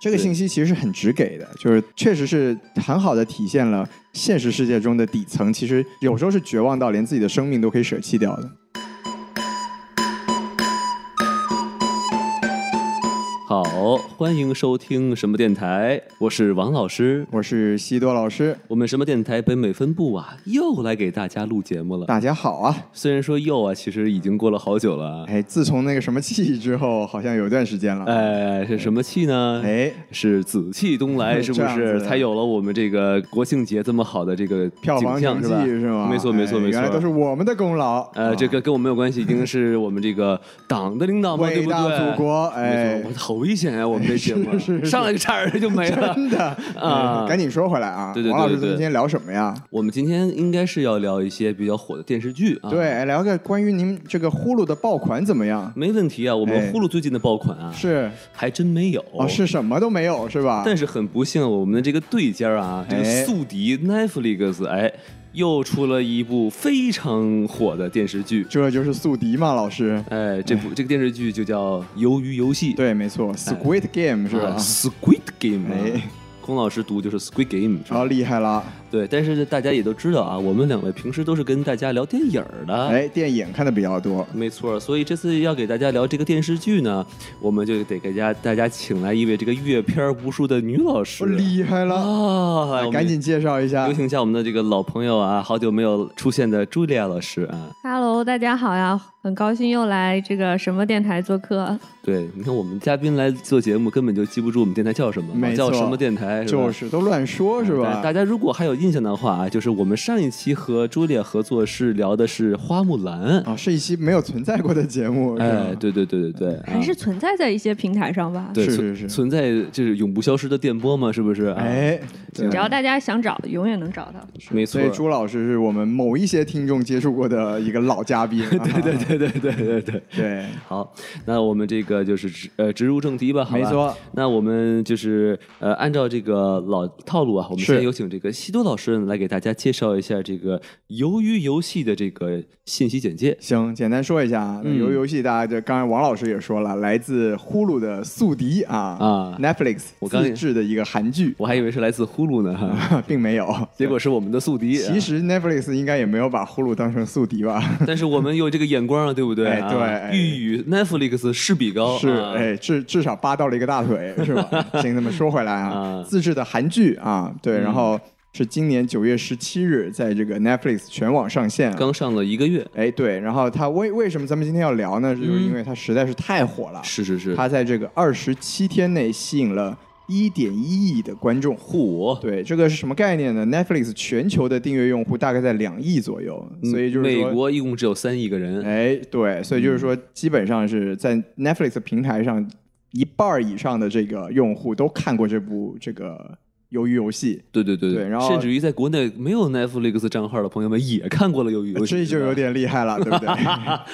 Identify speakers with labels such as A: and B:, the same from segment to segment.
A: 这个信息其实是很直给的，就是确实是很好的体现了现实世界中的底层，其实有时候是绝望到连自己的生命都可以舍弃掉的。
B: 好，欢迎收听什么电台，我是王老师。
A: 我是西多老师，
B: 我们什么电台北美分部啊，又来给大家录节目了。
A: 大家好啊！
B: 虽然说又啊，其实已经过了好久了啊。
A: 哎，自从那个什么气之后，好像有一段时间了。
B: 哎，是什么气呢？
A: 哎，
B: 是紫气东来，是 不
A: 这样
B: 是
A: 子
B: 才有了我们这个国庆节这么好的这个
A: 票房
B: 景象
A: 成绩
B: 是吧？
A: 吗？
B: 没错，没错，
A: 哎
B: 没错。
A: 原来都是我哦们的功劳。
B: 呃，这个跟我没有关系，已经是我们这个党的领导嘛，对
A: 伟
B: 不
A: 大
B: 对？
A: 祖国
B: 没
A: 哎
B: 错，我好危险啊！我们这节 目
A: 是是
B: 上来就差点就没了。
A: 真的
B: 啊
A: 哎赶紧说回来啊！
B: 对对对
A: 王老师，
B: 对
A: 咱
B: 对
A: 们今天聊什么呀？
B: 我们今天应该是要聊一些比较火的电视剧啊。
A: 对，，哎聊个关于您这个呼噜的爆款怎么样？
B: 没问题啊。我们
A: 哎
B: 呼噜最近的爆款啊，
A: 是
B: 还真没有
A: 哦，是什么都没有是吧？
B: 但是很不幸，啊我们的这个对家啊，这个
A: 哎
B: 宿敌 Netflix，哎，又出了一部非常火的电视剧。
A: 这就是宿敌嘛，老师。
B: 哎，这部这个电视剧就叫《鱿鱼游戏》，
A: 对，没错，Squid Game 是吧
B: 哎啊？，Squid Game，啊
A: 哎啊
B: 孔老师读就是 Squid Game，是吧
A: 然后厉害了，
B: 对。但是大家也都知道啊，我们两位平时都是跟大家聊电影儿的，
A: 哎，电影看的比较多，
B: 没错，所以这次要给大家聊这个电视剧呢，我们就得给大家大家请来一位这个阅片儿无数的女老师
A: 哦厉害了，
B: 啊，
A: 哎
B: 我们
A: 赶紧介绍一下
B: 有。请一下我们的这个老朋友啊，好久没有出现的茱莉亚老师啊。
C: Hello，大家好呀，很高兴又来这个什么电台做客。
B: 对，你看我们嘉宾来做节目，根本就记不住我们电台叫什么，
A: 没
B: 叫
A: 错
B: 什么电台，吧啊
A: 就是都乱说，是
B: 对
A: 吧？
B: 大家如果还有印象的话啊，就是我们上一期和茱莉亚合作是聊的是花木兰，
A: 啊，是一期没有存在过的节目，是吧
B: 哎，，对对对对对，啊
C: 还是存在在一些平台上吧，
B: 对
A: 是
B: 存
A: 是是
B: 存在就是永不消失的电波嘛，是不是？啊，
A: 哎，对
C: 只要大家想找，永远能找到。
B: 没
A: 所
B: 错啊
A: 以。朱老师是我们某一些听众接触过的一个老嘉宾，对对
B: 对对对对对，
A: 对，
B: 好，那我们这个就是直呃直入正题吧，好吧
A: 没错。
B: 那我们就是呃按照这个老套路啊，我们
A: 是
B: 先有请这个西多老师来给大家介绍一下这个鱿鱼游戏的这个信息简介。
A: 行，简单说一下啊，那
B: 嗯
A: 游游戏大家就刚才王老师也说了，来自呼噜的宿敌啊
B: 啊
A: n e t f l i x
B: 我刚也
A: 自制的一个韩剧，
B: 我还以为是来自呼噜呢， 哈
A: 并没有。
B: 结果是我们的宿敌、
A: 其， 实 Netflix 应该也没有把呼噜当成宿敌吧？
B: 但是我们有这个眼光啊，对不对？
A: 哎对
B: 啊
A: 哎
B: 欲与 Netflix 势比高，
A: 是，
B: 啊
A: 哎，至至少扒到了一个大腿，是 吧？行，那么说回来
B: 啊嗯
A: 啊，自制的韩剧啊，对，然后是今年九月十七日在这个 Netflix 全网上线啊。
B: 刚上了一个月，
A: 哎，对，然后它为为什么咱们今天要聊呢？就是因为它实在是太火了，
B: 嗯是是是，
A: 它在这个二十七天内吸引了一点一亿的观众。
B: 火，
A: 对，这个是什么概念呢？Netflix 全球的订阅用户大概在两亿左右，所以就是
B: 嗯美
A: 说，
B: 国嗯一共只有三亿个人，
A: 哎，对，所以就是说，基本上是在 Netflix 平台上，一半儿以上的这个用户都看过这部这个《鱿鱼游戏
B: 对对对
A: 对然后
B: 甚至于在国内没有 Netflix 账号的朋友们也看过了《鱿鱼》，游》，戏》，
A: 这就有点厉害了，对 不对？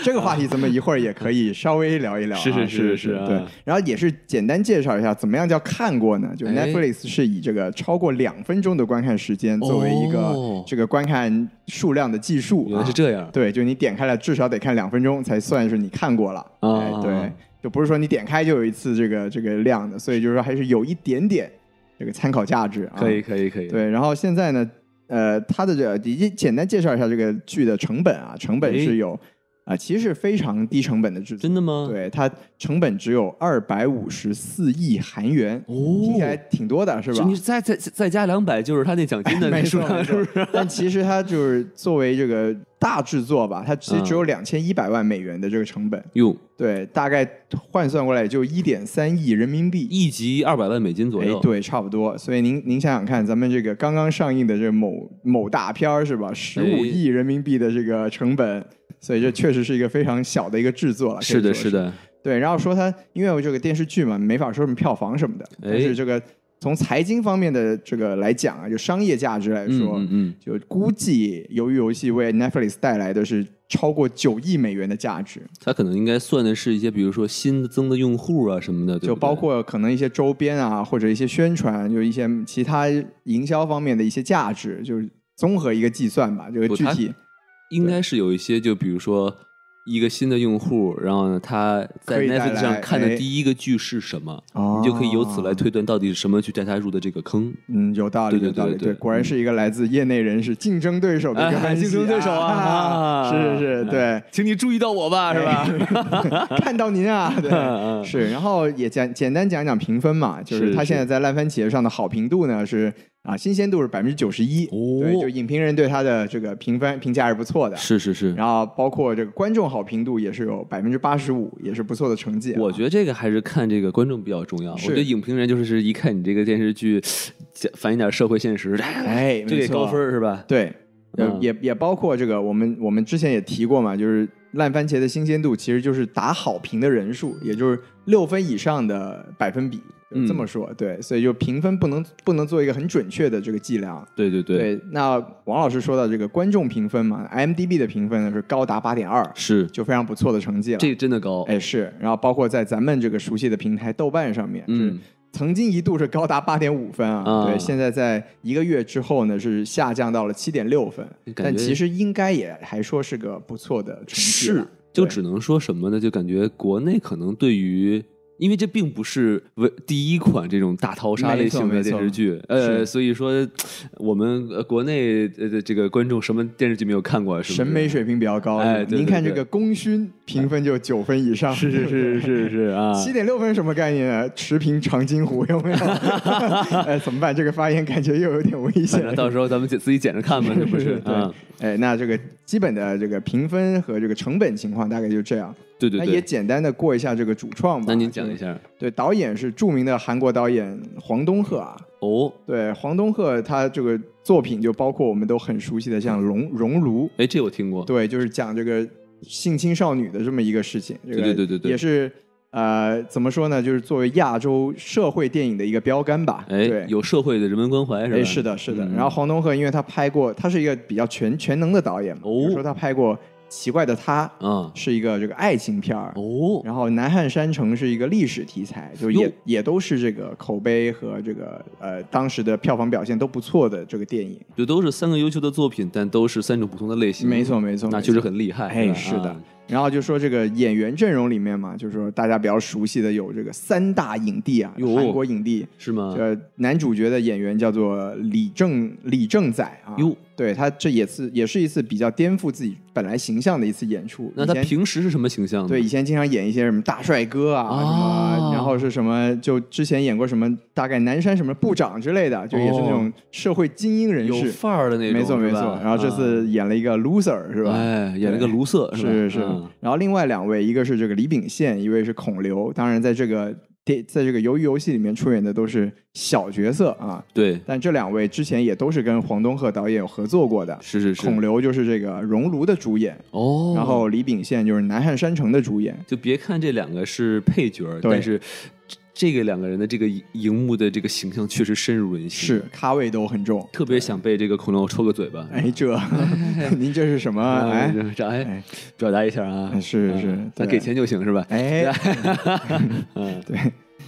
A: 这个话题咱们一会儿也可以稍微聊一聊啊、
B: 是是
A: 是
B: 是是是啊
A: 对。然后也是简单介绍一下，怎么样叫看过呢？就
B: 哎
A: Netflix 是以这个超过两分钟的观看时间作为一个
B: 哦
A: 这个观看数量的计数、啊，
B: 原来是这样。
A: 对，就你点开了，至少得看两分钟才算是你看过了。
B: 啊
A: 哎，对，就不是说你点开就有一次这个这个量的，所以就是说还是有一点点这个参考价值啊。
B: 可以。可以可以，
A: 对，然后现在呢，呃，它的这个简简单介绍一下这个剧的成本啊，成本
B: 诶
A: 是有啊、其实是非常低成本的制作。
B: 真的吗？，
A: 对，它成本只有二百五十四亿韩元，
B: 哦
A: 听起来挺多的，是吧？
B: 你再再再加两百，就是他那奖金的 那
A: 没
B: 数
A: 错，
B: 量，
A: 没
B: 是不
A: 错
B: 是？。
A: 但其实它就是作为这个大制作吧，它其实只
B: 嗯
A: 有两千一百万美元的这个成本，
B: 哟，
A: 对，大概换算过来也就一点三亿人民币。
B: 一集二百万美金左
A: 哎
B: 右。，，
A: 对，差不多。所以您您想想看，咱们这个刚刚上映的这某某大片儿是吧？十
B: 哎
A: 五亿人民币的这个成本，所以这确实是一个非常小的一个制作了。可以
B: 是的，
A: 说
B: 是。的，
A: 对，然后说它因为有这个电视剧嘛，没法说什么票房什么的，但
B: 哎
A: 是这个从财经方面的这个来讲啊，就商业价值来
B: 嗯
A: 说，
B: 嗯嗯，
A: 就估计《鱿鱼游戏》为 Netflix 带来的是超过九亿美元的价值，
B: 他可能应该算的是一些，比如说新增的用户啊什么的，对
A: 就
B: 不对
A: 包括可能一些周边啊，或者一些宣传，就一些其他营销方面的一些价值，就是综合一个计算吧。这个
B: 不
A: 具
B: 它
A: 体
B: 应该是有一些，就比如说一个新的用户，然后呢，他在
A: 可以带
B: Netflix
A: 来
B: 上看的
A: 哎
B: 第一个剧是什么，
A: 哦
B: 你就可以由此来推断到底是什么去带他入的这个坑。
A: 嗯，有道理，
B: 对对
A: 有道理，
B: 对对嗯
A: 果然是一个来自业内人士、竞争对手的一个
B: 哎
A: 分析
B: 竞争对 手啊
A: 啊
B: 啊
A: 是是是，对，
B: 请你注意到我吧，是吧？
A: 看到您啊，
B: 哎嗯
A: 对，
B: 嗯
A: 是，然后也简简单讲一讲评分嘛，就是是它
B: 是
A: 现在在烂番茄上的好评度呢是啊，新鲜度是百分之九十一，
B: 哦
A: 对，就影评人对它的这个评分评价是不错的，
B: 是是是，
A: 然后包括这个观众好评度也是有百分之八十五，也是不错的成绩啊。
B: 我觉得这个还是看这个观众比较重要。我
A: 是
B: 觉得影评人就是一看你这个电视剧， 讲反映点社会现实，
A: 哎，
B: 就
A: 没
B: 给
A: 错
B: 高分儿是吧？
A: 对，呃
B: 嗯
A: 也也包括这个，我们我们之前也提过嘛，就是烂番茄的新鲜度其实就是打好评的人数，也就是六分以上的百分比，
B: 嗯
A: 这么说对，所以就评分不能不能做一个很准确的这个计量。啊
B: 对对对，
A: 那王老师说到这个观众评分嘛，IMDB 的评分呢是高达八点二，
B: 是
A: 就非常不错的成绩了。
B: 这个真的高。
A: 哎是，然后包括在咱们这个熟悉的平台豆瓣上面，
B: 嗯，
A: 曾经一度是高达八点五分啊，
B: 啊
A: 对，现在在一个月之后呢是下降到了七点六分，
B: 感觉
A: 但其实应该也还说是个不错的成绩了
B: 是，就
A: 对
B: 只能说什么呢？就感觉国内可能对于。因为这并不是为第一款这种大逃杀类型的
A: 没错
B: 电视剧，
A: 是
B: 呃，所以说我们呃国内呃的这个观众什么电视剧没有看过啊，是不是
A: 审美水平比较高。
B: 哎对对
A: 您看这
B: 对哎
A: 个功勋评分就九分以上，
B: 是是是啊 是是啊，
A: 七点六分什么概念啊？持平长津湖有没 有？哎，怎么办？这个发言感觉又有点危险
B: 那。到时候咱们自自己捡着看吧，是不是？
A: 对
B: 啊，
A: 哎，那这个基本的这个评分和这个成本情况大概就这样。
B: 对对
A: 那哎也
B: 对，
A: 简单的过一下这个主创吧。
B: 那您讲一下
A: 对，导演是著名的韩国导演黄东赫啊。
B: 哦，
A: 对，黄东赫他这个作品就包括我们都很熟悉的像《熔熔炉
B: 哎，这我听过》，，
A: 对，就是讲这个性侵少女的这么一个事情。这个
B: 对对对对对
A: 也是呃，怎么说呢？就是作为亚洲社会电影的一个标杆吧。
B: 哎
A: 对，，
B: 有社会的人文关怀是吧？
A: 哎，是的，是的。
B: 嗯
A: 然后黄东赫，因为他拍过，他是一个比较全全能的导演嘛，
B: 哦
A: 比如说他拍过《奇怪的他》，
B: 啊，
A: 是一个这个爱情片儿。
B: 哦，
A: 然后《南汉山城》是一个历史题材，就也
B: 哟
A: 也都是这个口碑和这个呃当时的票房表现都不错的这个电影。
B: 就都是三个优秀的作品，但都是三种不同的类型，
A: 没错，没错，
B: 嗯那
A: 没
B: 确实
A: 错
B: 很厉害。
A: 哎，
B: 吧
A: 是的
B: 啊。
A: 然后就说这个演员阵容里面嘛，就是说大家比较熟悉的有这个三大影帝啊，
B: 哟嗯
A: 韩国影帝。
B: 是吗？
A: 呃，男主角的演员叫做李正李正宰啊，
B: 哟
A: 对他这也是也是一次比较颠覆自己本来形象的一次演出。
B: 那
A: 以
B: 他
A: 前
B: 平时是什么形象呢？
A: 对，以前经常演一些什么大帅哥啊，
B: 啊
A: 什么，然后是什么，就之前演过什么，大概南山什么部长之类的，就也是那种社会精英人
B: 哦有
A: 士，
B: 范儿的那种，
A: 没错没
B: 是吧
A: 错。然后这次演了一个 loser 是
B: 啊
A: 吧？
B: 哎，演了个
A: 对
B: 卢瑟，吧
A: 是是是
B: 嗯。
A: 然后另外两位，一个是这个李秉宪，一位是孔刘。当然，在这个电在这个鱿鱼游戏里面出演的都是小角色啊，
B: 对，
A: 但这两位之前也都是跟黄东赫导演有合作过的。
B: 是是是。
A: 孔刘就是这个《熔炉》的主演，
B: 哦，
A: 然后李秉宪就是《南汉山城》的主演。
B: 就别看这两个是配角儿，
A: 对
B: 但是这这个两个人的这个荧幕的这个形象确实深入人心，
A: 是 咖位都很 重。
B: 特别想被这个孔刘抽个嘴巴。
A: 哎， 这您这是什么？哎，
B: 这哎
A: 哎，
B: 表达一下啊，
A: 哎是是
B: 嗯咱
A: 对
B: 给钱就行是吧？
A: 哎，
B: 嗯
A: 对。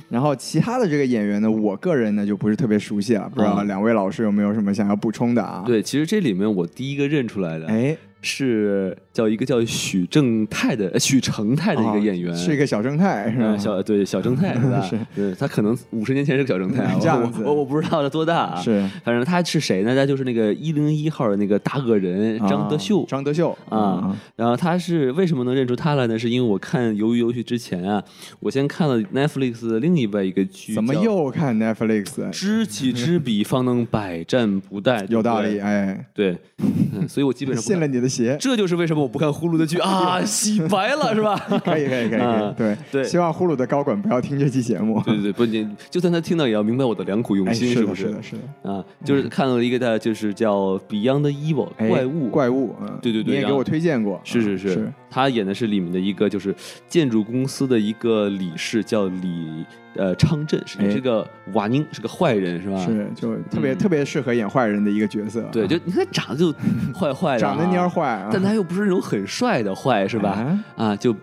A: 然后其他的这个演员呢，我个人呢就不是特别熟悉啊了，不知道
B: 嗯
A: 两位老师有没有什么想要补充的啊？，
B: 对，其实这里面我第一个认出来的
A: 哎，
B: 是叫一个叫许正泰的呃许成泰的一个演员，
A: 哦啊是一个小正太是吧？
B: 嗯，小对小 正太是吧？
A: 是嗯
B: 对，他可能五十年前是个小正太啊，
A: 这样子
B: 我我我不知道他多大啊。
A: 是
B: 反正他是谁呢？他就是那个一零一号的那个大恶人张德秀
A: 啊。张德秀
B: 啊，然后他是为什么能认出他来呢？是因为我看《鱿鱼游戏》之前啊，我先看了 Netflix 的另一外一个剧，
A: 怎么
B: 叫
A: 又看 Netflix？
B: 知己知彼，方能百战不殆。对不对
A: 有道理，哎，
B: 对，嗯，所以我基本上不
A: 信
B: 看
A: 了你的邪。
B: 这就是为什么我不看呼噜的剧 啊，洗白 了是吧？
A: 可以可以可以可以
B: 啊，
A: 对
B: 对
A: 希望呼噜的高管不要听这期节目。
B: 对对对，不，你就算他听到也要明白我的良苦用
A: 哎，
B: 心，
A: 是
B: 不
A: 的，
B: 是
A: 是？的，是的。
B: 啊，就是看到了一个的，就是叫 Beyond the Evil
A: 哎
B: 怪物，
A: 怪物，嗯，
B: 对对对
A: 你也
B: 然
A: 给
B: 后
A: 我推荐过，
B: 是是
A: 嗯
B: 是，
A: 是，
B: 他演的是里面的一个就是建筑公司的一个理事，叫李呃昌振，是
A: 哎
B: 是个瓦宁，是个坏人是吧？
A: 是，就特别、
B: 啊嗯
A: 特别适合演坏人的一个角色。啊
B: 对， 就你看长得就坏坏的、
A: 长得蔫儿，坏啊，
B: 但他又不是那种很帅的坏是吧？
A: 啊
B: 啊，就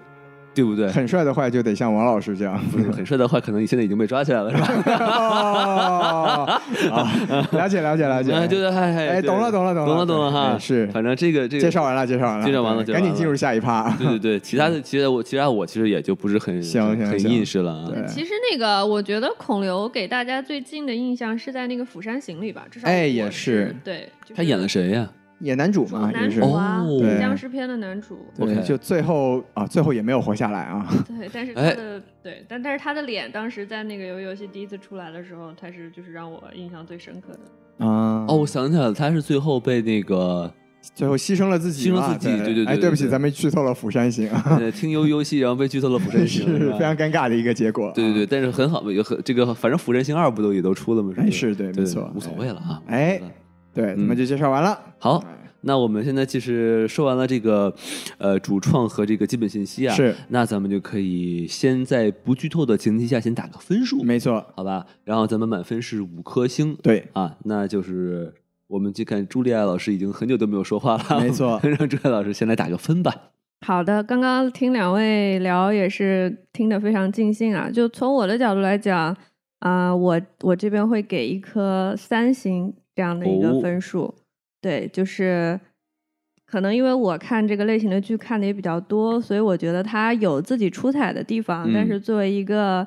B: 对不对？
A: 很帅的坏就得像王老师这样。
B: 不是很帅的话，可能你现在已经被抓起来了，是吧？
A: 哦，好了解了解 了解，
B: 啊就是哎
A: 哎，懂了懂了懂
B: 懂
A: 了
B: 了懂了哈，
A: 哎是
B: 反正这个这个
A: 介绍完了介绍完了，
B: 介绍完了
A: 对
B: 介绍完了
A: 赶紧进入下一趴。
B: 对对对，其他的其实我其他我其实也就不是很
A: 行行
B: 很
A: 行
B: 认识了啊。
A: 对
C: 其实那个，我觉得孔刘给大家最近的印象是在那个《釜山行》里吧，至少
A: 哎
C: 我
A: 也
C: 是
A: 是
C: 对。就是
B: 他演了谁呀？
A: 演男主嘛，也
C: 男
A: 是
C: 主啊
B: 哦，
A: 对
C: 僵尸片的男主，
A: 对，
B: OK
A: 就最后啊，最后也没有活下来啊。
C: 对，但是他
B: 哎
C: 的对，但但是他的脸当时在那个游游戏第一次出来的时候，他是就是让我印象最深刻的。
A: 啊，
B: 哦，我想起来了，他是最后被那个
A: 最后牺牲了自己
B: 牺牲
A: 嘛，
B: 自己对对对
A: 哎，
B: 对
A: 对不
B: 对
A: 起，咱们剧透了《釜山行》啊，
B: 呃听悠悠戏，然后被剧 透了《釜山行》
A: 是
B: 吧
A: 非常尴尬的一个结果。
B: 对对对，但是很好，有很这个，反正《釜山行二》不都也都出了吗？
A: 哎
B: 吧
A: 是对没错
B: 无所谓了啊。
A: 哎
B: 无所谓了
A: 对，
B: 嗯
A: 咱们就介绍完了。
B: 好，那我们现在其实说完了这个，呃，主创和这个基本信息啊，
A: 是，
B: 那咱们就可以先在不剧透的前提下先打个分数，
A: 没错，
B: 好吧？然后咱们满分是五颗星，
A: 对，
B: 啊，那就是我们就看朱莉亚老师已经很久都没有说话了，
A: 没错
B: 让朱莉亚老师先来打个分吧。
C: 好的，刚刚听两位聊也是听得非常尽兴啊。就从我的角度来讲，啊、我我这边会给一颗三星这样的一个
B: 哦
C: 分数。对，就是可能因为我看这个类型的剧看的也比较多，所以我觉得它有自己出彩的地方。但
B: 嗯
C: 是作为一个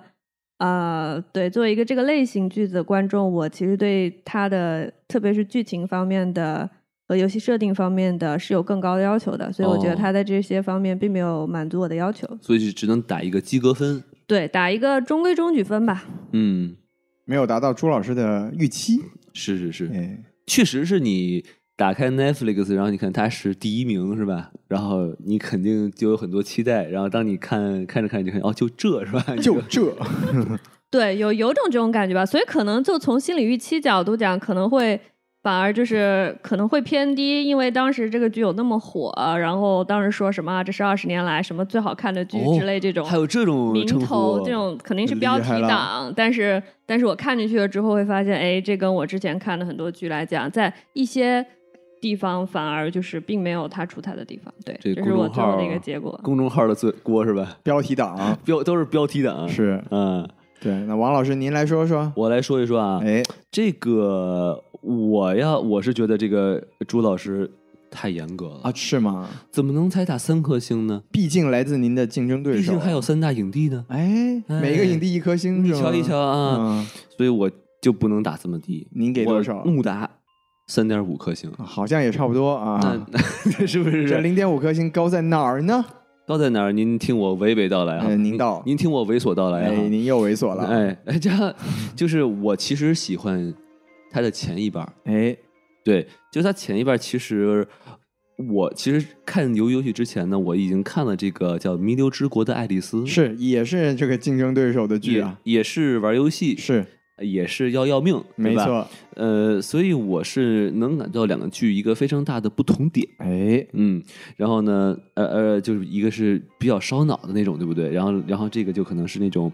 C: 呃，对，作为一个这个类型剧的观众，我其实对它的，特别是剧情方面的和游戏设定方面的是有更高的要求的，所以我觉得
B: 哦
C: 它在这些方面并没有满足我的要求。
B: 所以就只能打一个及格分。
C: 对，打一个中规中矩分吧。
B: 嗯，
A: 没有达到朱老师的预期。
B: 是是是，
A: 哎，
B: 确实是你打开 Netflix，然后你看它是第一名是吧？然后你肯定就有很多期待，然后当你看看着看着就看哦，就这是吧？
A: 就这，
C: 对，有有种这种感觉吧，所以可能就从心理预期角度讲，可能会反而就是可能会偏低，因为当时这个剧有那么火，然后当时说什么啊这是二十年来什么最好看的剧
B: 哦
C: 之类这种
B: 还有这种
C: 名
B: 称
C: 头，
B: 呼
C: 这种肯定是
A: 厉
C: 标题
A: 害了
C: 党，但是但是我看进去了之后会发现，哎，这跟我之前看的很多剧来讲，在一些地方反而就是并没有它出彩的地方，对，
B: 这
C: 这
B: 公
C: 是我
B: 众
C: 最后
B: 号
C: 的一个结果。
B: 公众号的罪锅是吧？
A: 标题党
B: 标都是标题党。，
A: 啊是
B: 嗯，
A: 对。那王老师，您来说说。
B: 我来说一说啊，
A: 哎，
B: 这个我要我是觉得这个朱老师太严格了
A: 啊，，是吗？
B: 怎么能才打三颗星呢？
A: 毕竟来自您的竞争对
B: 毕
A: 手，
B: 竟还有三大影帝呢。
A: 哎，每个影帝一颗星，
B: 你
A: 是吗
B: 瞧一瞧啊，
A: 嗯，
B: 所以我就不能打这么低。
A: 您给多少
B: 我？怒打三点五 颗星，
A: 好像也差不多啊。
B: 那是不
A: 这
B: 是？
A: 零点五颗星高在哪儿呢？
B: 高在哪儿？您听我娓娓道来啊！
A: 哎您道
B: 您听我猥琐道来
A: 哎，
B: 啊！
A: 您又猥琐了。
B: 哎哎，这样就是我其实喜欢他的前一半儿，
A: 哎，
B: 对，就是他前一半儿其实。我其实看《游游戏》之前呢，我已经看了这个叫《弥留之国的爱丽丝》，
A: 是也是这个竞争对手的剧
B: 也
A: 啊，
B: 也是玩游戏，
A: 是
B: 也是要要命，对
A: 没
B: 吧。
A: 错。
B: 呃，所以我是能感到两个剧一个非常大的不同点。
A: 哎，
B: 嗯，然后呢，呃呃，就是一个是比较烧脑的那种，对不对？然后，然后这个就可能是那种，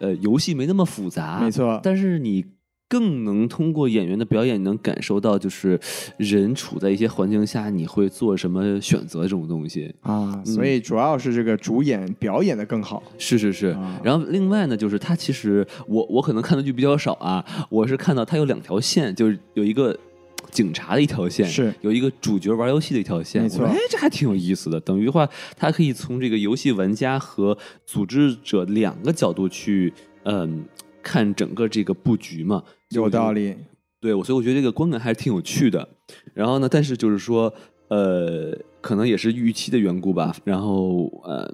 B: 呃，游戏没那么复杂，
A: 没错
B: 但是你更能通过演员的表演，能感受到就是人处在一些环境下你会做什么选择这种东西。
A: 啊，
B: 嗯
A: 所以主要是这个主演表演的更好。
B: 是是是，
A: 啊
B: 然后另外呢，就是它其实我我可能看的剧比较少啊，我是看到它有两条线，就是有一个警察的一条线，
A: 是
B: 有一个主角玩游戏的一条线，
A: 没错
B: 我说哎，这还挺有意思的。等于的话，它可以从这个游戏玩家和组织者两个角度去嗯看整个这个布局嘛，
A: 有道理，
B: 对，我所以我觉得这个观感还是挺有趣的。然后呢，但是就是说，呃，可能也是预期的缘故吧。然后，呃，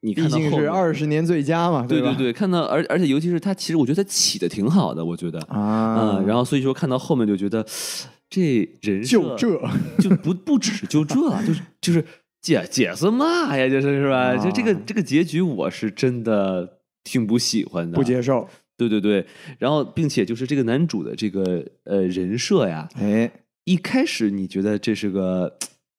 B: 你
A: 毕
B: 看到
A: 竟
B: 后
A: 是
B: 面
A: 二十年最佳嘛，
B: 对
A: 吧？
B: 对对，看到而而且尤其是他，其实我觉得他起的挺好的，我觉得，
A: 啊，
B: 嗯，然后所以说看到后面就觉得这人
A: 就
B: 设
A: 这
B: 就不不止就这了，就是就是姐姐是嘛呀，就是是吧？
A: 啊
B: 就这个这个结局我是真的挺不喜欢的，
A: 不接受。
B: 对对对，然后并且就是这个男主的这个呃人设呀，
A: 哎，
B: 一开始你觉得这是个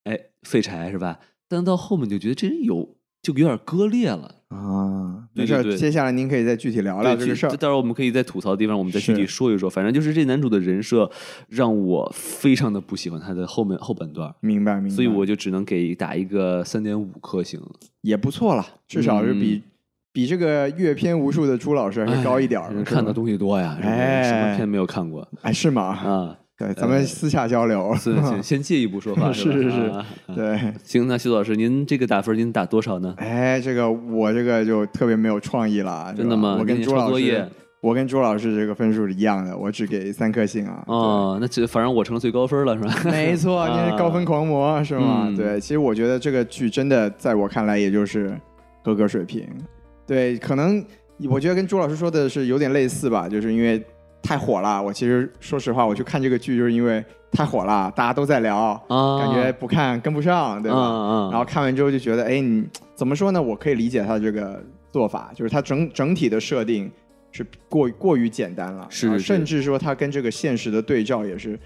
B: 哎废柴是吧？但到后面就觉得这人有就有点割裂了。
A: 啊，没
B: 对
A: 事
B: 对
A: 儿，
B: 对
A: 接下来您可以再具体聊聊
B: 对，
A: 这
B: 具
A: 个事儿
B: 到。时候我们可以在吐槽的地方，我们再具体
A: 是
B: 说一说。反正就是这男主的人设让我非常的不喜欢他的后面后半段，
A: 明白，明白。
B: 所以我就只能给打一个三点五颗星。
A: 也不错了，至少是
B: 嗯
A: 比、比这个阅片无数的朱老师还是高一点儿
B: 哎
A: 的。
B: 人看的
A: 是吧
B: 东西多呀，人
A: 哎
B: 什么片没有 看过
A: 哎，是吗？
B: 啊？
A: 对，咱们私下交 流。
B: 所以先先借一步 说话，吧
A: 是是是
B: 啊 啊
A: 对，
B: 行，那徐老师，您这个打分您打多少呢？
A: 哎，这个我这个就特别没有创意了，是吧
B: 真的吗？
A: 我跟
B: 您
A: 朱
B: 抄
A: 老
B: 作业
A: 师，我跟朱老师这个分数是一样的，我只给三颗星啊。
B: 哦，那这反正我成了最高分了，是 吧？
A: 没错，
B: 啊
A: 您是高分狂魔是吗？
B: 嗯
A: 对，其实我觉得这个剧真的在我看来也就是合格水平。对，可能我觉得跟朱老师说的是有点类似吧，就是因为太火了。我其实说实话，我去看这个剧就是因为太火了，大家都在聊，
B: 啊，
A: 感觉不看跟不上，对吧？
B: 啊
A: 然后看完之后就觉得，哎，你怎么说呢？我可以理解他这个做法，就是他整整体的设定是过于过于简单了，
B: 是
A: 然后
B: 是
A: 甚至说他跟这个现实的对照也是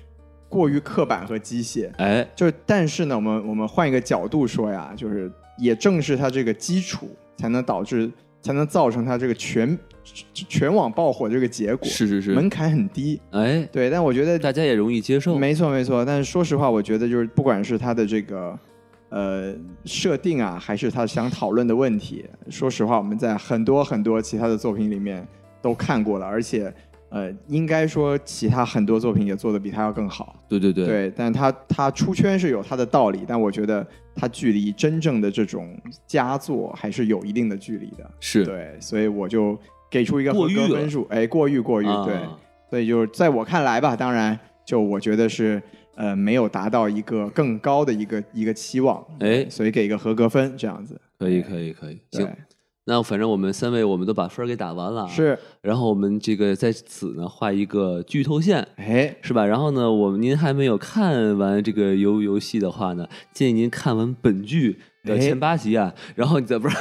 A: 过于刻板和机械。
B: 哎，
A: 就是，但是呢，我们我们换一个角度说呀，就是也正是他这个基础，才能导致才能造成他这个全全网爆火这个结果，
B: 是是是，
A: 门槛很低。
B: 哎，
A: 对，但我觉得
B: 大家也容易接受，
A: 没错没错，但是说实话，我觉得就是不管是他的这个呃设定啊，还是他想讨论的问题，说实话，我们在很多很多其他的作品里面都看过了，而且呃，应该说其他很多作品也做的比他要更好。
B: 对对对，
A: 对，但他他出圈是有他的道理，但我觉得他距离真正的这种佳作还是有一定的距离的。
B: 是
A: 对，所以我就给出一个合
B: 过誉
A: 格
B: 了
A: 分数，哎，过誉过誉，对。
B: 啊
A: 所以就是在我看来吧，当然就我觉得是呃没有达到一个更高的一个一个期望，
B: 哎，
A: 所以给一个合格分这样子。
B: 可以可以可以，
A: 对
B: 行，，那反正我们三位我们都把分儿给打完了啊，
A: 是
B: 然后我们这个在此呢画一个剧透线。
A: 哎，
B: 是吧？然后呢，我们您还没有看完这个游游戏的话呢，建议您看完本剧的
A: 哎
B: 前八集啊，然后你再不是、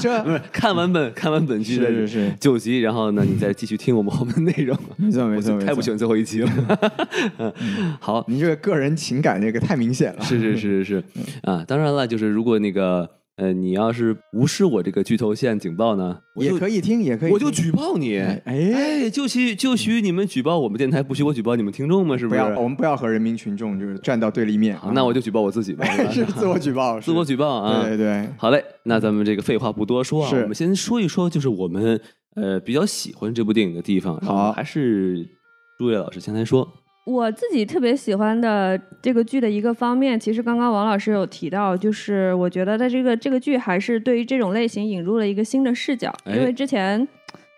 A: 这
B: 不是看完本看完本剧的
A: 是是是
B: 九集，然后呢你再继续听我们后面内容。
A: 没错没错
B: 我
A: 没
B: 太不喜
A: 错，
B: 欢最后一集了。 嗯好，
A: 您这个个人情感这个太明显了，
B: 是 是是是是啊，当然了，就是如果那个呃，你要是无视我这个剧透线警报呢，我
A: 也
B: 就
A: 可以听也可以听，
B: 我就举报你。
A: 哎哎，
B: 哎，就许就许你们举报我们电台，不许我举报你们听众吗？是
A: 不
B: 是？
A: 要哦我们不要和人民群众就是站到对立面
B: 好，，那我就举报我自己吧，
A: 啊 是
B: 吧
A: 自我举报，
B: 自我举报
A: 报
B: 啊。
A: 对对对，
B: 好嘞，那咱们这个废话不多说啊，
A: 是
B: 我们先说一说，就是我们呃比较喜欢这部电影的地方。然后
A: 好
B: 还是朱越老师先来说。
C: 我自己特别喜欢的这个剧的一个方面，其实刚刚王老师有提到，就是我觉得它这个这个剧还是对于这种类型引入了一个新的视角，
B: 哎
C: 因为之前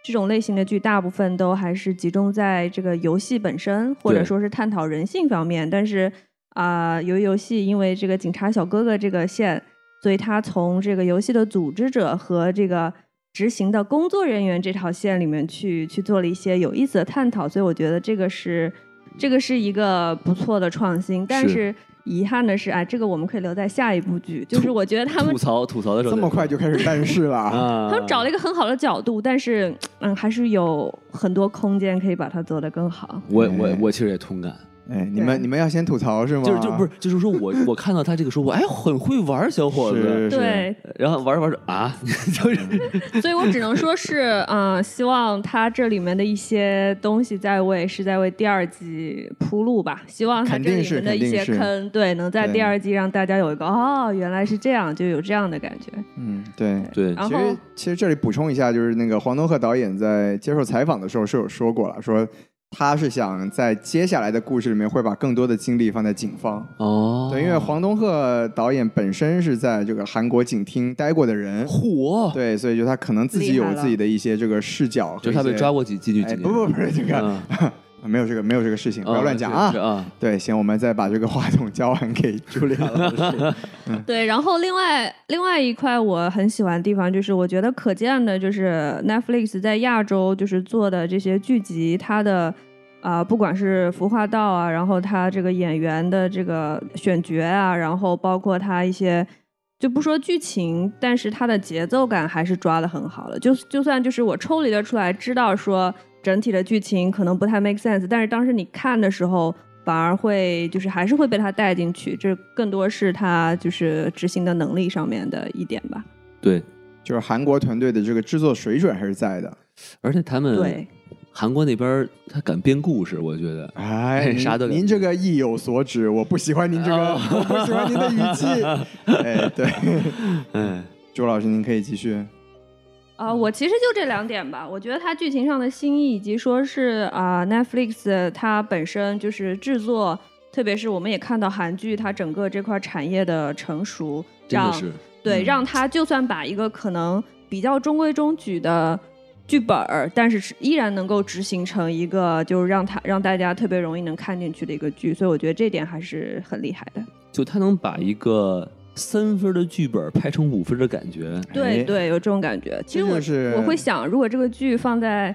C: 这种类型的剧大部分都还是集中在这个游戏本身，或者说是探讨人性方面，但是啊、由于游戏因为这个警察小哥哥这个线，所以他从这个游戏的组织者和这个执行的工作人员这条线里面去去做了一些有意思的探讨，所以我觉得这个是这个是一个不错的创新，但
B: 是
C: 是遗憾的是，哎，这个我们可以留在下一部剧，就是我觉得他们
B: 吐槽吐槽的时候
A: 这
B: 再
A: 么快
B: 说
A: 就开始但是 了啊，
B: 啊，
C: 他们找了一个很好的角度，但是嗯，还是有很多空间可以把它做得更好。
B: 我我我其实也同感，
A: 哎，你们
C: 对
A: 你们要先吐槽是吗？
B: 就是就不是就是说我我看到他这个时候，我哎很会玩儿小伙子，
A: 是嗯是
C: 对，
B: 然后玩着玩着啊，就是
C: 所以我只能说是，嗯、希望它这里面的一些东西在为是在为第二季铺路吧。希望它这里面的一些
A: 肯定是肯
C: 坑，对，能在
A: 对
C: 第二季让大家有一个哦，原来是这样，就有这样的感觉。
A: 嗯对。
B: 对
C: 然
A: 其
C: 后
A: 实，其实这里补充一下，就是那个黄东赫导演在接受采访的时候是有说过了，说他是想在接下来的故事里面会把更多的精力放在警方。
B: 哦，
A: 对，因为黄东赫导演本身是在这个韩国警厅待过的人，
B: 火，
A: 对，所以就他可能自己
C: 厉害
A: 有
C: 了
A: 自己的一些这个视角和一些。
B: 就他被抓过几进去几
A: 哎，
B: 年，
A: 不不不是这个，
B: 嗯
A: 没有这个没有这个事情，不要乱讲
B: 啊
A: 啊
B: 是！啊，
A: 对，行，我们再把这个话筒交还给朱莉亚老师。
C: 对，然后另外另外一块我很喜欢的地方就是，我觉得可见的就是 Netflix 在亚洲就是做的这些剧集，它的啊、不管是服化道啊，然后它这个演员的这个选角啊，然后包括它一些就不说剧情，但是它的节奏感还是抓的很好的。就就算就是我抽离了出来，知道说整体的剧情可能不太 make sense，但是当时你看的时候，反而会就是还是会被它带进去。这更多是它就是执行的能力上面的一点吧。
B: 对，
A: 就是韩国团队的这个制作水准还是在的。
B: 而且他们
D: 对，
B: 韩国那边儿他敢编故事，我觉得
A: 哎，
B: 啥
A: 您
B: 都敢
A: 您这个意有所指，我不喜欢您这个，
B: 哦
A: 我不喜欢您的语 气。哎，对， 嗯
B: 哎，
A: 周老师，您可以继续。
C: 啊、我其实就这两点吧。我觉得它剧情上的新意，以及说是啊、Netflix 它本身就是制作，特别是我们也看到韩剧它整个这块产业的成熟，
B: 真的
C: 让
B: 是
C: 对
A: 嗯
C: 让它就算把一个可能比较中规中矩的剧本儿，但是是依然能够执行成一个就是让它让大家特别容易能看进去的一个剧，所以我觉得这点还是很厉害的。
A: 哎
B: 就他能把一个三分的剧本拍成五分的感觉，
A: 哎
C: 对对，有这种感觉。其实
A: 这就
C: 我
A: 是
C: 我会想，如果这个剧放在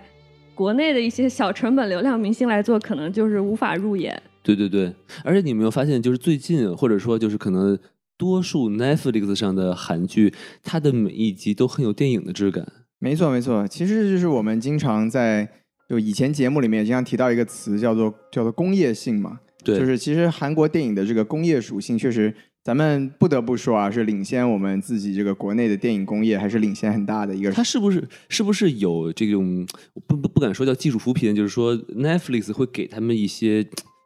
C: 国内的一些小成本流量明星来做，可能就是无法入眼。
B: 对对对，而且你有没有发现，就是最近或者说就是可能多数 Netflix 上的韩剧，它的每一集都很有电影的质感。
A: 没错，没错，其实就是我们经常在就以前节目里面也经常提到一个词，叫做叫做工业性嘛，
B: 对，
A: 就是其实韩国电影的这个工业属性，确实咱们不得不说啊，是领先我们自己这个国内的电影工业，还是领先很大的一个。
B: 它是不是是不是有这种我不不不敢说叫技术扶贫，就是说 Netflix 会给他们一些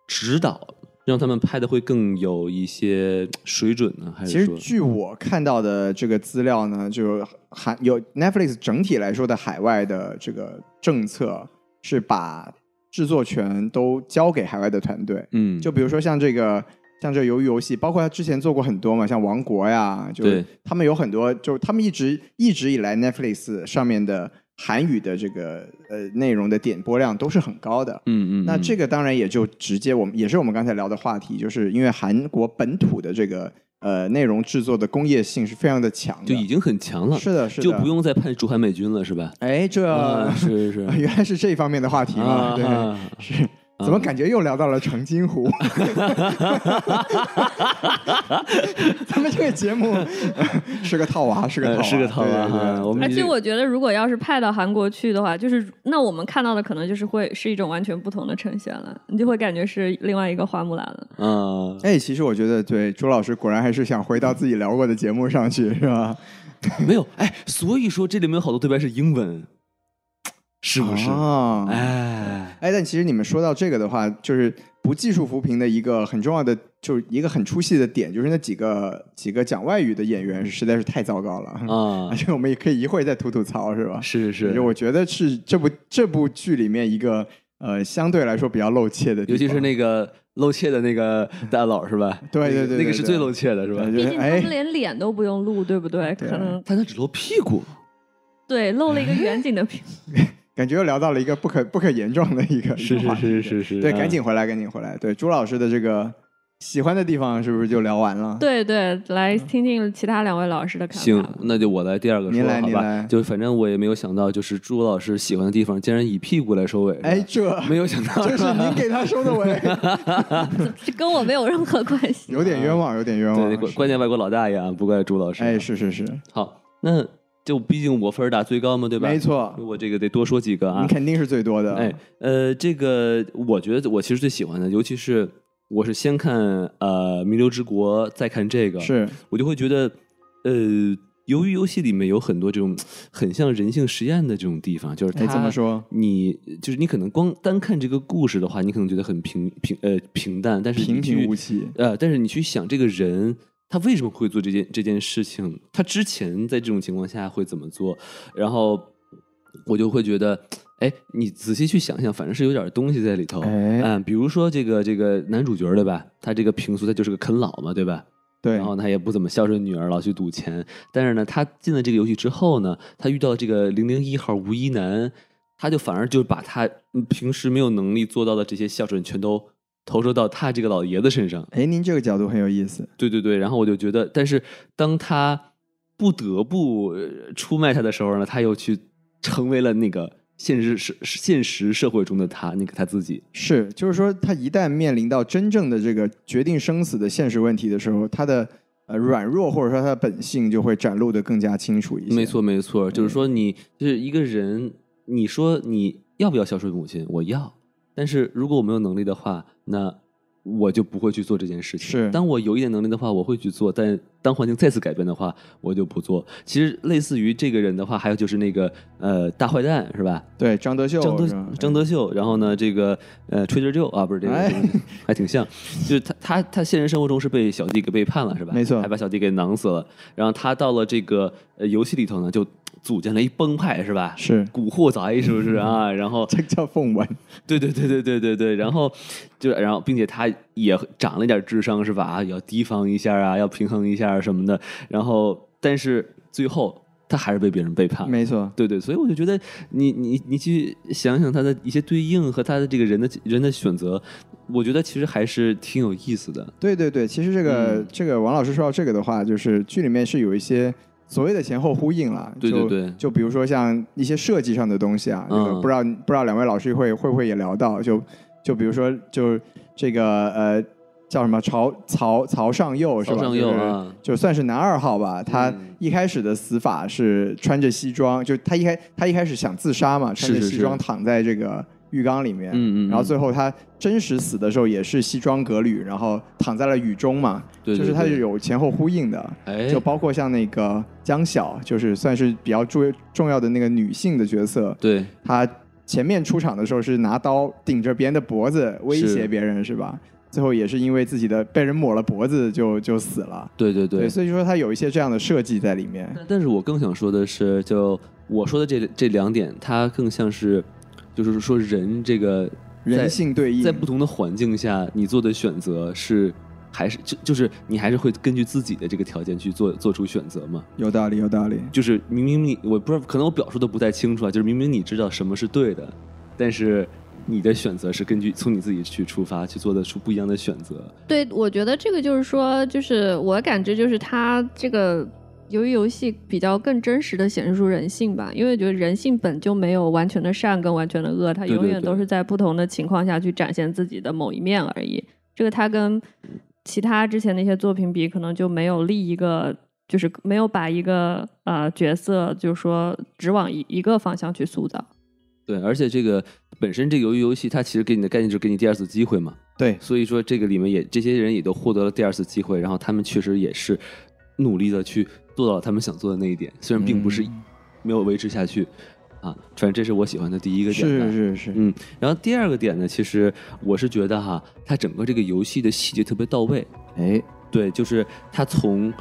B: 指导，让他们拍的会更有一些水准呢？还
A: 其
B: 是
A: 实
B: 说，嗯
A: 据我看到的这个资料呢，就韩有 Netflix 整体来说的海外的这个政策是把制作权都交给海外的团队，
B: 嗯，
A: 就比如说像这个，像这个鱿鱼游戏，包括他之前做过很多嘛，像《王国》呀，就是
B: 对
A: 他们有很多，就是他们一直一直以来 Netflix 上面的韩语的这个呃内容的点播量都是很高的。
B: 嗯嗯，
A: 那这
B: 个
A: 个当然也就直接我们也是我们刚才聊的话题，就是因为韩国本土的这个呃内容制作的工业性是非常的强的，
B: 就已经很强了，
A: 是的，是的，
B: 就不。用再判驻韩美军了，是吧？
A: 哎，这、
B: 啊，是是是，
A: 原来是这方面的话题嘛？哎对，
B: 啊，
A: 是。怎么感觉又聊到了长津湖？ 咱们这个节目是个套娃，是个套
B: 呃
A: 娃，
B: 是个套娃
A: 对对对
B: 哈，我们
C: 而
B: 这
C: 且
B: 个
C: 我觉得，如果要是派到韩国去的话，就是那我们看到的可能就是会是一种完全不同的呈现了，你就会感觉是另外一个花木兰了。
B: 啊，
A: 哎，其实我觉得，对周老师果然还是想回到自己聊过的节目上去，是吧？
B: 没有，哎，所以说这里面有好多对白是英文，是不是？
A: 啊，
B: 哎，
A: 哎，但其实你们说到这个的话，就是不技术扶贫的一个很重要的，就是一个很出戏的点，就是那几个几个讲外语的演员实在是太糟糕了
B: 啊
A: 这个我们也可以一会儿再吐吐槽，是吧？
B: 是是
A: 就
B: 是，
A: 我觉得是这部这部剧里面一个呃相对来说比较露怯的地
B: 尤
A: 方，
B: 其是那个露怯的那个大佬是吧？
A: 嗯对对对对
B: 那个是
A: 对
B: 最露怯的是吧？
A: 对
C: 毕
A: 觉得
C: 竟他
A: 哎
C: 们连脸都不用露，对不对？可能
B: 但他只露屁股，
C: 对露了一个远景的屏 幕。
A: 感觉又聊到了一个不可不可言状的一个
B: 是
A: 一个
B: 是
A: 话题
B: 是是是，
A: 对，
B: 啊
A: 赶紧回来，赶紧回来。对，朱老师的这个喜欢的地方是不是就聊完了？，
C: 对对，来听听其他两位老师的看法。
B: 行，那就我来第二个
A: 您
B: 说
A: 来
B: 好
A: 您来
B: 吧？就反正我也没有想到，就是朱老师喜欢的地方竟然以屁股来收尾，是吧
A: 哎，哦这
B: 没有想到，
A: 这是您给他收的尾，
C: 这 跟我没有任何关系。
A: 有点冤枉，有点冤枉
B: 对，。关关键外国老大爷啊，不怪朱老师。
A: 哎，是是是，
B: 好，那就毕竟我分儿打最高嘛，对吧？
A: 没错，
B: 我这个得多说几个啊。
A: 你肯定是最多的。
B: 哎，，呃，这个我觉得我其实最喜欢的，尤其是我是先看呃《弥留之国》，再看这个，
A: 是
B: 我就会觉得，呃，由于游戏里面有很多这种很像人性实验的这种地方，就是
A: 哎，
B: 它
A: 怎么说？
B: 你就是你可能光单看这个故事的话，你可能觉得很平平呃平淡，但是你
A: 平平
B: 去
A: 无奇。
B: 呃，但是你去想这个人，他为什么会做这件这件事情？他之前在这种情况下会怎么做？然后我就会觉得，哎，你仔细去想想，反正是有点东西在里头。
A: 哎
B: 嗯，比如说这个这个男主角对吧？他这个平俗，他就是个啃老嘛，对吧？
A: 对
B: 然，后他也不怎么孝顺女儿，老去赌钱。但是呢，他进了这个游戏之后呢，他遇到这个零零一号吴一男，他就反而就把他嗯平时没有能力做到的这些孝顺，全都投射到他这个老爷子身上。
A: 哎，您这个角度很有意思。
B: 对对对，然后我就觉得，但是当他不得不呃出卖他的时候呢，他又去成为了那个现实社现实社会中的他，那个他自己。
A: 是，就是说，他一旦面临到真正的这个决定生死的现实问题的时候，他的呃软弱或者说他的本性就会展露的更加清楚一些。嗯
B: 没，错没错，就是说你就是一个人，你说你要不要孝顺母亲？我要，但是如果我没有能力的话，那我就不会去做这件事情。
A: 是
B: 当我有一点能力的话，我会去做；但当环境再次改变的话，我就不做。其实类似于这个人的话，还有就是那个呃大坏蛋是吧？
A: 对，张德秀
B: 张德
A: 是吧
B: 张德秀，然后呢，这个呃吹 r 舅啊，不是这个，
A: 哎
B: 还挺像，就是他他他现实生活中是被小弟给背叛了，是吧？
A: 没错
B: 还把小弟给囊死了。然后他到了这个呃游戏里头呢，就组建了一帮派，是吧？
A: 是
B: 古惑仔是不是啊？然后
A: 这个叫凤文，
B: 对对对对对对对，然后就然后，并且他也长了一点智商是吧？啊，要提防一下啊，要平衡一下啊什么的。然后，但是最后他还是被别人背叛了。
A: 没错，
B: 对对，所以我就觉得你你你去想想他的一些对应和他的这个人的人的选择，我觉得其实还是挺有意思的。
A: 对对对，其实这个、
B: 嗯
A: 这个王老师说到这个的话，就是剧里面是有一些所谓的前后呼应了。
B: 对对
A: 就
B: 对
A: 就比如说像一些设计上的东西啊，这个
B: 嗯
A: 不知道不知道两位老师会会不会也聊到？就就比如说就这个呃叫什么曹曹曹尚佑是吧？
B: 曹尚佑
A: 就是
B: 啊
A: 就算是男二号吧，他
B: 嗯
A: 一开始的死法是穿着西装，就他一开他一开始想自杀嘛，穿着
B: 是是
A: 西
B: 是
A: 装躺在这个浴缸里面，
B: 嗯嗯嗯
A: 然后最后他真实死的时候也是西装革履，然后躺在了雨中嘛，
B: 对对
A: 就是他
B: 对
A: 是有前后呼应的，
B: 哎
A: 就包括像那个江晓，就是算是比较重重要的那个女性的角色，
B: 对，
A: 她前面出场的时候是拿刀顶着别人的脖子威胁
B: 是
A: 别人是吧？最后也是因为自己的被人抹了脖子就就死了。
B: 对对对。
A: 所以说它有一些这样的设计在里面。
B: 但但是我更想说的是，就我说的这这两点，它更像是，就是说人这个在
A: 人性对应，
B: 在不同的环境下，你做的选择是还是就就是你还是会根据自己的这个条件去做做出选择嘛？
A: 有道理，有道理。
B: 就是明明你我不知道，可能我表述的不太清楚啊，就是明明你知道什么是对的，但是你的选择是根据从你自己去出发去做的出不一样的选择。
C: 对，我觉得这个就是说，就是我感觉就是它这个由于游戏比较更真实的显示出人性吧，因为觉得人性本就没有完全的善跟完全的恶，它
B: 对对
C: 永远
B: 对
C: 都是在不同的情况下去展现自己的某一面而已。这个它跟其他之前的一些作品比，可能就没有立一个。就是没有把一个呃角色，就是说只往一一个方向去塑造。
B: 对，而且这个本身这个鱿鱼游戏，它其实给你的概念就是给你第二次机会嘛。
A: 对，
B: 所以说这个里面也这些人也都获得了第二次机会，然后他们确实也是努力的去做到了他们想做的那一点，虽然并不是
A: 嗯
B: 没有维持下去、啊，反正这是我喜欢的第一个点吧。
A: 是是是，
B: 嗯，然后第二个点呢，其实我是觉得哈，它整个这个游戏的细节特别到位。
A: 哎，
B: 对，就是它从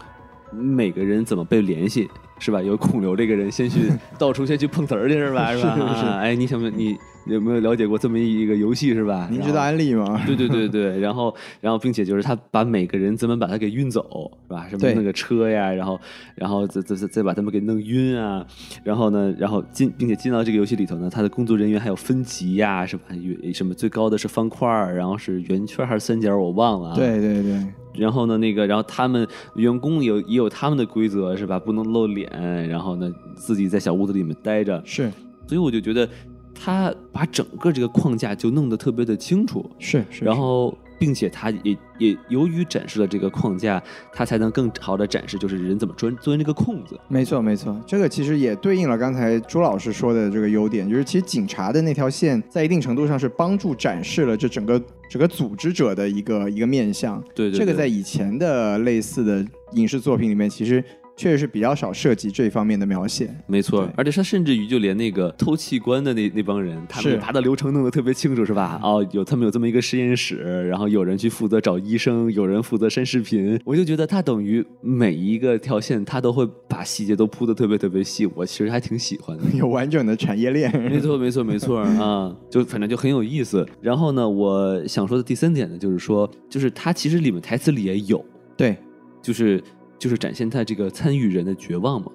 B: 每个人怎么被联系，是吧？有孔刘这个人 先去到处先去碰瓷儿去，是吧？是吧？
A: 是是
B: 啊哎，你想不想你有没有了解过这么一个游戏，是吧？
A: 您
B: 然
A: 知道
B: 后
A: 安利吗？
B: 对对对对，然后然后并且就是他把每个人怎么把他给运走，是吧？什么
A: 对
B: 那个车呀，然后然后再再再再把他们给弄晕啊，然后呢，然后进并且进到这个游戏里头呢，他的工作人员还有分级呀，是吧？有什么最高的是方块儿，然后是圆圈还是三角，我忘了、啊。
A: 对对对，
B: 然后呢，那个，然后他们员工有也有他们的规则是吧？不能露脸，然后呢，自己在小屋子里面待着，
A: 是
B: 所以我就觉得他把整个这个框架就弄得特别的清楚，
A: 是是。
B: 然后，并且他也也由于展示了这个框架，他才能更好的展示就是人怎么钻钻这个空子。
A: 没错，没错，这个其实也对应了刚才朱老师说的这个优点，就是其实警察的那条线在一定程度上是帮助展示了这整个整个组织者的一个一个面相。
B: 对对
A: 这个
B: 对
A: 在以前的类似的影视作品里面，其实确实是比较少涉及这方面的描写。
B: 没错
A: 对，
B: 而且他甚至于就连那个偷器官的那那帮人，他
A: 是
B: 们把他流程弄得特别清楚，是吧？哦，有他们有这么一个实验室，然后有人去负责找医生，有人负责删视频。我就觉得他等于每一个条线，他都会把细节都铺得特别特别细，我其实还挺喜欢的。
A: 有完整的产业链，
B: 没错，没错，没错啊！就反正就很有意思。然后呢，我想说的第三点呢，就是说，就是它其实里面台词里也有，
A: 对，
B: 就是就是展现他这个参与人的绝望嘛，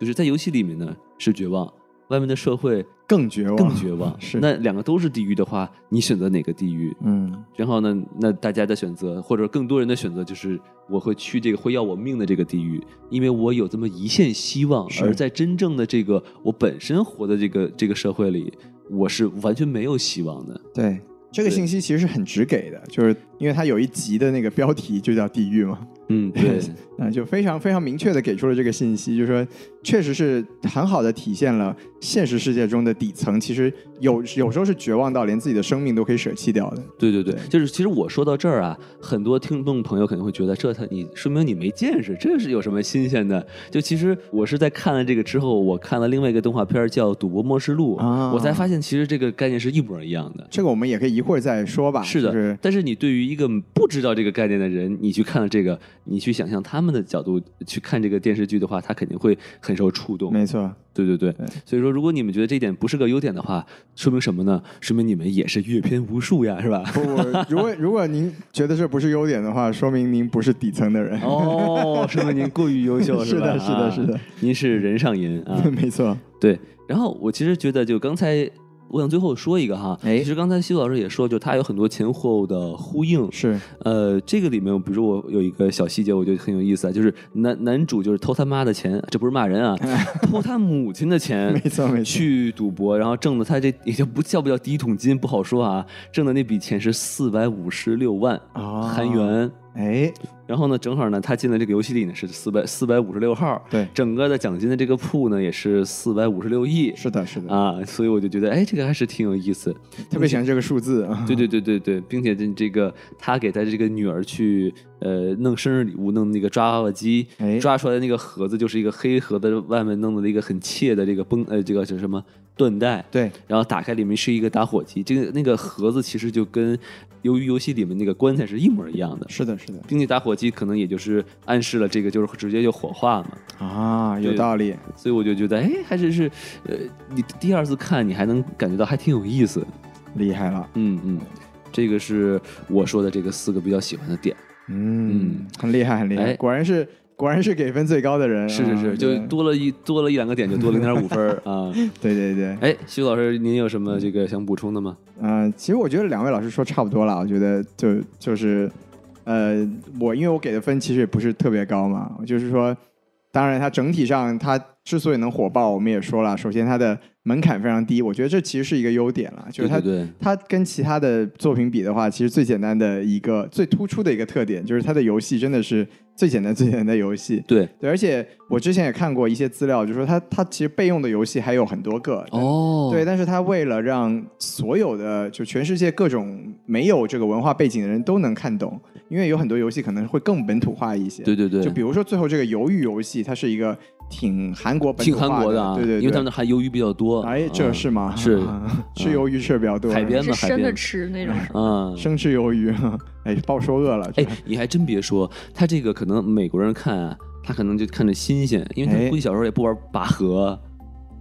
B: 就是在游戏里面呢是绝望，外面的社会
A: 更绝望，
B: 更绝望。
A: 是
B: 那两个都是地狱的话，你选择哪个地狱？
A: 嗯，
B: 然后呢，那大家的选择或者更多人的选择就是，我会去这个会要我命的这个地狱，因为我有这么一线希望。
A: 是
B: 而在真正的这个我本身活的这个这个社会里，我是完全没有希望的。
A: 对。这个
B: 对
A: 信息其实是很直给的，就是因为它有一集的那个标题就叫“地狱”嘛，
B: 嗯， 对，
A: 嗯，就非常非常明确的给出了这个信息，就是说，确实是很好的体现了现实世界中的底层，其实有有时候是绝望到连自己的生命都可以舍弃掉的。
B: 对对对
A: 对，
B: 就是其实我说到这儿啊，很多听众朋友可能会觉得这他你说明你没见识，这是有什么新鲜的？就其实我是在看了这个之后，我看了另外一个动画片儿叫《赌博默示录》
A: 啊
B: 我才发现其实这个概念是一模一样的。
A: 这个我们也可以一会儿再说吧。
B: 是的，
A: 啊就是
B: 但是你对于一个不知道这个概念的人，你去看了这个，你去想象他们的角度去看这个电视剧的话，他肯定会很受触动。
A: 没错，
B: 对对对，
A: 对
B: 所以说，如果你们觉得这一点不是个优点的话，说明什么呢？说明你们也是阅片无数呀，是吧？
A: 不不，如果如果您觉得这不是优点的话，说明您不是底层的 人。
B: 哦，说明您过于优 秀，
A: 是
B: 吧？
A: 的，是的，是
B: 啊
A: 的，。
B: 您是人上人啊
A: 没 错。
B: 对，然后我其实觉得，就刚才我想最后说一个哈，
A: 哎
B: 其实刚才西子老师也说，就他有很多前后的呼应。
A: 是，
B: 呃，这个里面，比如说我有一个小细节，我觉得很有意思啊，就是男男主就是偷他妈的钱，这不是骂人 啊，偷他母亲的钱，
A: 没错没错
B: 去赌博，然后挣的他这也就不叫不叫第一桶金不好说啊，挣的那笔钱是四百五十六万
A: 哦
B: 韩元。
A: 哎，
B: 然后呢，正好呢，他进了这个游戏里呢是四百四百五十六号，
A: 对
B: 整个的奖金的这个铺呢也是四百五十六亿，
A: 是的，是的，
B: 啊，所以我就觉得，哎，这个还是挺有意思。
A: 特别喜欢这个数字啊。
B: 对对对对对，并且这这个他给他这个女儿去呃弄生日礼物，弄那个抓娃娃机，
A: 哎
B: 抓出来的那个盒子就是一个黑盒子，外面弄了一个很切的这个绷呃这个叫什么缎带，
A: 对，
B: 然后打开里面是一个打火机，这个那个盒子其实就跟鱿鱼游戏里面那个棺材是一模一样的。
A: 是的，是的
B: 并且打火机可能也就是暗示了这个就是直接就火化嘛，
A: 啊，有
B: 对
A: 道理。
B: 所以我就觉得，哎，还是是，呃，你第二次看你还能感觉到还挺有意思，
A: 厉害了，
B: 嗯嗯，这个是我说的这个四个比较喜欢 的点，
A: 嗯，很厉害，很厉害，
B: 哎
A: 果然是果然是给分最高的人，
B: 是是
A: 啊
B: 是，就
A: 对
B: 多了一多了一两个点，就多零点五 分儿啊。
A: 对对对，
B: 哎，徐老师，您有什么这个想补充的吗？
A: 嗯，其实我觉得两位老师说差不多了，我觉得就就是，呃，我因为我给的分其实也不是特别高嘛，我就是说，当然它整体上它之所以能火爆，我们也说了，首先它的门槛非常低，我觉得这其实是一个优点了，就是它
B: 对对对
A: 它跟其他的作品比的话，其实最简单的一个最突出的一个特点就是它的游戏真的是最简单最简单的游戏。
B: 对，
A: 对，而且我之前也看过一些资料，就说它它其实备用的游戏还有很多个。
B: 哦，
A: 对，但是它为了让所有的就全世界各种没有这个文化背景的人都能看懂，因为有很多游戏可能会更本土化一些。
B: 对对对，
A: 就比如说最后这个鱿鱼游戏，它是一个挺韩国本
B: 挺
A: 土
B: 韩
A: 化
B: 国
A: 的
B: 啊，
A: 对对对，
B: 因为他们的韩鱿鱼比较多。
A: 哎，这
B: 啊
A: 是吗？
B: 是嗯
A: 吃鱿鱼吃的比较多，
B: 海边
C: 是
B: 嘛，海
C: 生
B: 边
C: 着吃那种。
B: 啊。
A: 生吃鱿鱼， 哎，把我说饿了。
B: 哎，你还真别说，他这个可能美国人看啊，他可能就看着新鲜，因为他
A: 哎
B: 估计小时候也不玩拔河，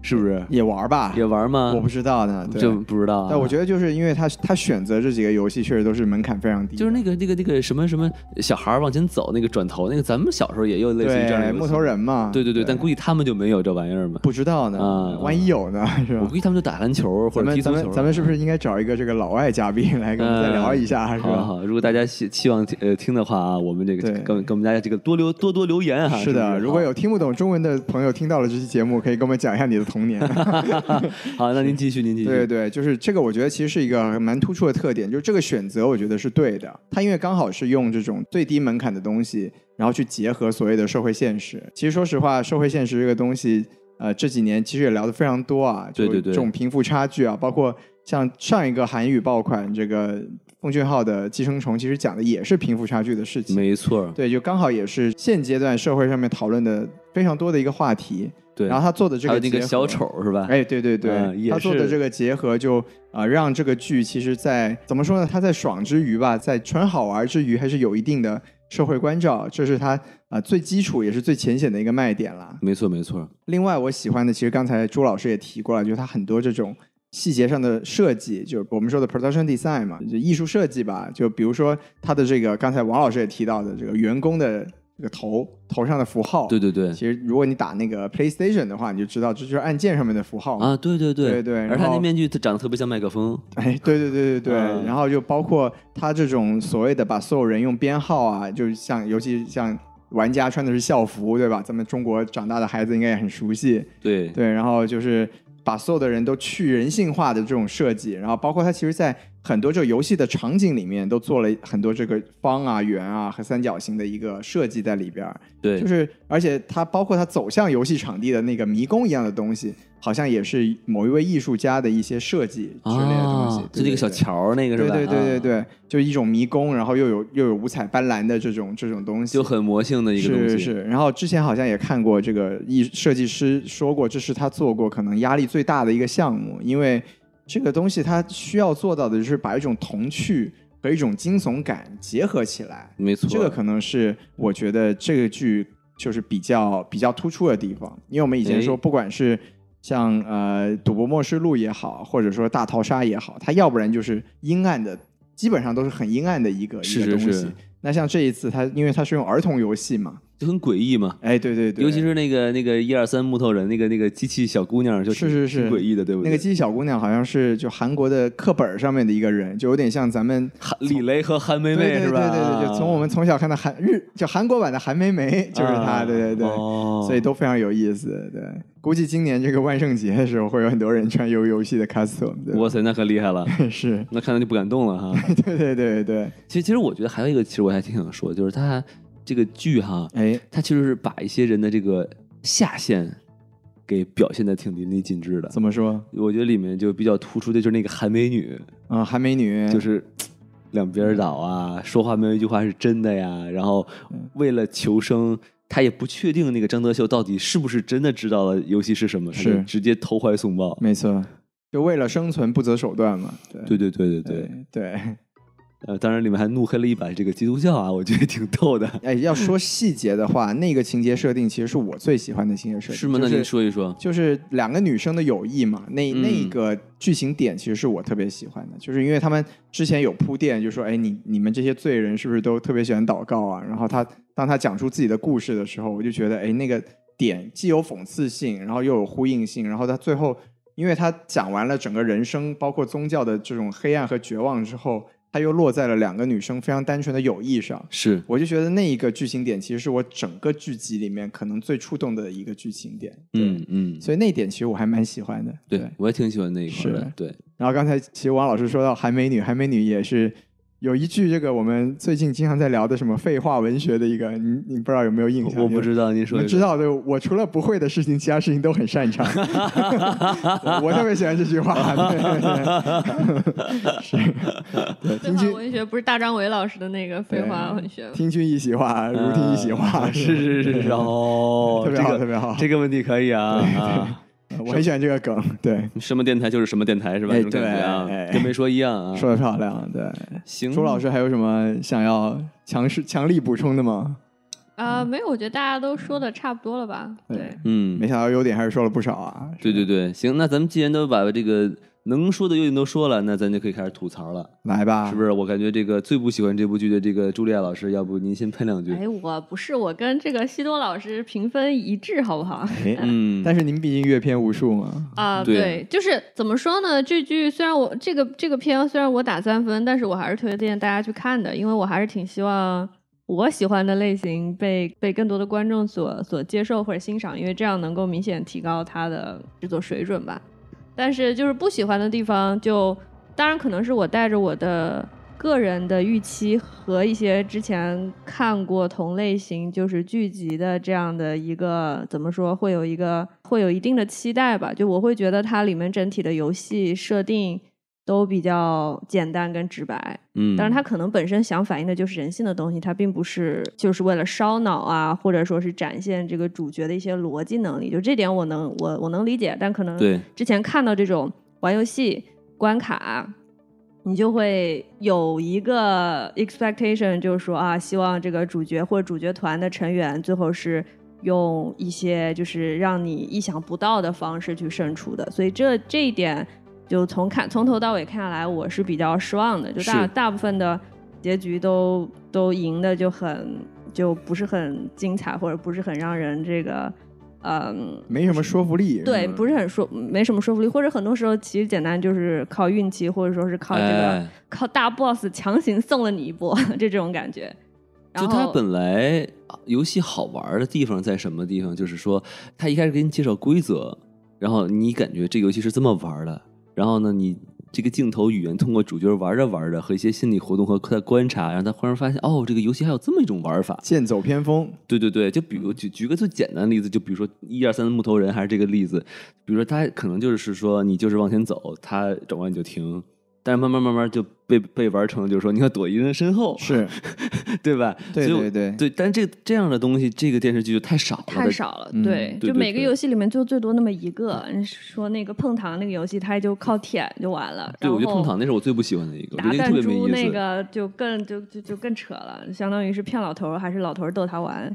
B: 是不是？
A: 也玩吧，
B: 也玩吗？
A: 我不知道呢。对
B: 就，不知道啊。
A: 但我觉得就是因为他他选择这几个游戏，确实都是门槛非常低的，
B: 就是那个那个那个什么什么小孩儿往前走那个转头那个，咱们小时候也有类似于这样
A: 对
B: 的游戏
A: 木头。人嘛，
B: 对对对，但估计他们就没有这玩意儿嘛。
A: 不知道呢，
B: 啊
A: 万一有呢，是
B: 我
A: 吧
B: 估？计他们就打篮球或
A: 咱
B: 者踢
A: 们
B: 足
A: 咱
B: 球。
A: 们咱们是不是应该找一个这个老外嘉宾来跟我们再聊一下，
B: 嗯
A: 是
B: 好
A: 吧？
B: 好，如果大家希希望呃听的话啊，我们这个
A: 对
B: 跟跟我们大家这个多留多多留言哈。
A: 是的，
B: 不
A: 如果
B: 好
A: 有听不懂中文的朋友听到了这期节目，可以跟我们讲一下你的童年。
B: 好，那您继续，您继续。
A: 对对对，就是这个，我觉得其实是一个蛮突出的特点，就是这个选择，我觉得是对的。它因为刚好是用这种最低门槛的东西，然后去结合所谓的社会现实。其实说实话，社会现实这个东西，呃，这几年其实也聊得非常多啊，就
B: 对对对
A: 这种贫富差距啊，包括像上一个韩语爆款这个奉俊昊的《寄生虫》，其实讲的也是贫富差距的事情。
B: 没错，
A: 对，就刚好也是现阶段社会上面讨论的非常多的一个话题。
B: 对。
A: 然后他做的这个
B: 还有那个
A: 结合
B: 小丑是吧？
A: 哎，对对对，
B: 嗯也
A: 他做的
B: 是
A: 这个结合就啊、呃让这个剧其实在，怎么说呢？他在爽之余吧，在纯好玩之余，还是有一定的社会关照，这是他啊、呃最基础也是最浅显的一个卖点啦。
B: 没错没错，
A: 另外，我喜欢的其实刚才朱老师也提过了，就是他很多这种细节上的设计，就是我们说的 production design 嘛，就艺术设计吧。就比如说他的这个刚才王老师也提到的这个员工的这个头头上的符号，
B: 对对对
A: 其实如果你打那个 PlayStation 的话，你就知道这就是按键上面的符号嘛。
B: 啊，对对
A: 对对然
B: 而他
A: 后
B: 那面具它长得特别像麦克风，
A: 哎，对对对对对，
B: 嗯
A: 然后就包括他这种所谓的把所有人用编号啊，就是像尤其像玩家穿的是校服，对吧？咱们中国长大的孩子应该也很熟悉。
B: 对
A: 对，然后就是把所有的人都去人性化的这种设计，然后包括它其实在很多这个游戏的场景里面都做了很多这个方啊、圆啊和三角形的一个设计在里边儿。
B: 对，
A: 就是而且它包括它走向游戏场地的那个迷宫一样的东西，好像也是某一位艺术家的一个设计之类的东西，
B: 啊，就那个小
A: 桥。
B: 桥儿那个是
A: 对
B: 吧？
A: 对对对
B: 啊，
A: 对，就是一种迷宫，然后又有又有五彩斑斓的这种这种东西，
B: 就很魔性的一个东
A: 是
B: 西。
A: 是，然后之前好像也看过这个艺设计师说过，这是他做过可能压力最大的一个项目，因为这个东西它需要做到的就是把一种童趣和一种惊悚感结合起来，
B: 没错，
A: 这个可能是我觉得这个剧就是比较比较突出的地方，因为我们以前说，
B: 哎
A: 不管是像呃《赌博默示录》也好，或者说《大逃杀》也好，它要不然就是阴暗的，基本上都是很阴暗的一个
B: 是
A: 一个
B: 是
A: 东
B: 是
A: 西。那像这一次它，因为它是用儿童游戏嘛，
B: 就很诡异嘛。
A: 哎，对对对，
B: 尤其是那个那个一二三木头人那个那个机器小姑娘，就是
A: 是是
B: 挺诡异的，对不
A: 那
B: 对？
A: 个机器小姑娘，好像是就韩国的课本上面的一个人，就有点像咱们
B: 韩李雷和韩梅
A: 对
B: 梅
A: 对对
B: 是吧？
A: 对对，就从我们从小看到韩日，就韩国版的韩梅梅就是她，
B: 啊
A: 对对对。
B: 哦、
A: 所以都非常有意思。对，估计今年这个万圣节的时候，会有很多人穿游游戏的 costume 对。
B: 哇塞，那可厉害了，
A: 是，
B: 那看来就不敢动了哈。
A: 对对对对，
B: 其实其实我觉得还有一个，其实我还挺想说，就是它这个剧哈，
A: 哎，
B: 它其实是把一些人的这个下限给表现的挺淋漓尽致的。
A: 怎么说
B: 我觉得里面就比较突出的就是那个韩美女，
A: 啊？韩美女
B: 就是嘖两边倒啊，说话没有一句话是真的呀。然后
A: 嗯
B: 为了求生，他也不确定那个张德秀到底是不是真的知道了游戏是什么，他就是直接投怀送抱。
A: 没错，就为了生存不择手段嘛。对
B: 对对对对对，
A: 对对，
B: 呃，当然里面还怒黑了一把这个基督教啊，我觉得挺逗的。
A: 哎，要说细节的话，那个情节设定其实是我最喜欢的情节设定，
B: 是吗？
A: 就
B: 那你说一说。
A: 就是两个女生的友谊嘛，那
B: 嗯
A: 那个剧情点其实是我特别喜欢的，就是因为他们之前有铺垫，就说哎，你你们这些罪人是不是都特别喜欢祷告啊？然后他当他讲出自己的故事的时候，我就觉得哎，那个点既有讽刺性，然后又有呼应性，然后他最后，因为他讲完了整个人生，包括宗教的这种黑暗和绝望之后，他又落在了两个女生非常单纯的友谊上。
B: 是，
A: 我就觉得那一个剧情点其实是我整个剧集里面可能最触动的一个剧情点。对
B: 嗯嗯，
A: 所以那一点其实我还蛮喜欢的。
B: 对，我也挺喜欢那一块的
A: 是。
B: 对，
A: 然后刚才其实王老师说到韩美女，韩美女也是有一句这个我们最近经常在聊的什么废话文学的一个，你你不知道有没有印象？
B: 我不
A: 道。
B: 知道您
A: 我
B: 说一
A: 知
B: 说，
A: 道的，我除了不会的事情，其他事情都很擅 长。对我特别喜欢这句话， 对对对是，对，
C: 废
A: 听
B: 嗯
C: 话
A: 君
C: 文学不是大张伟老师的那个废话文学吗？
A: 听君一席话，如听一席话，
B: 啊 是 是是是，哦，
A: 特别好
B: 这个
A: 特别好
B: 这个问题可以啊啊。
A: 我很喜欢这个梗，对，
B: 什么电台就是什么电台是吧？
A: 哎
B: 那种感觉啊
A: 对哎，
B: 跟没说一样啊。
A: 说的漂亮，对。
B: 行，
A: 朱老师还有什么想要强势强力补充的吗？
C: 啊、没有，我觉得大家都说的差不多了吧？
A: 对
C: 对，
B: 嗯
A: 没，想到优点还是说了不少啊。
B: 对对对，行，那咱们既然都把这个能说的优点都说了，那咱就可以开始吐槽了，
A: 来吧，
B: 是不是？我感觉这个最不喜欢这部剧的这个朱莉亚老师，要不您先喷两句？
C: 哎，我不是，我跟这个西多老师评分一致，好不好？
A: 哎
B: 嗯，
A: 但是您毕竟阅片无数嘛，
C: 啊、
B: 对
C: 对，就是怎么说呢？这剧虽然我这个这个片虽然我打三分，但是我还是推荐大家去看的，因为我还是挺希望我喜欢的类型被被更多的观众所所接受或者欣赏，因为这样能够明显提高它的制作水准吧。但是就是不喜欢的地方就，当然可能是我带着我的个人的预期和一些之前看过同类型就是剧集的这样的一个怎么说，会有一个会有一定的期待吧。就我会觉得它里面整体的游戏设定都比较简单跟直白，
B: 嗯，
C: 但是它可能本身想反映的就是人性的东西，它并不是就是为了烧脑啊，或者说是展现这个主角的一些逻辑能力。就这点我能我我能理解，但可能
B: 对
C: 之前看到这种玩游戏关卡，你就会有一个 expectation，就是说啊，希望这个主角或者主角团的成员最后是用一些就是让你意想不到的方式去胜出的，所以这这一点就从看从头到尾看下来，我是比较失望的，就大
B: 是
C: 大部分的结局都都赢的就很就不是很精彩，或者不是很让人这个。嗯，
A: 没什么说服力。
C: 对，
A: 吧
B: 嗯
C: 不是很说，没什么说服力，或者很多时候其实简单就是靠运气，或者说是靠这个、
B: 哎
C: 靠大 boss 强行送了你一波 这种感觉。然
B: 就
C: 后
B: 它本来啊游戏好玩的地方在什么地方？就是说，它一开始给你介绍规则，然后你感觉这个游戏是这么玩的，然后呢，你这个镜头语言通过主角玩着玩着和一些心理活动和他观察，让他忽然发现哦，这个游戏还有这么一种玩法。
A: 剑走偏锋，
B: 对对对，就比如举举个最简单的例子，就比如说一二三的木头人还是这个例子，比如说他可能就是说你就是往前走，他转弯你就停，但是慢慢慢慢就被被玩成了就是说你要躲一个人身后，
A: 是
B: 对吧？
A: 对
B: 所以我
A: 对对
B: 对，但这这样的东西，这个电视剧就太少了，
C: 太少了，
A: 嗯
C: 对，
B: 对
C: 就
B: 对
C: 每个
B: 对嗯
C: 游戏里面就最多那么一个。你说那个碰糖那个游戏，它就靠舔就完了。
B: 对，我觉
C: 然
B: 得
C: 后
B: 碰糖那是我最不喜欢的一个，我
C: 打
B: 觉得那个
C: 弹
B: 特别没意
C: 珠
B: 思。
C: 那个就更就就就更扯了，相当于是骗老头儿，还是老头儿逗他玩。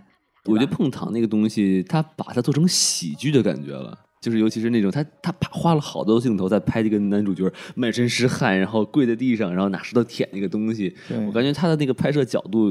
C: 对
B: 我觉得
C: 吧
B: 碰糖那个东西，它把它做成喜剧的感觉了。就是尤其是那种他他啪花了好多镜头在拍这个男主角满身是汗，然后跪在地上，然后拿石头舔那个东西。
A: 对
B: 我感觉他的那个拍摄角度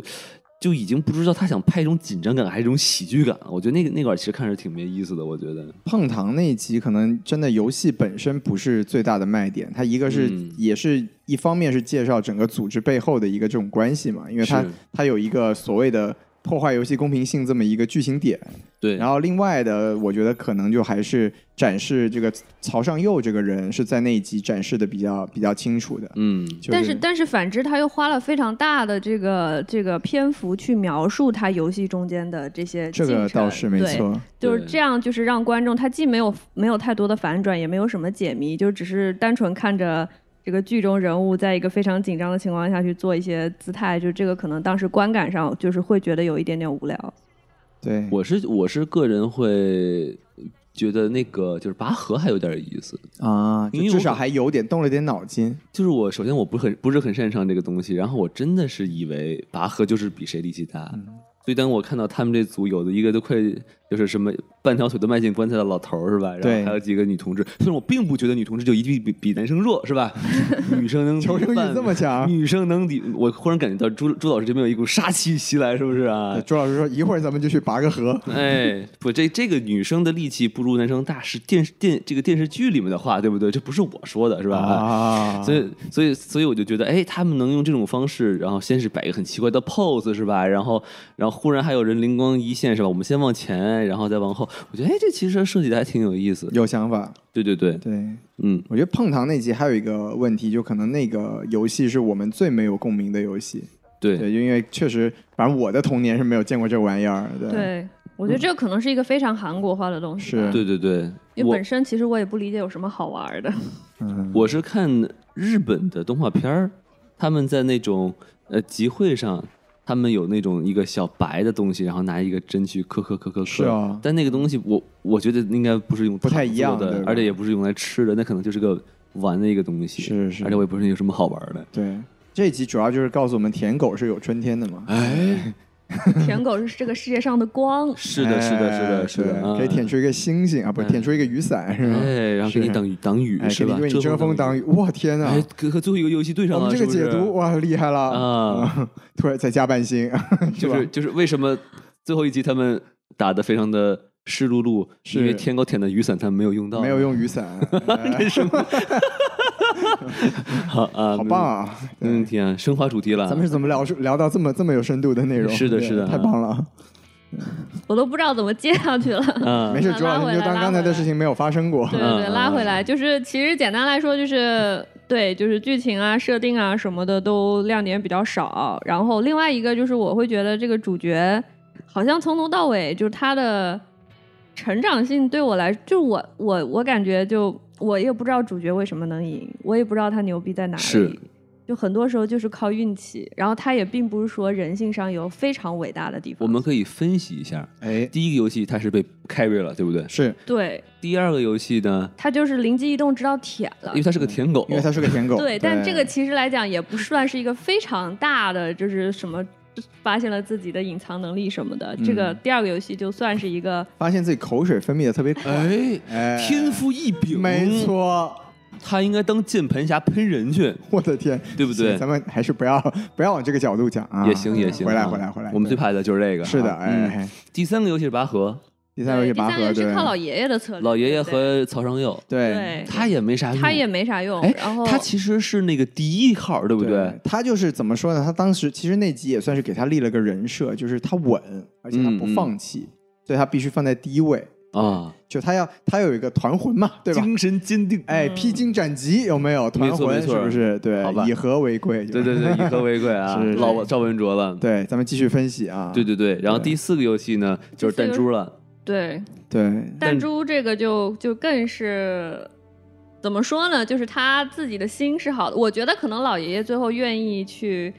B: 就已经不知道他想拍一种紧张感还是一种喜剧感了。我觉得那个那块儿其实看着挺没意思的。我觉得
A: 碰糖那一集可能真的游戏本身不是最大的卖点，它一个是、
B: 嗯
A: 也是一方面是介绍整个组织背后的一个这种关系嘛，因为它
B: 是
A: 它有一个所谓的破坏游戏公平性这么一个剧情点，
B: 对，
A: 然后另外的我觉得可能就还是展示这个曹尚佑这个人是在那一集展示的比较比较清楚的，
B: 嗯，
A: 就
C: 但是但是反之，他又花了非常大的这个这个篇幅去描述他游戏中间的这些
A: 这
C: 进
A: 个
C: 程
A: 倒是没
C: 对
A: 错，
C: 就是
B: 对
C: 这样，就是让观众他既没有没有太多的反转，也没有什么解谜，就只是单纯看着这个剧中人物在一个非常紧张的情况下去做一些姿态，就这个可能当时观感上就是会觉得有一点点无聊。
A: 对，
B: 我是我是个人会觉得那个就是拔河还有点意思。
A: 啊，就
B: 因为我
A: 至少
B: 可
A: 还有点动了点脑筋，
B: 就是我首先我不是很不是很擅长这个东西，然后我真的是以为拔河就是比谁力气大，
A: 嗯
B: 所以当我看到他们这组有的一个都快就是什么半条腿都迈进棺材的老头儿是吧？然
A: 对
B: 后还有几个女同志，虽然我并不觉得女同志就一定比比男生弱是 吧？女生能
A: 求生
B: 抵
A: 欲
B: 半
A: 这么强。
B: 女生能抵，我忽然感觉到朱朱老师这边有一股杀气袭来，是不是啊
A: 对？呃朱老师说：“一会儿咱们就去拔个河。
B: 哎，不，这这个女生的力气不如男生大，是电视电这个电视剧里面的话，对不对？这不是我说 的，是”吧？
A: 啊
B: 所以，所以，所以我就觉得，哎，他们能用这种方式，然后先是摆一个很奇怪的 pose 是吧？然后，然后忽然还有人灵光一现是吧？我们先往前，然后再往后，我觉得，哎，这其实设计的还挺有意思。
A: 有想法，
B: 对对对，
A: 对
B: 嗯，
A: 我觉得碰糖那集还有一个问题，就可能那个游戏是我们最没有共鸣的游戏。
B: 对，
A: 对，因为确实，反正我的童年是没有见过这玩意儿。对，
C: 对，我觉得这可能是一个非常韩国化的东西吧。
A: 是
B: 对对对，
C: 因为
B: 我
C: 本身其实我也不理解有什么好玩的，
A: 嗯，
B: 我是看日本的动画片儿，他们在那种呃集会上，他们有那种一个小白的东西，然后拿一个针去磕磕磕磕磕。
A: 是啊
B: 但那个东西我我觉得应该不是用
A: 不太
B: 糖
A: 一
B: 做
A: 样对
B: 的
A: 吧，
B: 而且也不是用来吃的，那可能就是个玩的一个东西。
A: 是是
B: 而且我也不是有什么好玩的。
A: 对。这一集主要就是告诉我们，舔狗是有春天的嘛？
B: 哎，
C: 舔狗是这个世界上的光。
B: 是的，是的，是
A: 哎
B: 的，是
A: 对
B: 的，
A: 可以舔
B: 出。
A: 出一个星星啊，不是舔出一个雨伞是吧？
B: 哎，然后给你
A: 是
B: 挡雨挡雨
A: 哎，给
B: 是
A: 你
B: 吧？
A: 为你遮风挡雨。。哇天哪！
B: 哎，和和最后一个游戏对上
A: 我
B: 了，
A: 们这个
B: 是
A: 解
B: 不是
A: 读哇厉害了
B: 啊！
A: 突然再加半星，
B: 就是是
A: 吧
B: 就是为什么最后一集他们打的非常的湿漉漉，
A: 是
B: 因为天狗舔的雨伞他们没有用到，
A: 没有用雨伞， 哎
B: 好啊，
A: 好棒啊！对
B: 嗯！嗯，天啊，升华主题了，
A: 咱们是怎么聊出聊到这么这么有深度的内容？
B: 是的
A: 对
B: 是的嗯
A: 太棒了！
C: 我都不知道怎么接下去了。
B: 啊
A: 没，事，
C: 拉
A: 朱老
C: 回
A: 师
C: 来
A: 你就当
C: 拉
A: 刚才
C: 回
A: 的
C: 来
A: 事情没有发生过。
C: 对
B: 嗯
C: 对，
B: 嗯
C: 拉回
B: 嗯
C: 来就是，其实简单来说就是，对，就是剧情啊、设定啊什么的都亮点比较少。然后另外一个就是，我会觉得这个主角好像从头到尾就是他的成长性对我来，就是我我我感觉就我也不知道主角为什么能赢，我也不知道他牛逼在哪里。
B: 是
C: 就很多时候就是靠运气，然后他也并不是说人性上有非常伟大的地方。
B: 我们可以分析一下，
A: 哎，
B: 第一个游戏它是被 carry 了，对不对？
A: 是
C: 对
B: 第二个游戏呢，
C: 他就是灵机一动，知道舔了
B: 因为。它是个舔狗，
A: 嗯因为他是个舔狗。
C: 对，但这个其实来讲也不算是一个非常大的，就是什么发现了自己的隐藏能力什么的。这个
A: 嗯
C: 第二个游戏就算是一个，
A: 发现自己口水分泌的特别快，
B: 哎，
A: 哎
B: 天赋异禀，
A: 没，错。
B: 他应该当键盘侠喷人去，
A: 我的天，
B: 对不对
A: 咱们还是不要不要往这个角度讲啊。
B: 也行也行，
A: 回来
B: 啊
A: 回来回来
B: 我们最怕的就是这个，
A: 是的，
B: 啊
A: 哎，。
B: 嗯
A: 哎
B: 第三个游戏是拔河，
A: 第三个游
C: 对，
A: 戏
C: 第
A: 拔
C: 三
A: 河，
C: 个是
A: 对
C: 靠老爷爷的策略，
B: 老爷爷
C: 对不
B: 和曹尚佑，
C: 对
A: 对
B: 他也没啥
C: 对
B: 用，
C: 他也没啥用
B: 哎，
C: 然后
B: 他其实是那个第一号，对不对？
A: 他就是怎么说呢？他当时其实那集也算是给他立了个人设，就是他稳，而且他不
B: 嗯嗯
A: 放弃，所以他必须放在第一位。
B: 啊，
A: 就他要他有一个团魂嘛，对吧？
B: 精神坚定，
A: 哎，
C: 嗯
A: 披荆斩棘有没有团
B: 没错没
A: 魂？
B: 错
A: 是不是？对
B: 好吧，
A: 以和为贵。就
B: 对对对，以和为贵啊
A: 是，是
B: 老赵文卓了，
A: 对，咱们继续分析啊。
B: 对对对。然后第四个游戏呢，就是弹珠了，
C: 对，
A: 对
C: 弹珠这个就就更是怎么说呢？就是他自己的心是好的，我觉得可能老爷爷最后愿意去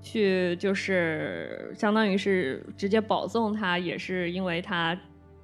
C: 去，就是相当于是直接保送他，也是因为他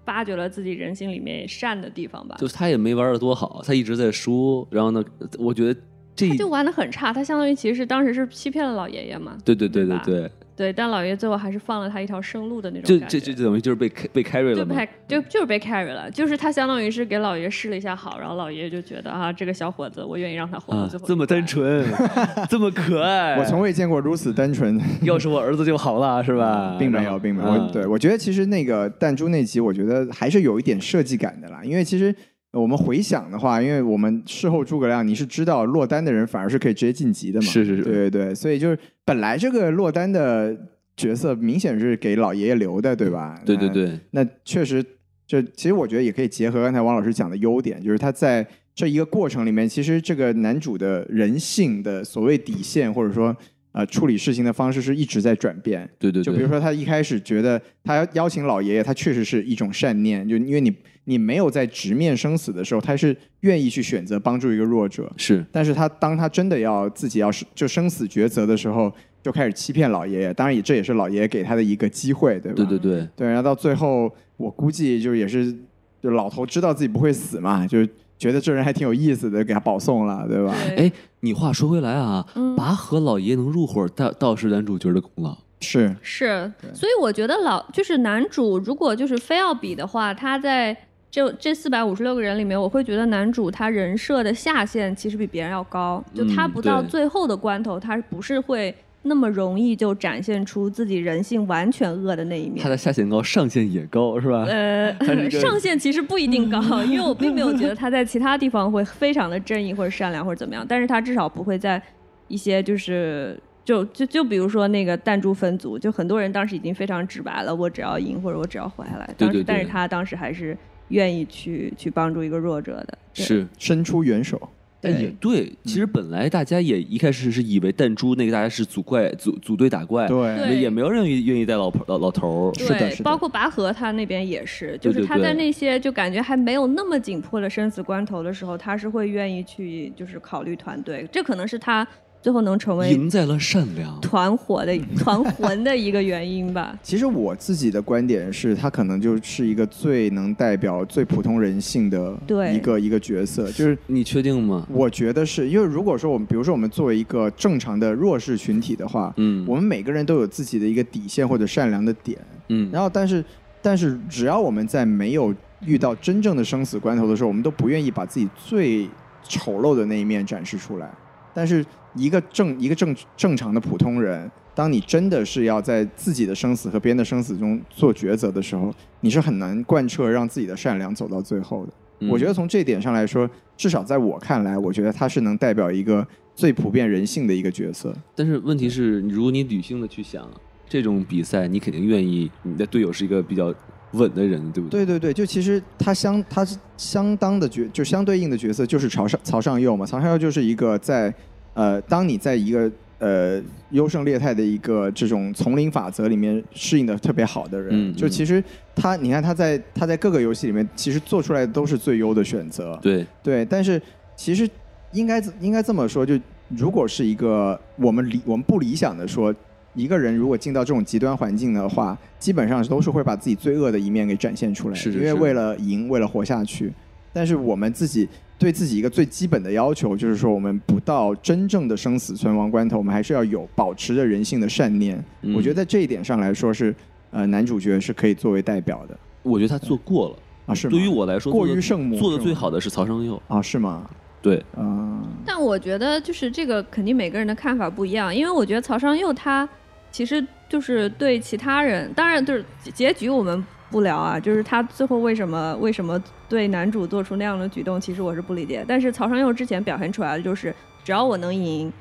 C: 发掘了自己人性里面善的地方吧。
B: 就是他也没玩的多好，他一直在输。然后呢，我觉得这
C: 他就玩的很差，他相当于其实是当时是欺骗了老爷爷嘛。
B: 对对对
C: 对
B: 对
C: 吧
B: 对，
C: 对，但老爷爷最后还是放了他一条生路的那种
B: 就
C: 感觉。
B: 这这这等于就是被 ca- 被 carry
C: 就
B: 了嗯嘛
C: 被。就就是被 carry 了，就是他相当于是给老爷试了一下好，然后老爷就觉得啊，这个小伙子我愿意让他活到
B: 啊
C: 最后、，
B: 这么单，纯， 这么可爱，
A: 我从未见过如此单纯。
B: 要是我儿子就好了，是吧？
A: 并没
B: 呃然
A: 有，
B: 后
A: 并没有。我
B: 嗯
A: 对我觉得其实那个弹珠那集，我觉得还是有一点设计感的啦。因为其实呃我们回想的话，因为我们事后诸葛亮，你是知道落单的人反而是可以直接晋级的嘛？
B: 是是是
A: 对对对，所以就是本来这个落单的角色明显是给老爷爷留的，对吧？
B: 对对
A: 那
B: 对，
A: 那确实，这其实我觉得也可以结合刚才王老师讲的优点，就是他在这一个过程里面，其实这个男主的人性的所谓底线，或者说呃处理事情的方式是一直在转变。
B: 对对对，
A: 就比如说，他一开始觉得他邀请老爷爷，他确实是一种善念，就因为你你没有在直面生死的时候，他是愿意去选择帮助一个弱者。
B: 是
A: 但是他当他真的要自己要是就生死抉择的时候，就开始欺骗老爷爷。当然，也这也是老爷爷给他的一个机会，对吧？
B: 对对对，
A: 对，然后到最后，我估计就是也是，就老头知道自己不会死嘛，就是觉得这人还挺有意思的，给他保送了，对吧？
C: 对，
B: 哎，你话说回来啊，
C: 嗯
B: 拔河老爷能入伙，倒倒是男主角的功劳。
A: 是，
C: 是
A: 对，
C: 所以我觉得老就是男主，如果就是非要比的话，他在这这四百五十六个人里面，我会觉得男主他人设的下限其实比别人要高，就他
B: 嗯
C: 不到
B: 对
C: 最后的关头，他不是会那么容易就展现出自己人性完全恶的那一面
B: 他。的下限高，上限也高，是吧？
C: 呃
B: 他是，个
C: 上限其实不一 定高，因为我并没有觉得他在其他地方会非常的正义或者善良或者怎么样，但是他至少不会在一些就是就就就比如说那个弹珠分组，就很多人当时已经非常直白了，我只要赢或者我只要活下来，
B: 对
C: 当时
B: 对对
C: 但是他当时还是愿意去去帮助一个弱者的，对
B: 是，
A: 伸出援手，
B: 哎，也
A: 嗯
B: 对。其实本来大家也一开始是以为弹珠那个大家是组怪组组队打怪，
A: 对
C: 对
B: 也没有人愿意愿意带老婆老老头儿。
A: 是的
C: 对，
A: 是的
C: 包括拔河，他那边也是，就
B: 对
C: 是
B: 对
C: 他在
B: 对
C: 那些就感觉还没有那么紧迫的生死关头的时候，他是会愿意去就是考虑团队，这可能是他最后能成为
B: 赢在了善良，
C: 团伙的团魂的一个原因吧。
A: 其实我自己的观点是，他可能就是一个最能代表最普通人性的
C: 对
A: 一个一个角色，就是。
B: 你确定吗？
A: 我觉得是因为如果说我们，比如说我们作为一个正常的弱势群体的话，
B: 嗯
A: 我们每个人都有自己的一个底线或者善良的点，
B: 嗯，
A: 然后，但是，但是，只要我们在没有遇到真正的生死关头的时候，我们都不愿意把自己最丑陋的那一面展示出来。但是，一个正一个正正常的普通人，当你真的是要在自己的生死和别人的生死中做抉择的时候，你是很难贯彻让自己的善良走到最后的。
B: 嗯
A: 我觉得从这点上来说，至少在我看来，我觉得他是能代表一个最普遍人性的一个角色。
B: 但是问题是，如果你理性的去想，这种比赛你肯定愿意你的队友是一个比较稳的人，对不对？
A: 对对对，就其实他相他是相当的角，就相对应的角色就是朝上曹尚佑嘛。曹尚佑就是一个在呃，当你在一个呃优胜劣汰的一个这种丛林法则里面适应的特别好的人。
B: 嗯
A: 就
B: 嗯
A: 其实他，你看他在他在各个游戏里面，其实做出来的都是最优的选择。
B: 对
A: 对，但是其实应该应该这么说，就如果是一个我们理我们不理想的说，一个人如果进到这种极端环境的话，基本上都是会把自己罪恶的一面给展现出来，
B: 是是
A: 因为
B: 是
A: 为了赢，为了活下去。但是我们自己对自己一个最基本的要求，就是说我们不到真正的生死存亡关头，我们还是要有保持着人性的善念。
B: 嗯
A: 我觉得在这一点上来说是，呃，男主角是可以作为代表的
B: 我觉得他做过了。
A: 啊，是吗？
B: 对于我来说，
A: 过
B: 做得
A: 于圣母
B: 做
A: 是
B: 的
A: 吗
B: 最好的是曹尚
C: 嗯
B: 佑。
A: 啊，是吗？
B: 对，
A: 嗯、
C: 但我觉得就是这个肯定每个人的看法不一样，因为我觉得曹尚佑他其实就是对其他人，当然就是结局我们不聊啊，就是他最后为什么为什么对男主做出那样的举动，其实我是不理解。但是曹尚佑之前表现出来的就是，只要我能赢，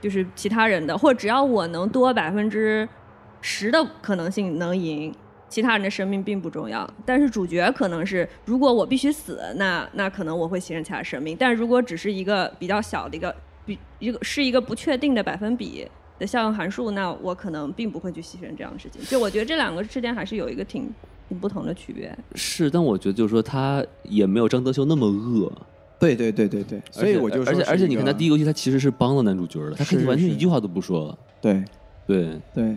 C: 就是其他人的，或者只要我能多百分之十的可能性能赢。其他人的生命并不重要。但是主角可能是，如果我必须死，那那可能我会牺牲其他生命。但如果只是一个比较小的一个比一个是一个不确定的百分比的效用函数，那我可能并不会去牺牲这样的事情。就我觉得这两个之间还是有一个挺挺不同的区别。
B: 是，但我觉得就是说他也没有张德秀那么恶，
A: 对对对对对，所以我就
B: 而且而且而且你看他第一
A: 个
B: 个游戏他其实是帮了男主角的，他
A: 是
B: 可以完全
A: 是
B: 一句话都不说，
A: 对
B: 对，
A: 对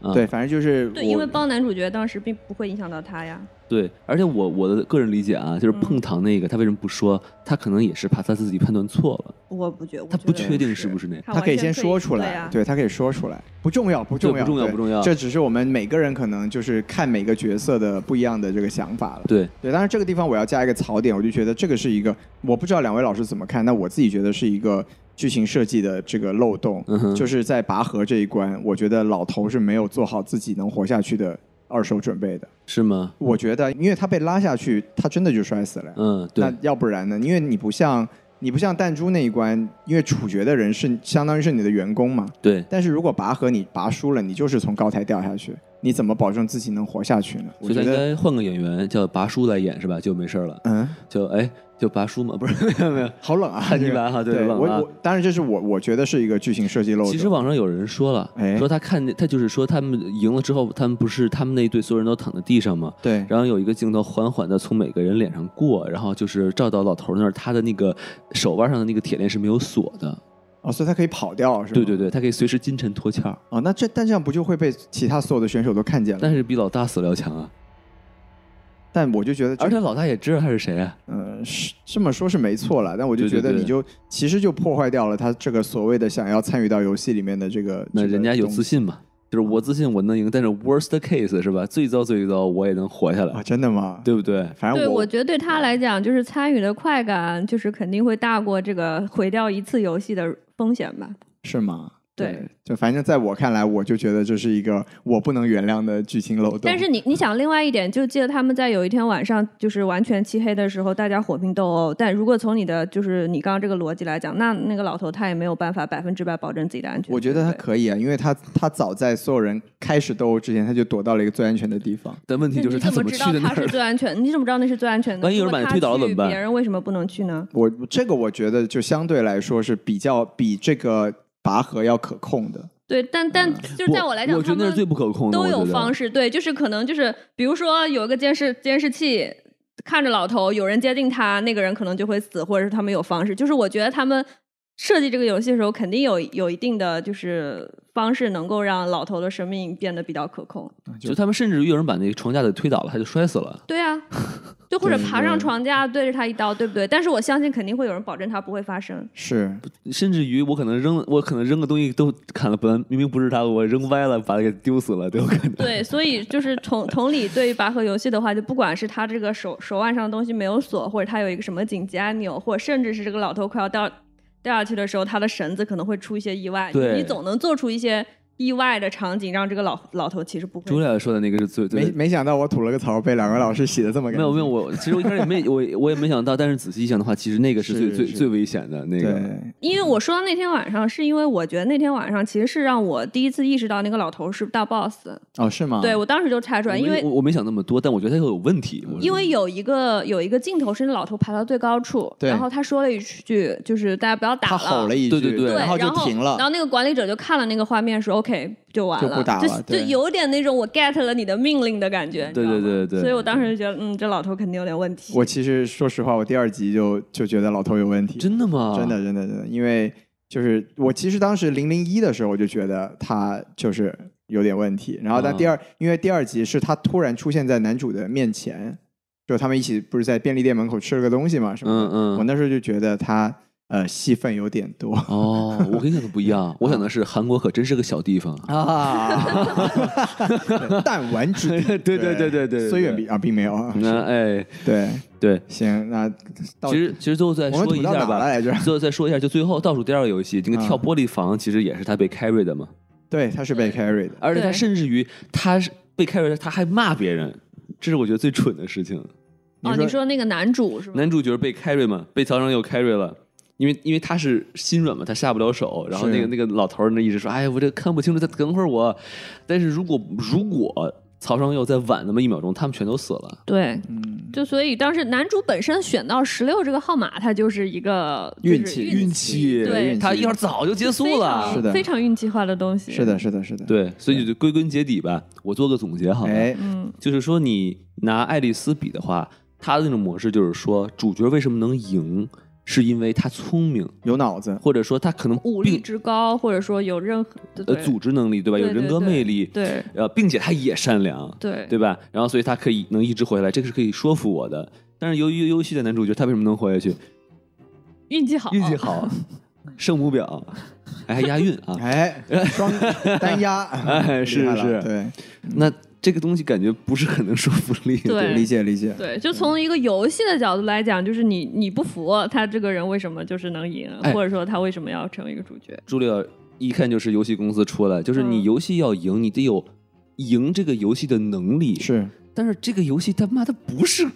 B: 啊
A: 对，反正就是
C: 对，
A: 我
C: 因为帮男主角当时并不会影响到他呀。
B: 对，而且我我的个人理解啊，就是
C: 嗯
B: 碰糖那个他为什么不说，他可能也是怕他自己判断错了，
C: 我不觉得，我
B: 他
C: 觉
B: 不
C: 得
B: 确定是不是那样。
C: 他
A: 他
C: 完
A: 可以
C: 全
A: 先说出
C: 对
A: 来
C: 啊，
A: 对他可以说出来，不重要，不重
B: 对
A: 要，
B: 不重要
A: 对
B: 不重要
A: 这只是我们每个人可能就是看每个角色的不一样的这个想法了。
B: 对，
A: 对，当然这个地方我要加一个槽点，我就觉得这个是一个，我不知道两位老师怎么看，那我自己觉得是一个剧情设计的这个漏洞，
B: 嗯哼
A: 就是在拔河这一关，我觉得老头是没有做好自己能活下去的二手准备的。
B: 是吗？
A: 我觉得，因为他被拉下去，他真的就摔死了。
B: 嗯，
A: 那
B: 对，
A: 要不然呢？因为你不像你不像弹珠那一关，因为处决的人是相当于是你的员工嘛。
B: 对，
A: 但是如果拔河你拔输了，你就是从高台掉下去，你怎么保证自己能活下去呢？我
B: 所
A: 觉
B: 以他应
A: 得，
B: 该换个演员叫拔叔来演是吧？就没事儿了，
A: 嗯，
B: 就哎就拔叔嘛，不是没有没有。
A: 好冷啊，
B: 汉尼
A: 这个
B: 拔哈对
A: 对，
B: 冷
A: 我
B: 啊
A: 我当然这是我我觉得是一个剧情设计漏洞。
B: 其实网上有人说了，
A: 哎
B: 说他看见他就是说他们赢了之后，他们不是他们那一队所有人都躺在地上吗？
A: 对
B: 然后有一个镜头缓缓的从每个人脸上过，然后就是照到老头那儿，他的那个手腕上的那个铁链是没有锁的。
A: 哦，所以他可以跑掉是吧？
B: 对对。对，他可以随时金蝉脱壳，
A: 哦，那这但这样不就会被其他所有的选手都看见了？
B: 但是比老大死了要强啊！
A: 但我就觉得这，
B: 而且老大也知道他是谁啊。
A: 嗯，是这么说是没错了，但我就
B: 嗯对对
A: 觉得
B: 对
A: 你就其实就破坏掉了他这个所谓的想要参与到游戏里面的这个。
B: 那
A: 这个
B: 人家有
A: 东
B: 自信嘛，就是我自信我能赢，但是 worst case 是吧？最糟最糟我也能活下
A: 啊，
B: 来，
A: 真的吗？，
B: 对不对？
A: 反正
C: 对，
A: 我
C: 我觉得对他来讲，就是参与的快感，就是肯定会大过这个毁掉一次游戏的风险吧。
A: 是吗？
C: 对，
A: 就反正在我看来，我就觉得这是一个我不能原谅的剧情漏洞。
C: 但是你你想，另外一点，就记得他们在有一天晚上，就是完全漆黑的时候，大家火拼斗殴。但如果从你的就是你刚刚这个逻辑来讲，那那个老头他也没有办法百分之百保证自己的安全。
A: 我觉得他
C: 对不对
A: 可以啊，因为他他早在所有人开始斗殴之前，他就躲到了一个最安全的地方。
B: 但问题就是
C: 那
B: 他
C: 你怎
B: 么
C: 么知
B: 去
C: 道
B: 的那
C: 他
B: 儿
C: 是
B: 的？
C: 最安全？你怎么知道那是最安全的？
B: 万一有人把
C: 如
B: 你
C: 果他
B: 推倒了
C: 去
B: 怎么办
C: 别人为什么不能去呢？
A: 我这个我觉得就相对来说是比较比这个拔河要可控的。
C: 对，但但就是
B: 不
C: 在我来
B: 嗯
C: 讲，
B: 我觉得那
C: 他
B: 是
C: 们
B: 最不可控的。
C: 都
B: 我
C: 有
B: 觉得
C: 方式，对，就是可能就是比如说有一个监视监视器看着老头，有人接近他，那个人可能就会死，或者是他们有方式。就是我觉得他们设计这个游戏的时候，肯定有有一定的就是方式能够让老头的生命变得比较可控。
B: 就他们甚至于有人把那个床架给推倒了，他就摔死了。
C: 对啊，就或者
A: 对
C: 爬
A: 对
C: 上床架对着他一刀，对不对？但是我相信肯定会有人保证它不会发生。
A: 是，
B: 甚至于我可能扔，我可能扔个东西都砍了，本来明明不是他，我扔歪了，把他给丢死了都有可 能。
C: 对，所以就是同同理，对于拔河游戏的话，就不管是他这个手手腕上的东西没有锁，或者他有一个什么紧急按钮，或者甚至是这个老头快要掉掉下去的时候，他的绳子可能会出一些意外。
B: 对
C: 你总能做出一些意外的场景，让这个老老头其实不
B: 朱
C: 会。
B: 莉亚说的那个是最最
A: 没没想到我吐了个槽，被两个老师洗的这么干
B: 没有
A: 净
B: 没有，我其实我一开始也没 我我也没想到，但是仔细一想的话，其实那个是最
A: 是
B: 最
A: 是
B: 最危险的那个。
A: 对，
C: 因为我说到那天晚上，是因为我觉得那天晚上其实是让我第一次意识到那个老头是大 boss。
A: 哦，是吗？
C: 对我当时就拆出
B: 我
C: 来，
B: 没
C: 因为
B: 我我没想那么多，但我觉得他有问题。我
C: 因为有一个有一个镜头是那老头爬到最高处，
A: 对
C: 然后他说了一句，就是大家不要打
A: 他
C: 了，
A: 吼了一句，
B: 对对对
C: 对，
A: 然后就停了
C: 然。后那个管理者就看了那个画面，说 “OK” 就完了，
A: 就不打了
C: 就
A: 对
C: 有点那种我 get 了你的命令的感觉。你知道吗
B: 对对对对
C: 所以我当时就觉得，嗯，这老头肯定有点问题。
A: 我其实说实话，我第二集就就觉得老头有问题，
B: 真的吗？
A: 真的，真的真的，因为就是我其实当时零零一的时候，我就觉得他就是有点问题。然后但
B: 嗯
A: 第二，因为第二集是他突然出现在男主的面前，就他们一起不是在便利店门口吃了个东西嘛，什么
B: 嗯
A: 的。我
B: 嗯。
A: 那时候就觉得他呃戏份有点多
B: 哦，我跟你想的不一样，我想的是韩国可真是个小 地方。
A: 啊，弹丸之地。
B: 对对对对对对，
A: 虽远必啊，并没有啊。
B: 那哎
A: 对，
B: 对，
A: 行，那到
B: 其实其实最后再
A: 我们
B: 说
A: 吐
B: 一
A: 到
B: 下
A: 哪了
B: 吧，
A: 来着？
B: 最后再说一下，就最后倒数第二个游戏，那
A: 嗯
B: 个跳玻璃房，其实也是他被 carry 的嘛，
A: 对，他是被 carry 的。
B: 而且他
C: 对
B: 甚至于他是被 carry，的他还骂别人，这是我觉得最蠢的事情。
C: 哦，你说那个男主是吗？
B: 男主角被 carry 嘛，被曹尚佑 carry 了，因为因为他是心软嘛，他下不了手。然后
A: 是
B: 那个那个老头儿那一直说，哎呀，我这看不清楚，再等会儿我。但是如果如果曹尚佑再晚那么一秒钟，他们全都死了。
C: 对，
A: 嗯，
C: 就所以当时男主本身选到十六这个号码，他就是一个就是
A: 运气
C: 运
A: 运气
C: 对
A: 运气
B: 他一号早就结束
C: 非
B: 了
C: 常。
A: 是的
C: 非常运气化的东西。
A: 是，的，是的，是的，，
B: 对，所以就归根结底吧，我做个总结好了，
A: 哎，
C: 嗯，
B: 就是说你拿爱丽丝比的话，她的那种模式就是说，主角为什么能赢，是因为她聪明，
A: 有脑子，
B: 或者说她可能
C: 武力
B: 并
C: 值高，或者说有任何
B: 呃
C: 对
B: 组织能力对吧？有
C: 对对
B: 人格
C: 对
B: 魅力，
C: 对
B: 呃，并且她也善良，
C: 对
B: 对吧？然后所以她可以能一直活下来，这个是可以说服我的。但是由于游戏的男主角他为什么能活下去？
C: 哦运气好，
B: 运气好， 圣母婊，哎，还押韵 啊！
A: 哎，双单压，
B: 哎是
A: 厉害了
B: 是
A: 对，
B: 那这个东西感觉不是很能说服力。
C: 嗯对
A: 理解理解，
C: 对，就从一个游戏的角度来讲，就是你你不服他这个人为什么就是能赢，
B: 哎
C: 或者说他为什么要成为一个主角？
B: 朱莉尔一看就是游戏公司出来，就是你
C: 嗯
B: 游戏要赢，你得有赢这个游戏的能力。，
A: 是
B: 但是这个游戏他妈的不是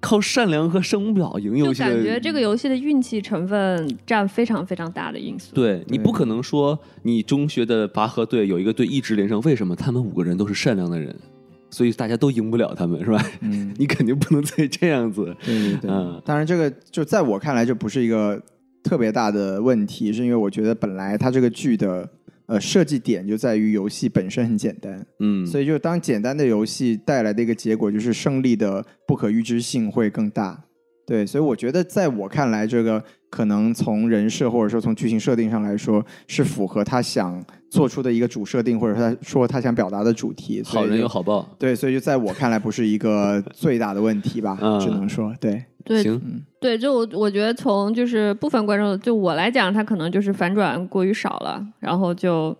B: 靠善良和圣母婊赢游
C: 就
B: 戏
C: 感
B: 的。
C: 觉这个游戏的运气成分占非常非常大的因素。
B: 对你
A: 对
B: 不可能说你中学的拔河队有一个队一直连胜，为什么？他们五个人都是善良的人，所以大家都赢不了他们，是吧？
A: 嗯
B: 你肯定不能再这样子。
A: 对对对，
B: 嗯
A: 当然这个就在我看来就不是一个特别大的问题，是因为我觉得本来它这个剧的呃设计点就在于游戏本身很简单，
B: 嗯，
A: 所以就当简单的游戏带来的一个结果就是胜利的不可预知性会更大。对，所以我觉得在我看来，这个可能从人设或者说从剧情设定上来说，是符合他想做出的一个主设定，或者说他说他想表达的主题。所
B: 好
A: 以
B: 人
A: 就
B: 有好报。
A: 对，所以就在我看来不是一个最大的问题吧，
B: 嗯
A: 只能说 对，
C: 对
B: 行，
C: 对，就我我觉得从就是部分观众，就我来讲，他可能就是反转过于少了，然后就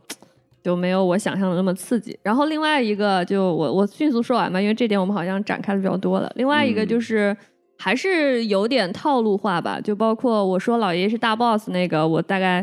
C: 就没有我想象的那么刺激。然后另外一个就我我迅速说完吧，因为这点我们好像展开的比较多了。另外一个
B: 嗯
C: 就是。还是有点套路化吧，就包括我说老爷爷是大 boss 那个，我大概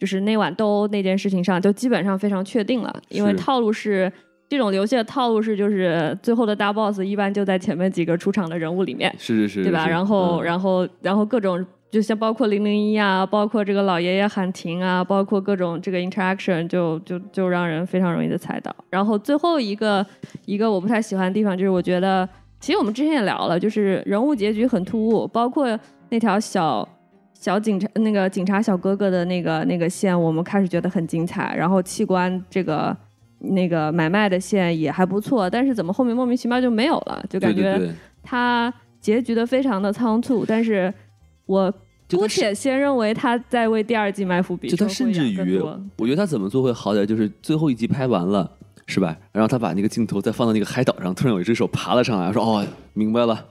C: 就是那晚斗殴那件事情上，就基本上非常确定了，因为
B: 是
C: 套路是这种游戏的套路是，就是最后的大 boss 一般就在前面几个出场的人物里面，
B: 是是是，嗯
C: 对吧？然后，
B: 后
C: 然后，然后各种，就像包括零零一啊，包括这个老爷爷喊停啊，包括各种这个 interaction，就就就让人非常容易的猜到。然后最后一个一个我不太喜欢的地方就是，我觉得其实我们之前也聊了，就是人物结局很突兀，包括那条小。小警察那个警察小哥哥的那个那个线，我们开始觉得很精彩，然后器官这个那个买卖的线也还不错，但是怎么后面莫名其妙就没有了？就感觉
B: 对对对
C: 他结局的非常的仓促，但是我
B: 就
C: 姑
B: 他是
C: 且先认为他在为第二季埋伏笔，
B: 就他
C: 说
B: 甚
C: 会
B: 至
C: 养更
B: 于
C: 多，
B: 我觉得他怎么做会好点，就是最后一集拍完了，是吧？然后他把那个镜头再放到那个海岛上，突然有一只手爬了上来，说：“哦，明白了，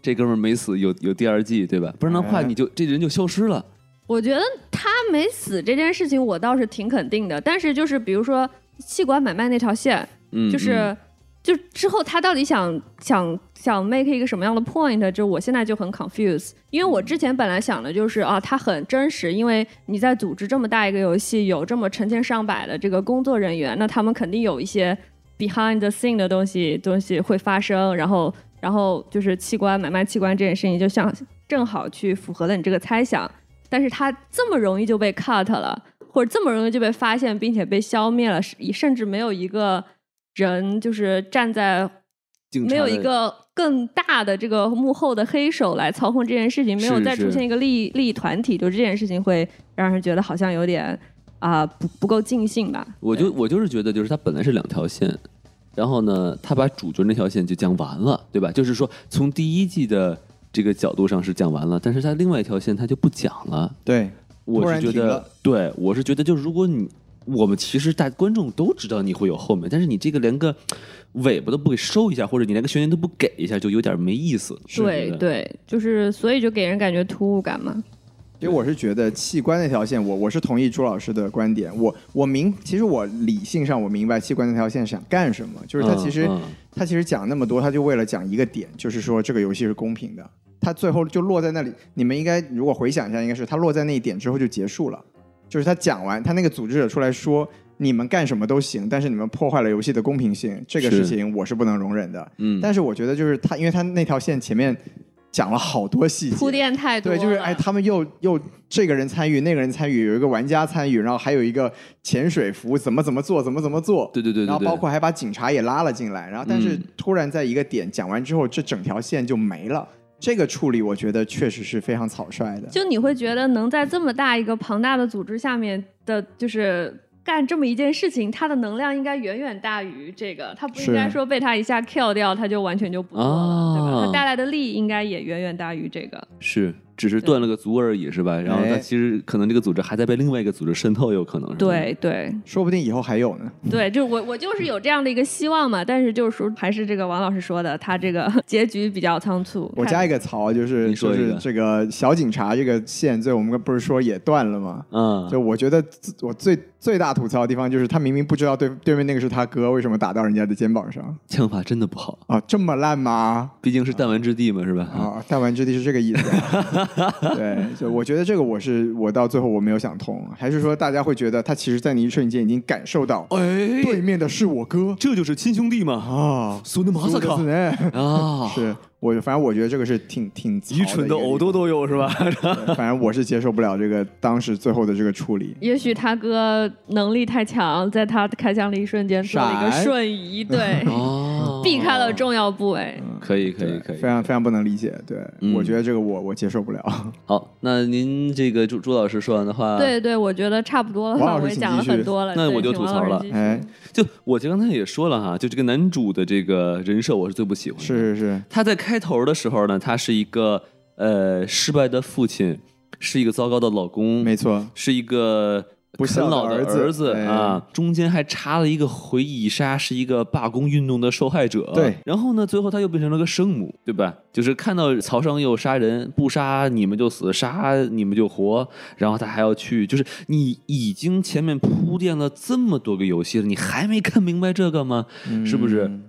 B: 这哥们儿没死，有有第二季，对吧？不然的话，
A: 哎
B: 你就这人就消失了。
C: 我觉得他没死这件事情，我倒是挺肯定的。但是就是比如说器官买卖那条线，”
B: 嗯，
C: 就是、
B: 嗯
C: 就之后他到底想想想 make 一个什么样的 point，就我现在就很 confused，因为我之前本来想的就是啊，他很真实，因为你在组织这么大一个游戏，有这么成千上百的这个工作人员，那他们肯定有一些 behind the scene 的东西东西会发生，然后然后就是器官买卖器官这件事情，就像正好去符合了你这个猜想，但是他这么容易就被 cut 了，或者这么容易就被发现并且被消灭了，甚甚至没有一个人就是站在
B: 警察
C: 没有
B: 的
C: 一个更大的这个幕后的黑手来操控这件事情，没有
B: 是
C: 再出
B: 是
C: 现一个利益利益团体，就这件事情会让人觉得好像有点啊、不不够尽兴吧。
B: 我就我就是觉得，就是他本来是两条线，然后呢，他把主角那条线就讲完了，对吧？就是说，从第一季的这个角度上是讲完了，但是他另外一条线他就不讲了。
A: 对，突
B: 我
A: 然
B: 是觉
A: 停
B: 得
A: 了，
B: 对我是觉得，就是如果你我们其实大观众都知道你会有后面，但是你这个连个尾巴都不给收一下，或者你连个悬念都不给一下，就有点没意思。是
C: 对，对，就是所以就给人感觉突兀感嘛。
A: 因为我是觉得器官那条线，我我是同意朱老师的观点，我我明，其实我理性上我明白器官那条线想干什么，就
B: 就
A: 他
B: 是
A: 其实、
B: 嗯
A: 他其实讲那么多，他就为了讲一个点，就是说这个游戏是公平的。他最后就落在那里，你们应该如果回想一下，应该是他落在那一点之后就结束了。就是他讲完，他那个组织者出来说，你们干什么都行，但是你们破坏了游戏的公平性，这个
B: 是
A: 事情我是不能容忍的。
B: 嗯，
A: 但是我觉得就是他，因为他那条线前面讲了好多细节，
C: 铺垫太多
A: 对，
C: 了，
A: 就是哎，他们又又这个人参与，那个人参与，有一个玩家参与，然后还有一个潜水服怎么怎么做，怎么怎么做，
B: 对对对对对，
A: 然后包括还把警察也拉了进来，然后但是
B: 嗯
A: 突然在一个点讲完之后，这整条线就没了。这个处理我觉得确实是非常草率的。
C: 就你会觉得能在这么大一个庞大的组织下面的，就是干这么一件事情，它的能量应该远远大于这个，它不
A: 是
C: 应该说被它一下 kill 掉，它就完全就不做了，对吧？
B: 啊
C: 它带来的利益应该也远远大于这个。
B: 是只是断了个足而已，是吧？然后它
A: 哎
B: 其实可能这个组织还在被另外一个组织渗透，有可能是吧
C: 对对
A: 说不定以后还有呢。
C: 对，就是我我就是有这样的一个希望嘛，但是就是说还是这个王老师说的，他这个结局比较仓促。
A: 我
C: 看
A: 加一个槽，就是
B: 你说
A: 就
B: 一
A: 是
B: 个
A: 这个小警察这个线，最后我们不是说也断了吗？
B: 嗯，
A: 就我觉得自我最最大吐槽的地方就是，他明明不知道对对面那个是他哥，为什么打到人家的肩膀上
B: 枪法真的不好，
A: 啊？这么烂吗？
B: 毕竟是弹丸之地嘛，是吧？
A: 啊，弹丸之地是这个意思啊。 对，就我觉得这个我是我到最后我没有想通，还是说大家会觉得他其实，在那一瞬间已经感受到
B: 哎，
A: 对面的是我哥
B: 这就是亲兄弟嘛，
A: 啊，
B: 苏的马萨
A: そうで
B: 卡
A: すね
B: 啊，
A: 哎是我反正我觉得这个是挺挺槽
B: 愚蠢
A: 的
B: 的
A: 一个
B: 偶
A: 地
B: 都都有是吧？
A: 方， 对反正我是接受不了这个当时最后的这个处理。
C: 也许他哥能力太强，在他开枪的一瞬间做了一个
A: 闪
C: 瞬移，对，
B: 哦
C: 避开了重要部位。
B: 可以可以
A: 对，
B: 可以，
A: 非常非常不能理解。对，
B: 嗯
A: 我觉得这个我我接受不了。
B: 好。那您这个朱朱老师说完的话，，
C: 对对，我觉得差不多了
A: 王
C: 吧，
A: 老师
C: 我也
A: 请
C: 讲了
A: 继续
C: 很多了。
B: 那
C: 对
B: 我就
C: 请
B: 吐
C: 王
B: 槽
C: 老师
B: 了
C: 继续。
A: 哎，
B: 就我刚才也说了哈，就这个男主的这个人设，我是最不喜欢的。
A: 是是是，
B: 他在开头的时候呢，他是一个呃失败的父亲，是一个糟糕的老公，
A: 没错，
B: 是一个
A: 不孝
B: 啃老
A: 的
B: 的
A: 儿子
B: 儿子
A: 哎
B: 啊，中间还插了一个回忆杀，是一个罢工运动的受害者。
A: 对
B: 然后呢，最后他又变成了个圣母，对吧？就是看到曹尚佑杀人，不杀你们就死，杀你们就活，然后他还要去，就是你已经前面铺垫了这么多个游戏了，你还没看明白这个吗？是不是
A: 嗯？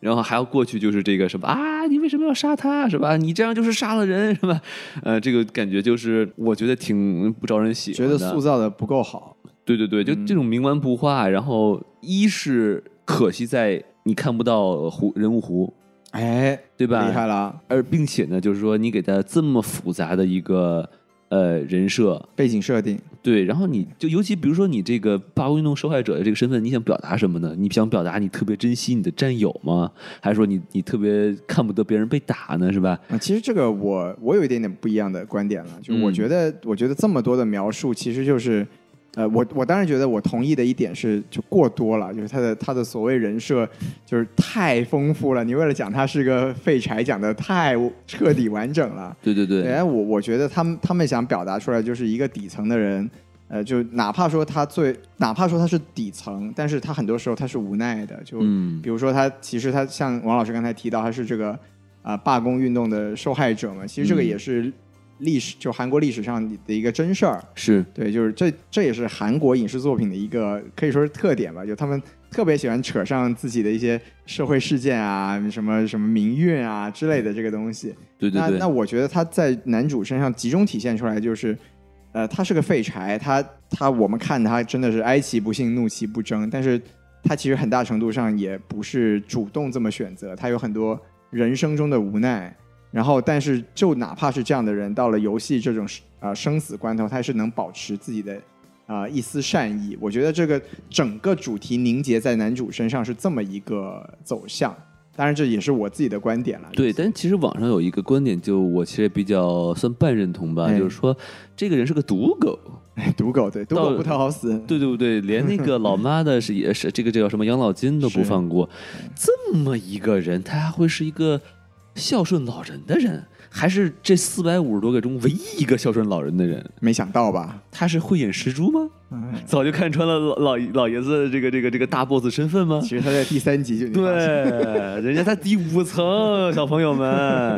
B: 然后还要过去，就是这个什么啊，你为什么要杀他，是吧？你这样就是杀了人，是吧？呃，这个感觉就是我觉得挺不招人喜
A: 觉
B: 欢
A: 得
B: 的。
A: 塑造的不够好。
B: 对对对，就
A: 嗯
B: 这种冥顽不化，然后一是可惜在你看不到弧人物弧，
A: 哎，
B: 对吧？
A: 厉害了啊，
B: 而并且呢，就是说你给他这么复杂的一个呃人设，
A: 背景设定。
B: 对，然后你就尤其比如说你这个罢工运动受害者的这个身份，你想表达什么呢？你想表达你特别珍惜你的战友吗？还是说你你特别看不得别人被打呢？是吧？
A: 啊，其实这个我我有一点点不一样的观点了，就
B: 嗯
A: 我觉得，我觉得这么多的描述，其实就是，呃，我我当然觉得我同意的一点是，就过多了，就是他的他的所谓人设就是太丰富了，你为了讲他是个废柴，讲的太彻底完整了。
B: 对对对，
A: 对，我我觉得他们他们想表达出来就是一个底层的人，呃，就哪怕说他最，哪怕说他是底层，但是他很多时候他是无奈的，就
B: 嗯
A: 比如说他其实他像王老师刚才提到，他是这个啊、罢工运动的受害者嘛，其实这个
B: 嗯
A: 也是历史、就韩国历史上的一个真事儿。
B: 是
A: 对，就是这这也是韩国影视作品的一个可以说是特点吧，就他们特别喜欢扯上自己的一些社会事件啊，什么什么民运啊之类的这个东西。
B: 对对
A: 那那
B: 对，
A: 我觉得他在男主身上集中体现出来就是，呃，他是个废柴，他他我们看他真的是哀其不幸，怒其不争，但是他其实很大程度上也不是主动这么选择，他有很多人生中的无奈。然后，但是就哪怕是这样的人，到了游戏这种啊、呃生死关头，他还是能保持自己的啊、一丝善意。我觉得这个整个主题凝结在男主身上是这么一个走向。当然，这也是我自己的观点了。
B: 对，但其实网上有一个观点，就我其实也比较算半认同吧，
A: 哎嗯
B: 就是说这个人是个赌狗，
A: 赌狗对，赌
B: 到
A: 狗不太好死。
B: 对对不对？连那个老妈的是也是这个叫什么养老金都不
A: 是
B: 放过，这么一个人，他还会是一个孝顺老人的人，还是这四百五十多个中唯一一个孝顺老人的人？
A: 没想到吧？
B: 他是慧眼识珠吗？
A: 嗯
B: 早就看穿了老老老爷子的这个这个这个大 boss 身份吗
A: 其？实他在第三集就已经
B: 对
A: 发现，
B: 人家在第五层，小朋友们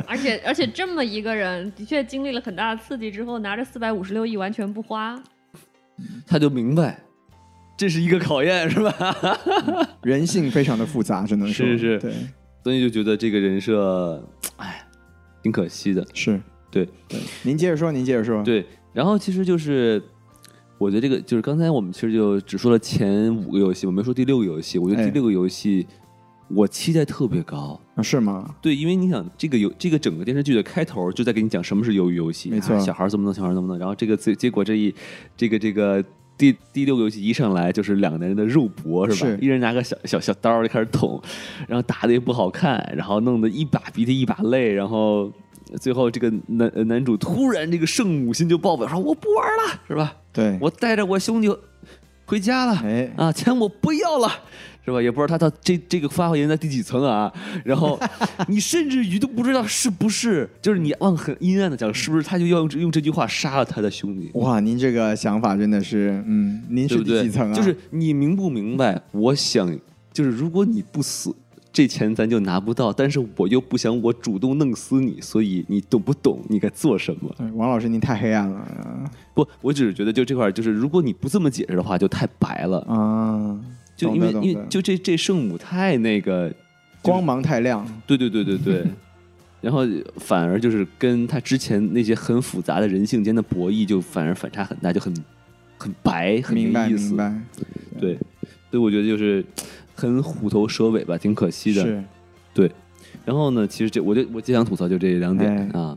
C: 而且而且这么一个人，的确经历了很大的刺激之后，拿着四百五十六亿完全不花，
B: 他就明白，这是一个考验，是吧？
A: 人性非常的复杂，只能说
B: 是是
A: 对，
B: 所以就觉得这个人设，哎，挺可惜的。
A: 是
B: 对
A: 对。您接着说，您接着说。，
B: 对，然后其实就是，我觉得这个就是刚才我们其实就只说了前五个游戏，我没说第六个游戏。我觉得
A: 哎
B: 第六个游戏我期待特别高。
A: 啊是吗？
B: 对，因为你想，这个游这个整个电视剧的开头就在给你讲什么是鱿鱼游戏，
A: 没错
B: 啊小孩儿怎么弄，小孩儿怎么弄，然后这个结结果这一这个这个。第第六个游戏一上来就是两个人的肉搏是吧？
A: 是
B: 一人拿个小小小刀就开始捅，然后打的也不好看，然后弄得一把鼻涕一把泪，然后最后这个男呃男主突然这个圣母心就爆表，说我不玩了是吧？
A: 对，
B: 我带着我兄弟回家了，
A: 哎
B: 啊，钱我不要了，是吧？也不知道他到这这个发货人在第几层啊。然后你甚至于都不知道是不是，就是你往很阴暗的讲，是不是他就要用这用这句话杀了他的兄弟？
A: 哇，您这个想法真的是，嗯，您
B: 对
A: 是
B: 不
A: 第
B: 对？
A: 几层啊？
B: 就是你明不明白？我想，就是如果你不死，这钱咱就拿不到。但是我又不想我主动弄死你，所以你懂不懂你该做什么？
A: 对王老师，您太黑暗了
B: 不，我只是觉得就这块儿，就是如果你不这么解释的话，就太白了。
A: 啊啊！
B: 就
A: 懂
B: 因
A: 得
B: 为
A: 懂
B: 因
A: 得
B: 为就这这圣母太那个，
A: 光芒太亮，
B: 对对对对 对，然后反而就是跟他之前那些很复杂的人性间的博弈，就反而反差很大，就很很白，很
A: 明白
B: 没意
A: 明
B: 思。
A: 白，
B: 对，所以我觉得就是很虎头蛇尾吧，挺可惜的。
A: 是
B: 然后呢，其实这我就我就想吐槽就这两点
A: 哎
B: 啊，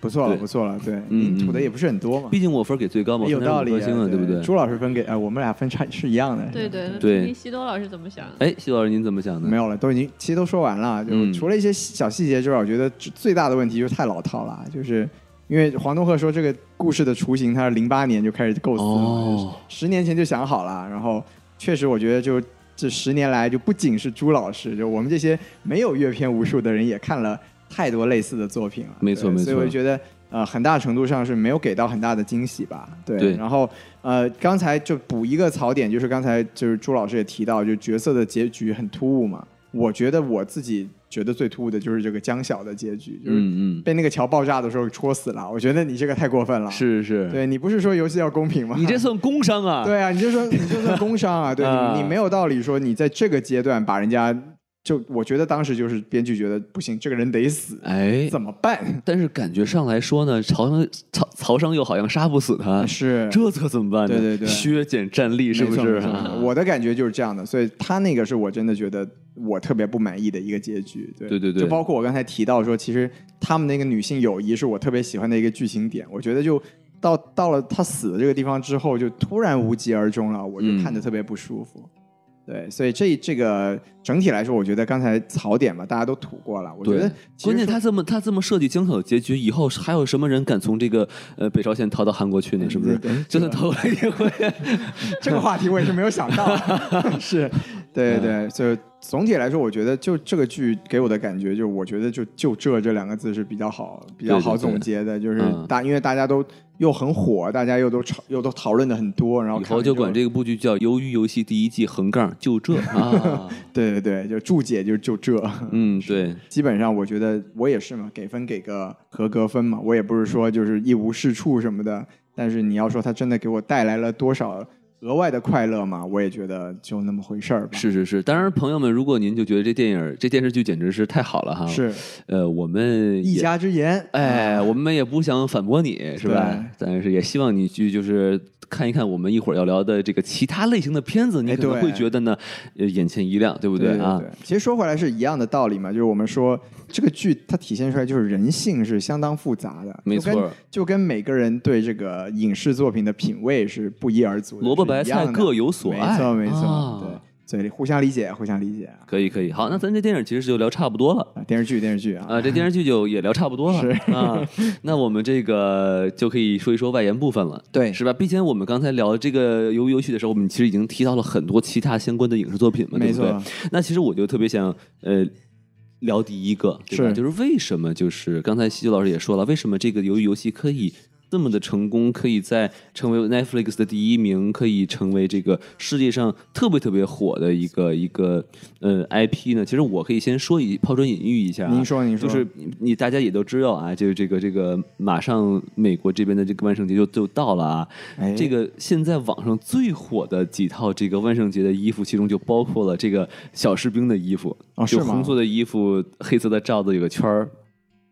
A: 不错了
B: 对
A: 不错了，对，
B: 嗯
A: 您吐的也不是很多嘛，
B: 毕竟我分儿给最高嘛，
A: 有道理
B: 我
A: 啊，
B: 分儿五颗星了，对不对？
A: 朱老师分给，哎，我们俩分差是一样的，
C: 对对
B: 对
C: 你西多老师怎么想？
B: 哎，徐老师您怎么想
A: 没
B: 呢？
A: 有了，都已经其实都说完了，就
B: 嗯
A: 除了一些细小细节之外，我觉得最最大的问题就是太老套了，就是因为黄东赫说这个故事的雏形，他是零八年就开始构思了，就是
B: 哦，
A: 十年前就想好了，然后确实我觉得就这十年来，就不仅是朱老师，就我们这些没有阅片无数的人也看了太多类似的作品了，
B: 没错
A: 对
B: 没错
A: 所以我就觉得。呃，很大程度上是没有给到很大的惊喜吧，对。
B: 对
A: 然后，呃，刚才就补一个槽点，就是刚才就是朱老师也提到，就角色的结局很突兀嘛。我觉得我自己觉得最突兀的就是这个江晓的结局，就是
B: 嗯嗯，
A: 被那个桥爆炸的时候戳死了。我觉得你这个太过分了。，
B: 是是，
A: 啊对你不是说游戏要公平吗？
B: 你这算工伤啊？
A: 对啊，你 就说你就算工伤啊，对
B: 啊
A: 你你没有道理说你在这个阶段把人家就，我觉得当时就是编剧觉得不行，这个人得死，
B: 哎，
A: 怎么办？
B: 但是感觉上来说呢，曹商曹曹商又好像杀不死他，
A: 是
B: 这可怎么办呢？
A: 对对对
B: 削减战力是不
A: 没错
B: 是
A: 没错没
B: 啊？
A: 错 我的感觉就是这样的，所以他那个是我真的觉得我特别不满意的一个结局。对
B: 对对对
A: 就包括我刚才提到说，其实他们那个女性友谊是我特别喜欢的一个剧情点，我觉得就。到到了他死的这个地方之后，就突然无疾而终了，我就
B: 嗯
A: 看着特别不舒服。对，所以这这个整体来说，我觉得刚才槽点嘛，大家都吐过了。我觉
B: 对
A: 得其实
B: 关键
A: 说
B: 他这么他这么设计江口的结局，以后还有什么人敢从这个呃北朝鲜逃到韩国去呢？是不是
A: 对对？
B: 就算逃了也会
A: 这个话题我也是没有想到， 嗯是，对对对，所以总体来说，我觉得就这个剧给我的感觉，就我觉得就就这这两个字是比较好比较好
B: 对对对
A: 总结的，就是
B: 嗯
A: 大因为大家都又很火，大家又都吵又都讨论的很多，然后
B: 以
A: 看
B: 后
A: 了
B: 就管这个部剧叫《鱿鱼游戏》第一季 横杠就这啊，
A: 对对对，就注解就就这，
B: 嗯对，
A: 基本上我觉得我也是嘛，给分给个合格分嘛，我也不是说就是一无是处什么的，但是你要说它真的给我带来了多少额外的快乐嘛，我也觉得就那么回事儿吧，
B: 是是是。当然，朋友们，如果您就觉得这电影这电视剧简直是太好了哈，
A: 是。
B: 呃，我们
A: 一
B: 也
A: 家之言，
B: 哎，
A: 啊
B: 我们也不想反驳你，是吧？但是也希望你去就是看一看我们一会儿要聊的这个其他类型的片子，你
A: 哎
B: 可能
A: 对
B: 会觉得呢，呃，眼前一亮，对不
A: 对对
B: 啊？
A: 对其实说回来是一样的道理嘛，就是我们说这个剧它体现出来就是人性是相当复杂的，
B: 没
A: 就
B: 错
A: 跟，就跟每个人对这个影视作品的品味是不一而足的，
B: 萝卜白
A: 是一
B: 菜
A: 样的
B: 各有所爱，
A: 没错没错，
B: 啊
A: 对，，所以互相理解，互相理解啊，
B: 可以可以。好，那咱这电影其实就聊差不多了。
A: 啊电视剧电视剧啊，
B: 啊，这电视剧就也聊差 不多了啊，那我们这个就可以说一说外延部分了，
A: 对
B: 是吧？毕竟我们刚才聊这个《鱿鱼游戏》的时候，我们其实已经提到了很多其他相关的影视作品嘛，对
A: 没
B: 不对？
A: 错，
B: 那其实我就特别想呃聊第一个，对吧？
A: 是
B: 就是为什么就是刚才西九老师也说了，为什么这个鱿鱼游戏可以这么的成功，可以在成为 Netflix 的第一名，可以成为这个世界上特别特别火的一个一个呃 IP 呢？其实我可以先说一抛砖引玉一下、啊，
A: 您说您
B: 就
A: 说，
B: 是你你大家也都知道啊，就是这个这个马上美国这边的这个万圣节就就到了啊，
A: 哎
B: 这个现在网上最火的几套这个万圣节的衣服，其中就包括了这个小士兵的衣服，
A: 哦是
B: 就
A: 吗
B: 红色的衣服，黑色的罩子有个圈儿，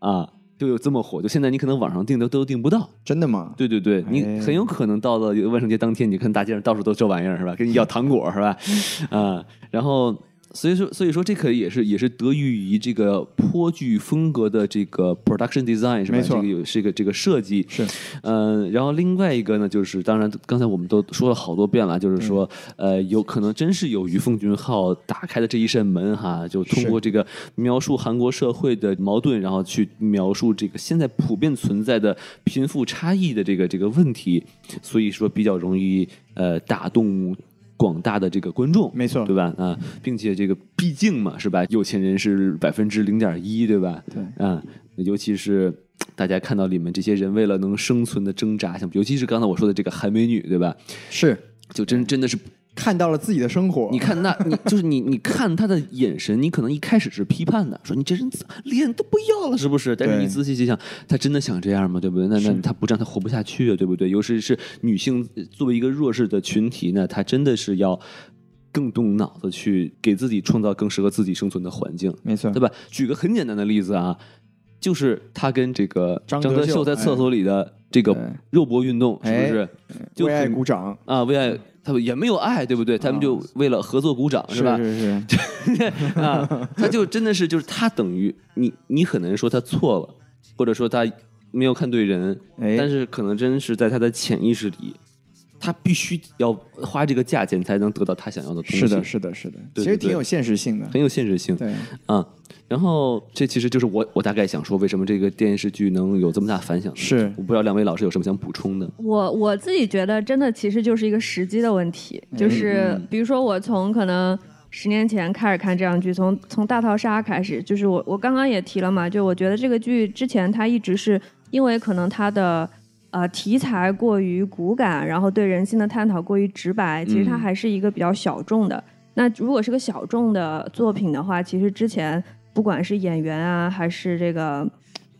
B: 啊，就有这么火。就现在你可能网上订都都订不到，
A: 真的吗？
B: 对对对，你
A: 哎
B: 很有可能到了万圣节当天，你看大街上到处都这玩意儿是吧？跟你要糖果是吧？啊，然后所以说，所以说这可也是也是得益于这个颇具风格的这个 production design 是吧？
A: 没错
B: 这个有这个这个设计
A: 是，
B: 嗯、然后另外一个呢，就是当然刚才我们都说了好多遍了，就是说，呃，有可能真是有于奉俊昊打开的这一扇门哈，就通
A: 是
B: 过这个描述韩国社会的矛盾，然后去描述这个现在普遍存在的贫富差异的这个这个问题，所以说比较容易呃打动。广大的这个观众，
A: 没错
B: 对吧？啊，并且这个毕竟嘛，是吧？有钱人是百分之零点一，对吧？
A: 对，
B: 啊，尤其是大家看到里面这些人为了能生存的挣扎，像尤其是刚才我说的这个韩美女，对吧？
A: 是
B: 就真真的是，
A: 看到了自己的生活，
B: 你看那，你就是你，你看她的眼神，你可能一开始是批判的，说你这人脸都不要了，是不是？但是
A: 对
B: 你仔细想想，她真的想这样吗？对不对？那那她不这样，她活不下去啊，对不对？尤其是女性呃作为一个弱势的群体呢，她真的是要更动脑子去给自己创造更适合自己生存的环境。
A: 没错
B: 对，吧？举个很简单的例子啊，就是他跟这个
A: 张
B: 张
A: 德
B: 德
A: 秀
B: 秀在
A: 哎
B: 厕所里的这个
A: 对
B: 肉搏运动，是
A: 哎
B: 不是？就
A: 为爱
B: 很
A: 鼓掌，
B: 啊，为爱他们也没有爱，对不对？他们就为了合作鼓掌，
A: 哦是
B: 吧？
A: 是是，
B: 啊，他就真的是就是他等于你，你很难说他错了，或者说他没有看对人，
A: 哎
B: 但是可能真是在他的潜意识里。他必须要花这个价钱才能得到他想要的东西，
A: 是的，是的，是的，
B: 对
A: 其实
B: 对
A: 挺有现实性的。
B: 很有限制性。
A: 对，
B: 啊、然后这其实就是我我大概想说，为什么这个电视剧能有这么大反响？
A: 是
B: 我不知道两位老师有什么想补充的？
C: 我我自己觉得，真的其实就是一个时机的问题，就是比如说我从可能十年前开始看这样剧，从从大逃杀开始，就是我我刚刚也提了嘛，就我觉得这个剧之前它一直是因为可能它的呃题材过于骨感，然后对人性的探讨过于直白，其实它
B: 嗯
C: 还是一个比较小众的。那如果是个小众的作品的话，其实之前不管是演员啊，还是这个。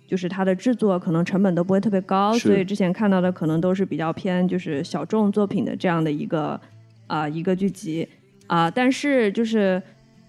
C: 就是它的制作可能成本都不会特别高，
B: 是
C: 所以之前看到的可能都是比较偏就是小众作品的这样的一个啊、一个剧集啊、但是就是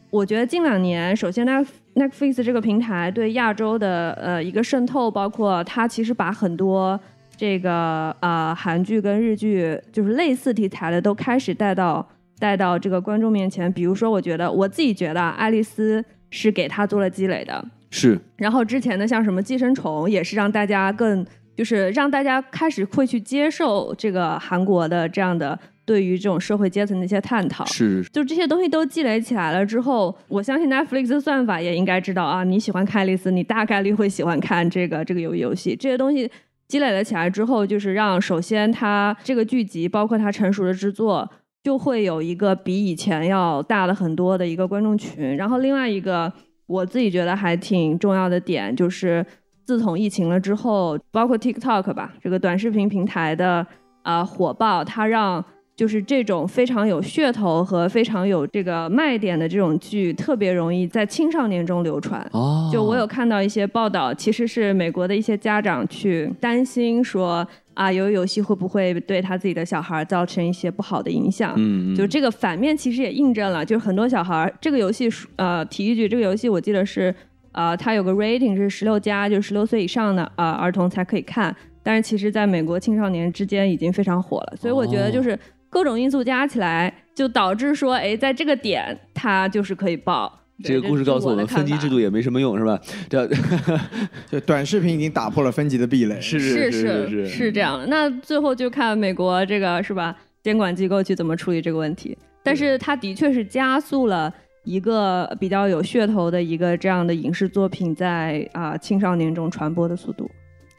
C: 我觉得近两年，首先 Net- Netflix 这个平台对亚洲的呃一个渗透，包括它其实把很多这个啊韩剧跟日剧就是类似题材的都开始带到带到这个观众面前。比如说，我觉得我自己觉得啊爱丽丝是给他做了积累的，
B: 是
C: 然后之前的像什么寄生虫，也是让大家更就是让大家开始会去接受这个韩国的这样的对于这种社会阶层的一些探讨。
B: 是，
C: 就这些东西都积累起来了之后，我相信 Netflix 的算法也应该知道啊，你喜欢看爱丽丝，你大概率会喜欢看这个这个游游戏。这些东西积累了起来之后，就是让首先它这个剧集，包括它成熟的制作，就会有一个比以前要大了很多的一个观众群。然后另外一个我自己觉得还挺重要的点就是，自从疫情了之后，包括 TikTok 吧，这个短视频平台的啊、火爆，它让就是这种非常有噱头和非常有这个卖点的这种剧，特别容易在青少年中流传。
B: 哦，
C: 就我有看到一些报道，其实是美国的一些家长去担心说啊，游游戏会不会对他自己的小孩造成一些不好的影响？
B: 嗯，嗯
C: 就这个反面其实也印证了，就是很多小孩儿这个游戏是，呃，体育局这个游戏我记得是，呃，它有个 rating 是十六加，就是十六岁以上的啊、呃、儿童才可以看，但是其实在美国青少年之间已经非常火了，所以我觉得
B: 哦
C: 就是各种因素加起来，就导致说，哎，在这个点它就是可以爆。对
B: 这个故事
C: 是
B: 告诉我
C: 的
B: 们，
C: 看
B: 分级
C: 法
B: 制度也没什么用，是吧？这
A: 就短视频已经打破了分级的壁垒。
B: 是是
C: 是是
B: 是
C: 这样的。那最后就看美国这个是吧，监管机构去怎么处理这个问题。但是它的确是加速了一个比较有噱头的一个这样的影视作品在啊、青少年中传播的速度。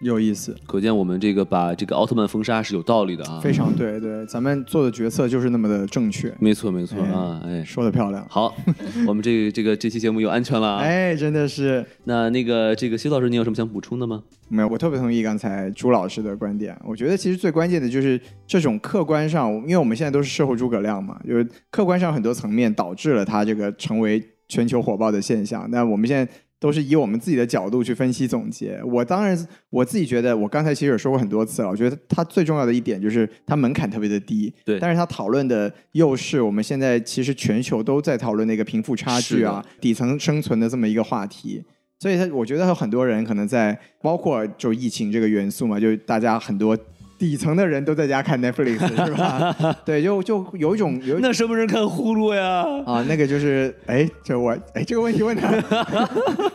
A: 有意思，
B: 可见我们这个把这个奥特曼封杀是有道理的啊，
A: 非常对对，咱们做的决策就是那么的正确，
B: 没错没错
A: 哎
B: 啊，哎，
A: 说的漂亮。
B: 好， 我们这个这个这期节目有安全了啊。
A: 哎，真的是
B: 那那个这个薛老师，你有什么想补充的吗？
A: 没有，我特别同意刚才朱老师的观点。我觉得其实最关键的就是这种客观上，因为我们现在都是事后诸葛亮嘛，就是客观上很多层面导致了它这个成为全球火爆的现象。那我们现在都是以我们自己的角度去分析总结。我当然我自己觉得，我刚才其实也说过很多次了，我觉得它最重要的一点就是它门槛特别的低，
B: 对
A: 但是它讨论的又是我们现在其实全球都在讨论的一个贫富差距啊、底层生存的这么一个话题。所以，他我觉得有很多人可能在包括就疫情这个元素嘛，就大家很多底层的人都在家看 Netflix 是吧？对，就就有一种有一种
B: 那什么人看呼噜呀？
A: 啊，那个就是，哎，这我哎这个问题问的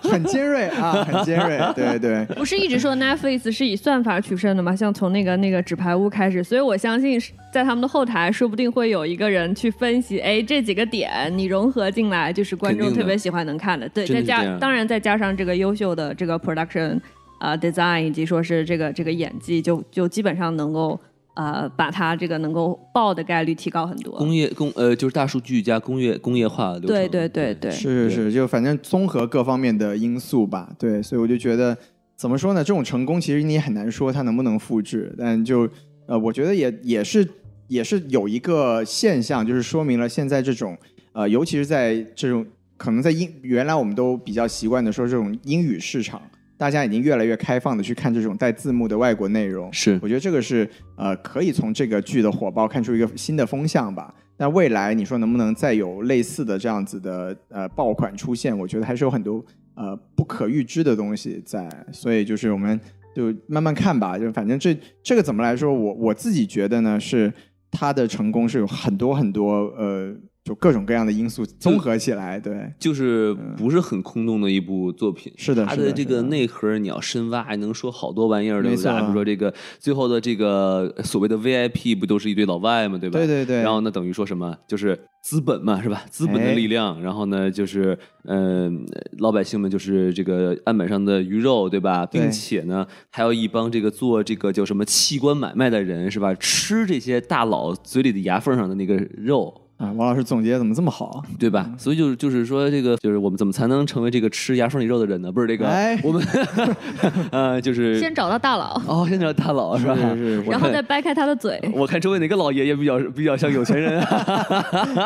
A: 很尖锐啊，很尖锐，对对
C: 不是一直说 Netflix 是以算法取胜的吗？像从那个那个纸牌屋开始，所以我相信是在他们的后台，说不定会有一个人去分析，哎，这几个点你融合进来，就是观众
B: 肯定的
C: 特别喜欢能看的。对，
B: 真的
C: 再
B: 是这
C: 加
B: 样
C: 当然再加上这个优秀的这个 production 啊、design 以及说是这个这个演技，就就基本上能够呃把它这个能够爆的概率提高很多。
B: 工业工呃就是大数据加工业工业化流程。
C: 对对对对，
A: 是是是，就反正综合各方面的因素吧，对，所以我就觉得怎么说呢，这种成功其实你也很难说它能不能复制，但就呃，我觉得也也是也是有一个现象，就是说明了现在这种呃，尤其是在这种可能在英原来我们都比较习惯的说这种英语市场，大家已经越来越开放的去看这种带字幕的外国内容，
B: 是
A: 我觉得这个是呃，可以从这个剧的火爆看出一个新的风向吧。那未来你说能不能再有类似的这样子的呃爆款出现？我觉得还是有很多呃不可预知的东西在，所以就是我们就慢慢看吧。就反正这这个怎么来说，我我自己觉得呢，是它的成功是有很多很多呃，就各种各样的因素综合起来，对。
B: 就是不是很空洞的一部作品。
A: 是的
B: 它
A: 是的
B: 这
A: 是
B: 个
A: 的
B: 内核你要深挖，还能说好多玩意儿，对
A: 没
B: 不对？
A: 错
B: 比如说这个最后的这个所谓的 VIP 不都是一堆老外嘛，对吧？
A: 对对对，哎
B: 然后呢，等于说什么就是资本嘛，是吧？资本的力量。然后呢，就是嗯、呃老百姓们就是这个案板上的鱼肉，对吧？
A: 对
B: 并且呢，还有一帮这个做这个叫什么器官买卖的人，是吧？吃这些大佬嘴里的牙缝上的那个肉。
A: 啊，王老师总结怎么这么好？
B: 对吧？
A: 嗯
B: 所以就是就是说，这个就是我们怎么才能成为这个吃牙缝里肉的人呢？不是这个，
A: 哎
B: 我们 呃，就是
C: 先找到大佬，
B: 哦，先找大佬是吧？
A: 是是是
B: 我
C: 然后
B: 看
C: 再掰开他的嘴。
B: 我看周围哪个老爷爷比较比较像有钱人啊？
A: 厉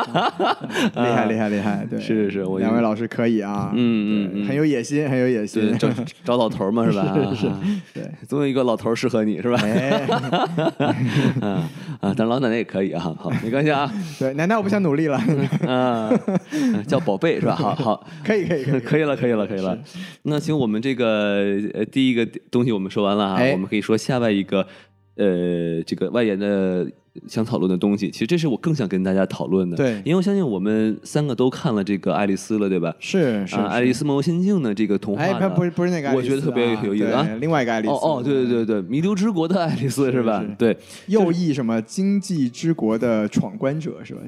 A: 害厉害厉害！对，
B: 是是是我
A: 两位老师可以啊，
B: 嗯嗯
A: 对
B: 嗯
A: 很有野心，很有野
B: 对
A: 心，
B: 找找老头儿嘛是吧？是
A: 对，
B: 总有一个老头儿适合你是吧？
A: 哎，
B: 啊啊，但老奶奶也可以啊，好，没关系啊，
A: 对，难道我不想努力了？
B: 啊，叫宝贝是吧？好好，
A: 可以可以可以，
B: 可以了，可以了，可以了。那行，我们这个呃第一个东西我们说完了啊，
A: 哎
B: 我们可以说下外一个呃这个外延的想讨论的东西。其实这是我更想跟大家讨论的，
A: 对
B: 因为我相信我们三个都看了这个《爱丽丝》了，对吧？
A: 是是
B: 啊，《爱丽，丝梦游仙境》的这个童
A: 是
B: 话
A: 哎，
B: 呢，
A: 不不是不是那个爱丽丝啊，
B: 我觉得特别有意思啊
A: 对另外一个爱丽丝，
B: 哦哦，对对对对，弥留之国的爱丽丝是吧
A: 是是？
B: 对，
A: 右翼什么经济之国的闯关者是吧？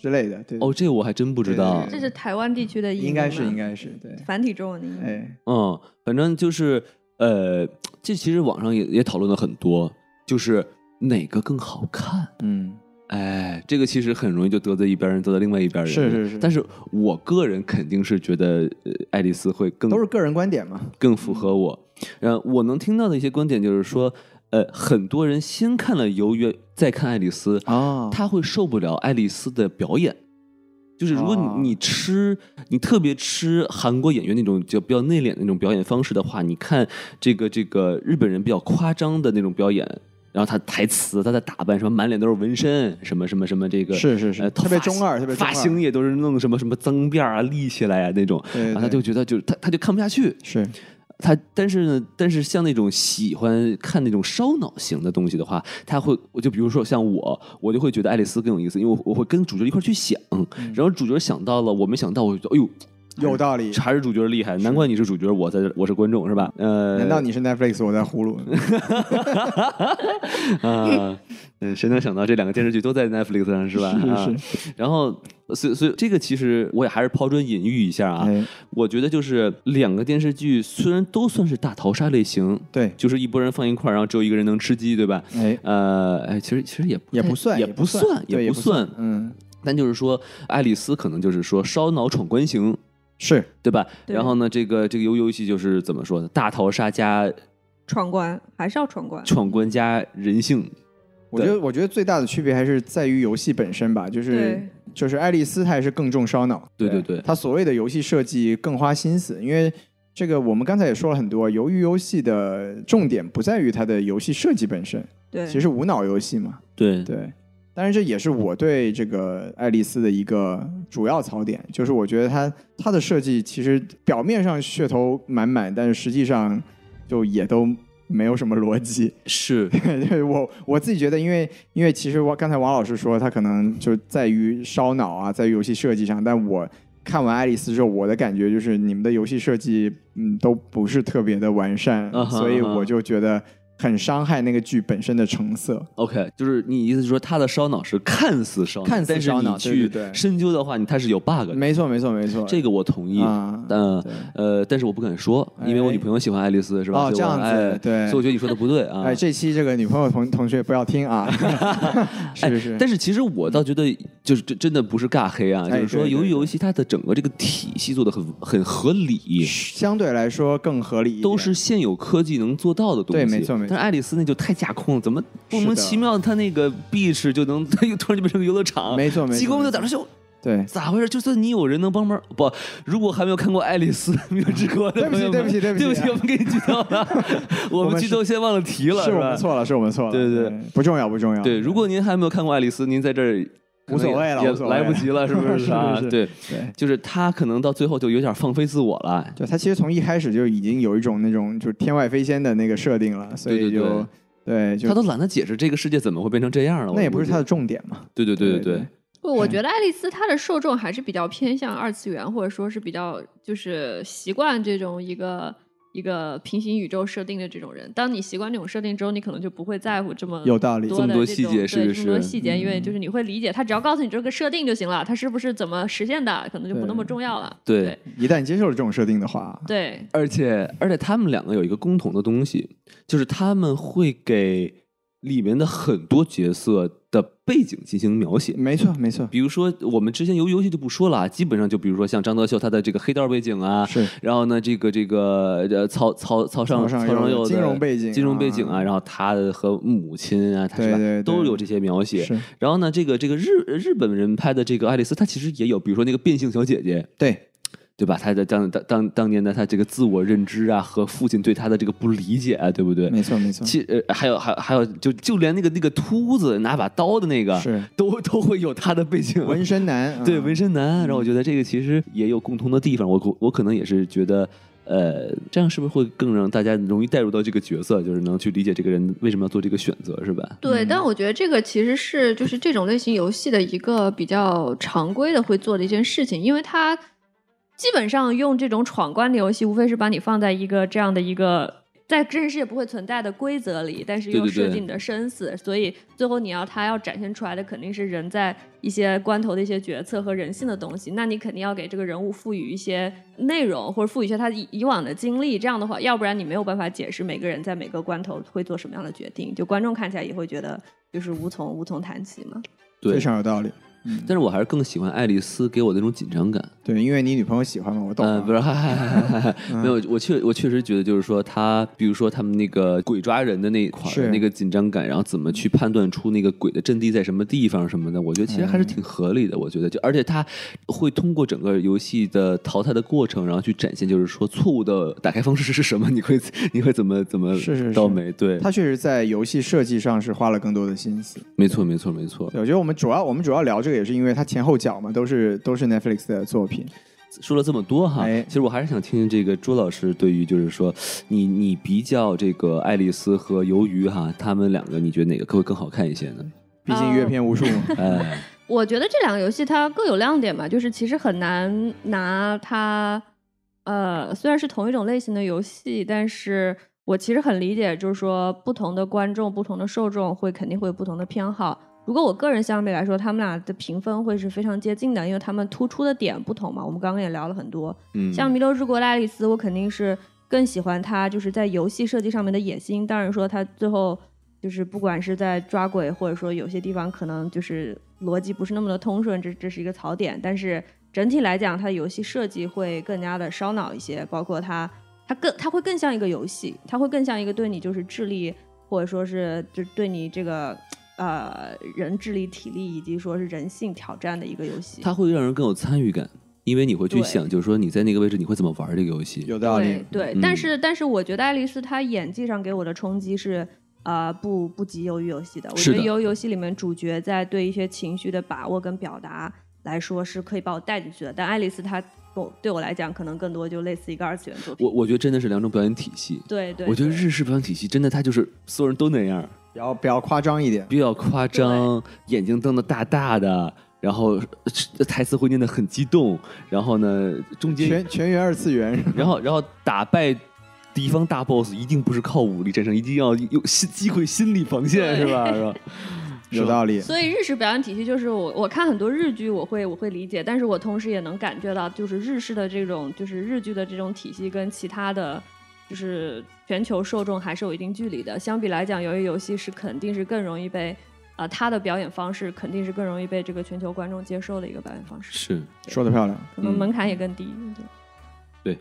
A: 之类的，对，
B: 哦，这我还真不知道
A: 对对对。
C: 这是台湾地区的译名
A: 应该是
C: 吧
A: 应该是对，
C: 繁体中文的译名。
A: 哎，
B: 嗯，反正就是呃，这其实网上也也讨论了很多，就是哪个更好看。
A: 嗯，
B: 哎，这个其实很容易就得罪一边人，得罪另外一边人。
A: 是是是
B: 但是我个人肯定是觉得，呃，爱丽丝会更
A: 都是嗯个人观点嘛，
B: 更符合我。呃，我能听到的一些观点就是说，呃，很多人先看了《游园》，再看《爱丽丝》
A: 啊
B: 他会受不了爱丽丝的表演。就是如果
A: 哦
B: 你你吃，你特别吃韩国演员那种就比较内敛的那种表演方式的话，你看这个这个日本人比较夸张的那种表演，然后他台词、他的打扮，什么满脸都是纹身，什么什么什么这个
A: 是是是
B: 呃
A: 特别
B: 发型
A: 中二特别中
B: 发
A: 二
B: 型也都是弄什么什么脏辫儿啊立起来啊那种，
A: 对
B: 然后他
A: 对
B: 就觉得就他他就看不下去，
A: 是
B: 他但是呢，但是像那种喜欢看那种烧脑型的东西的话，他会，我就比如说像我，我就会觉得爱丽丝更有意思，因为我我会跟主角一块儿去想，然后主角想到了，我没想到，我就觉得哎呦，
A: 有道理。
B: 还是主角厉害，难怪你是主角，我在这我是观众是吧？呃，
A: 难道你是 Netflix，我在呼噜？
B: 啊，嗯，谁能想到这两个电视剧都在 Netflix 上是吧？啊、然后，所以所以这个其实我也还是抛砖引玉一下啊，
A: 哎
B: 我觉得就是两个电视剧虽然都算是大逃杀类型，
A: 对，
B: 就是一拨人放一块儿，然后只有一个人能吃鸡，对吧？
A: 哎，
B: 呃，哎，其实其实也不
A: 也
B: 太
A: 不算，
B: 也
A: 不
B: 算，
A: 对
B: 也
A: 也
B: 不算。
A: 嗯，
B: 但就是说，爱丽丝可能就是说烧脑闯关型，
A: 是
B: 对吧？
C: 对
B: 然后呢，这个这个游游戏就是怎么说呢？大逃杀加
C: 闯关还是要闯关，
B: 闯关加人性，
A: 我觉得，我觉得最大的区别还是在于游戏本身吧，就是
C: 对
A: 就是爱丽丝她也是更重烧脑，
B: 对对对
A: 她所谓的游戏设计更花心思，因为这个我们刚才也说了很多，由于游戏的重点不在于它的游戏设计本身，
C: 对，
A: 其实无脑游戏嘛，
B: 对
A: 对。当然，这也是我对这个爱丽丝的一个主要槽点，就是我觉得它它的设计其实表面上噱头满满，但是实际上就也都没有什么逻辑。
B: 是
A: 对对，我我自己觉得，因为因为其实王刚才王老师说，他可能就在于烧脑啊，在于游戏设计上。但我看完《爱丽丝》之后，我的感觉就是你们的游戏设计，嗯，都不是特别的完善
B: 啊哈
A: 所以
B: 啊哈
A: 我就觉得很伤害那个剧本身的成色。
B: OK，就是你意思是说他的烧脑是看似烧脑，
A: 看似烧脑
B: 但是
A: 对
B: 你
A: 对对
B: 去深究的话，你它是有 bug 的。
A: 没错，没错，没错。
B: 这
A: 个
B: 个我同意，
A: 啊
B: 但
A: 对
B: 呃，但是我不敢说，因为我
A: 哎
B: 女朋友喜欢爱丽丝，是吧？
A: 哦
B: 所以我
A: 这样子
B: 哎
A: 对
B: 所以我觉得你说的不对啊。
A: 哎，这期这个女朋友同同学不要听 啊，是是是，
B: 哎但是其实我倒觉得，就是真真的不是尬黑啊，
A: 哎
B: 就是说，
A: 对对
B: 由于
A: 对
B: 游戏它的整个这个体系做的很很合理，
A: 相对来说更合理一点，
B: 都是现有科技能做到的东西。
A: 对没错没错
B: 但是爱丽丝那就太架空了，怎么莫名其妙它那个 beach 就能它又突然就变成个游乐场？
A: 没错没错
B: 济公就
A: 没错
B: 在那秀，
A: 对。
B: 咋回事？就算你有人能帮忙，不，如果还没有看过《爱丽 丝没有之国》的朋友们，
A: 对不起对
B: 对
A: 不起对
B: 不
A: 不起，啊
B: 起我们给你剧透了，我
A: 我
B: 们
A: 们
B: 剧
A: 是
B: 透先忘了提了，
A: 是我
B: 吧
A: 们？错了，是我们错了。
B: 对对对，
A: 不重要，不重要。
B: 对，如果您还没有看过《爱丽丝》，您在这儿
A: 无所谓了
B: 也
A: 无所谓
B: 来
A: 了
B: 不及了，是不
A: 是是
B: 啊，
A: 是
B: 对，
A: 对，
B: 就是他可能到最后就有点放飞自我了。
A: 对，它其实从一开始就已经有一种那种就是天外飞仙的那个设定了，所
B: 对
A: 以
B: 对
A: 就对
B: 他
A: 就
B: 都懒得解释这个世界怎么会变成这样了。
A: 那也不
B: 我
A: 是
B: 估计
A: 它的重点嘛。
B: 对对对
A: 对
B: 对
A: 对，
C: 不，
B: 嗯
C: 我觉得爱丽丝她的受众还是比较偏向二次元，或者说是比较就是习惯这种一个一个平行宇宙设定的这种人。当你习惯这种设定之后，你可能就不会在乎这么
B: 嗯
A: 有道理
C: 多
B: 这么
C: 的
B: 多
C: 这
B: 细
C: 种
B: 节
C: 对
B: 是嗯
C: 这么多
B: 是
C: 细节，因为就是你会理解，他只要告诉你这个设定就行了，它是不是怎么实现的，可能就不那么
A: 对
C: 重要了。
B: 对
C: 对
A: 一旦接受了这种设定的话，
C: 对
B: 而且而且他们两个有一个共同的东西，就是他们会给里面的很多角色的背景进行描写。
A: 没错没错，
B: 比如说，我们之前游游戏就不说了啊，基本上就比如说像张德秀他的这个黑道背景啊，
A: 是
B: 然后呢，这个这个呃，曹曹曹尚
A: 曹尚
B: 尚
A: 佑
B: 佑的
A: 金融背景啊
B: 金融背景啊，然后他和母亲啊，他是吧
A: 对对对
B: 都有这些描写。
A: 是，
B: 然后呢，这个这个日日本人拍的这个《爱丽丝》，她其实也有，比如说那个变性小姐姐，
A: 对
B: 对吧？她的当当当当年的她这个自我认知啊，和父亲对她的这个不理解啊，对不对？
A: 没错没错，
B: 其呃，还有还有还有，就就连那个那个秃子拿把刀的那个，
A: 是
B: 都都会有她的背景。
A: 纹身男啊
B: 对纹身男，然后我觉得这个其实也有共通的地方，我可我可能也是觉得，呃，这样是不是会更让大家容易带入到这个角色，就是能去理解这个人为什么要做这个选择，是吧？
C: 对，但我觉得这个其实是就是这种类型游戏的一个比较常规的会做的一件事情，因为它基本上用这种闯关的游戏，无非是把你放在一个这样的一个在真实世界不会存在的规则里，但是
B: 对
C: 又
B: 对对
C: 设计你的生死，所以最后你要它要展现出来的肯定是人在一些关头的一些决策和人性的东西，那你肯定要给这个人物赋予一些内容，或者赋予一些他以以往的经历，这样的话，要不然你没有办法解释每个人在每个关头会做什么样的决定，就观众看起来也会觉得就是无从无从谈起嘛。
B: 对
A: 非。常有道理。嗯
B: 但是我还是更喜欢爱丽丝给我的那种紧张感。
A: 对，因为你女朋友喜欢嘛，我懂
B: 嗯、
A: 啊。嗯
B: 不是， 嗨嗨嗨嗨嗨嗨没有，我确我确实觉得就是说他，比如说他们那个鬼抓人的那一块儿
A: 是
B: 那个紧张感，然后怎么去判断出那个鬼的阵地在什么地方什么的，我觉得其实
A: 嗯
B: 还是挺合理的。我觉得就而且他会通过整个游戏的淘汰的过程，然后去展现就是说错误的打开方式是什么，你会 你会怎么怎么
A: 是是是
B: 倒霉？对，
A: 他确实在游戏设计上是花了更多的心思。
B: 没错没错没错。
A: 对我觉得我们主要我们主要聊这个也是因为它前后脚嘛，都是都是 Netflix 的作品。
B: 说了这么多哈，
A: 哎
B: 其实我还是想听听这个朱老师对于就是说，你你比较这个爱丽丝和鱿鱼哈，他们两个你觉得哪个会更好看一些呢？
A: 毕竟阅
C: 哦
A: 片无数 嘛，
B: 哎，
C: 我觉得这两个游戏它各有亮点吧，就是其实很难拿它，呃，虽然是同一种类型的游戏，但是我其实很理解，就是说不同的观众、不同的受众会肯定会有不同的偏好。如果我个人相比来说，他们俩的评分会是非常接近的，因为他们突出的点不同嘛。我们刚刚也聊了很多，
B: 嗯，
C: 像《弥留之国的爱丽丝》，我肯定是更喜欢她就是在游戏设计上面的野心。当然说她最后就是不管是在抓鬼，或者说有些地方可能就是逻辑不是那么的通顺，这这是一个槽点。但是整体来讲，它的游戏设计会更加的烧脑一些，包括它它更它会更像一个游戏，它会更像一个对你就是智力或者说是就对你这个。呃，人智力、体力以及说是人性挑战的一个游戏，
B: 它会让人更有参与感，因为你会去
C: 对
B: 想，就是说你在那个位置你会怎么玩这个游戏。
A: 有道理。
C: 对，
B: 嗯
C: 对但是但是我觉得爱丽丝她演技上给我的冲击是。呃，不不及鱿鱼游戏的，我
B: 是的
C: 觉得鱿鱼游戏里面主角在对一些情绪的把握跟表达来说是可以把我带进去的，但爱丽丝她
D: 我对我来讲，可能更多就类似一个二次元作品。
B: 我我觉得真的是两种表演体系。
D: 对对，
B: 我觉得
D: 对
B: 日式表演体系真的，它就是所有人都那样，
A: 比较比较夸张一点。
B: 比较夸张，眼睛瞪得大大的，然后呃台词会念得很激动，然后呢，中间，
A: 全全员二次元，
B: 然后然后打败敌方大 boss 一定不是靠武力战胜，一定要有心击溃心理防线，是吧？是吧？
A: 有道理。
C: 所以日式表演体系就是我我看很多日剧，我会我会理解，但是我同时也能感觉到，就是日式的这种就是日剧的这种体系跟其他的就是全球受众还是有一定距离的。相比来讲，由于游戏是肯定是更容易被啊、它的表演方式肯定是更容易被这个全球观众接受的一个表演方式，
B: 是
A: 说的漂亮，
C: 可能
B: 嗯
C: 门槛也更低。对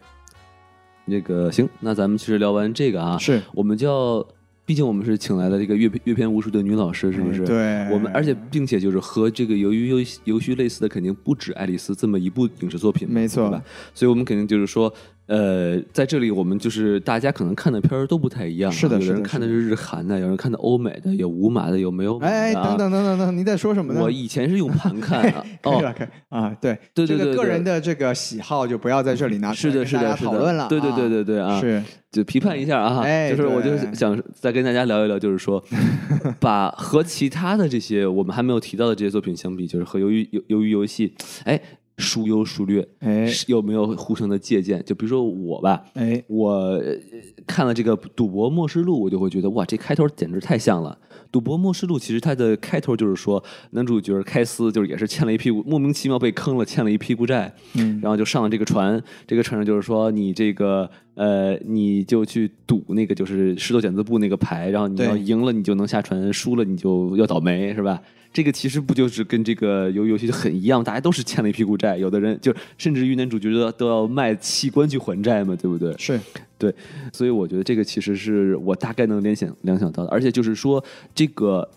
B: 那个行，那咱们其实聊完这个啊，
A: 是
B: 我们就要，毕竟我们是请来了这个阅阅片无数的女老师，是不是？
A: 哎。对，
B: 我们而且并且就是和这个由于游戏游戏类似的，肯定不止《爱丽丝》这么一部影视作品嘛，
A: 没错
B: 对吧？所以我们肯定就是说，呃，在这里我们就是大家可能看的片儿都不太一样啊，
A: 是的
B: 有
A: 是的
B: 人看的是日韩的，有人看的欧美的，有无码的，有没有码的啊
A: 哎，等，等等等等，你在说什么呢？
B: 我以前是用盘看 啊，
A: 可以
B: 哦，
A: 了，可以啊，对
B: 对对
A: 这
B: 对
A: 个个
B: 对
A: 人的这个喜好就不要在这里拿出
B: 是
A: 来
B: 的，
A: 跟
B: 是
A: 大
B: 的，
A: 家
B: 是
A: 讨论
B: 的，
A: 了，
B: 对对对对对啊，
A: 是
B: 就批判一下啊，
A: 哎
B: 就是我就
A: 对
B: 想再跟大家聊一聊，就 是说，把和其他的这些我们还没有提到的这些作品相比，就是和由于由由于游戏，哎，孰优孰劣，
A: 哎
B: 是有没有互相的借鉴？就比如说我吧，
A: 哎，
B: 我呃看了这个《赌博默示录》，我就会觉得哇，这开头简直太像了。《赌博默示录》其实它的开头就是说，男主角开司就是也是欠了一屁股，莫名其妙被坑了，欠了一屁股债，
A: 嗯，
B: 然后就上了这个船，这个船上就是说你这个呃，你就去赌那个就是石头剪子布那个牌，然后你
A: 对
B: 要赢了你就能下船，输了你就要倒霉，是吧？这个其实不就是跟这个游游戏就很一样，大家都是欠了一屁股债，有的人就甚至于男主角都要都要卖器官去还债嘛，对不对？
A: 是
B: 所以我觉得这个其实是我大概能联想联想到的，而且就是说这个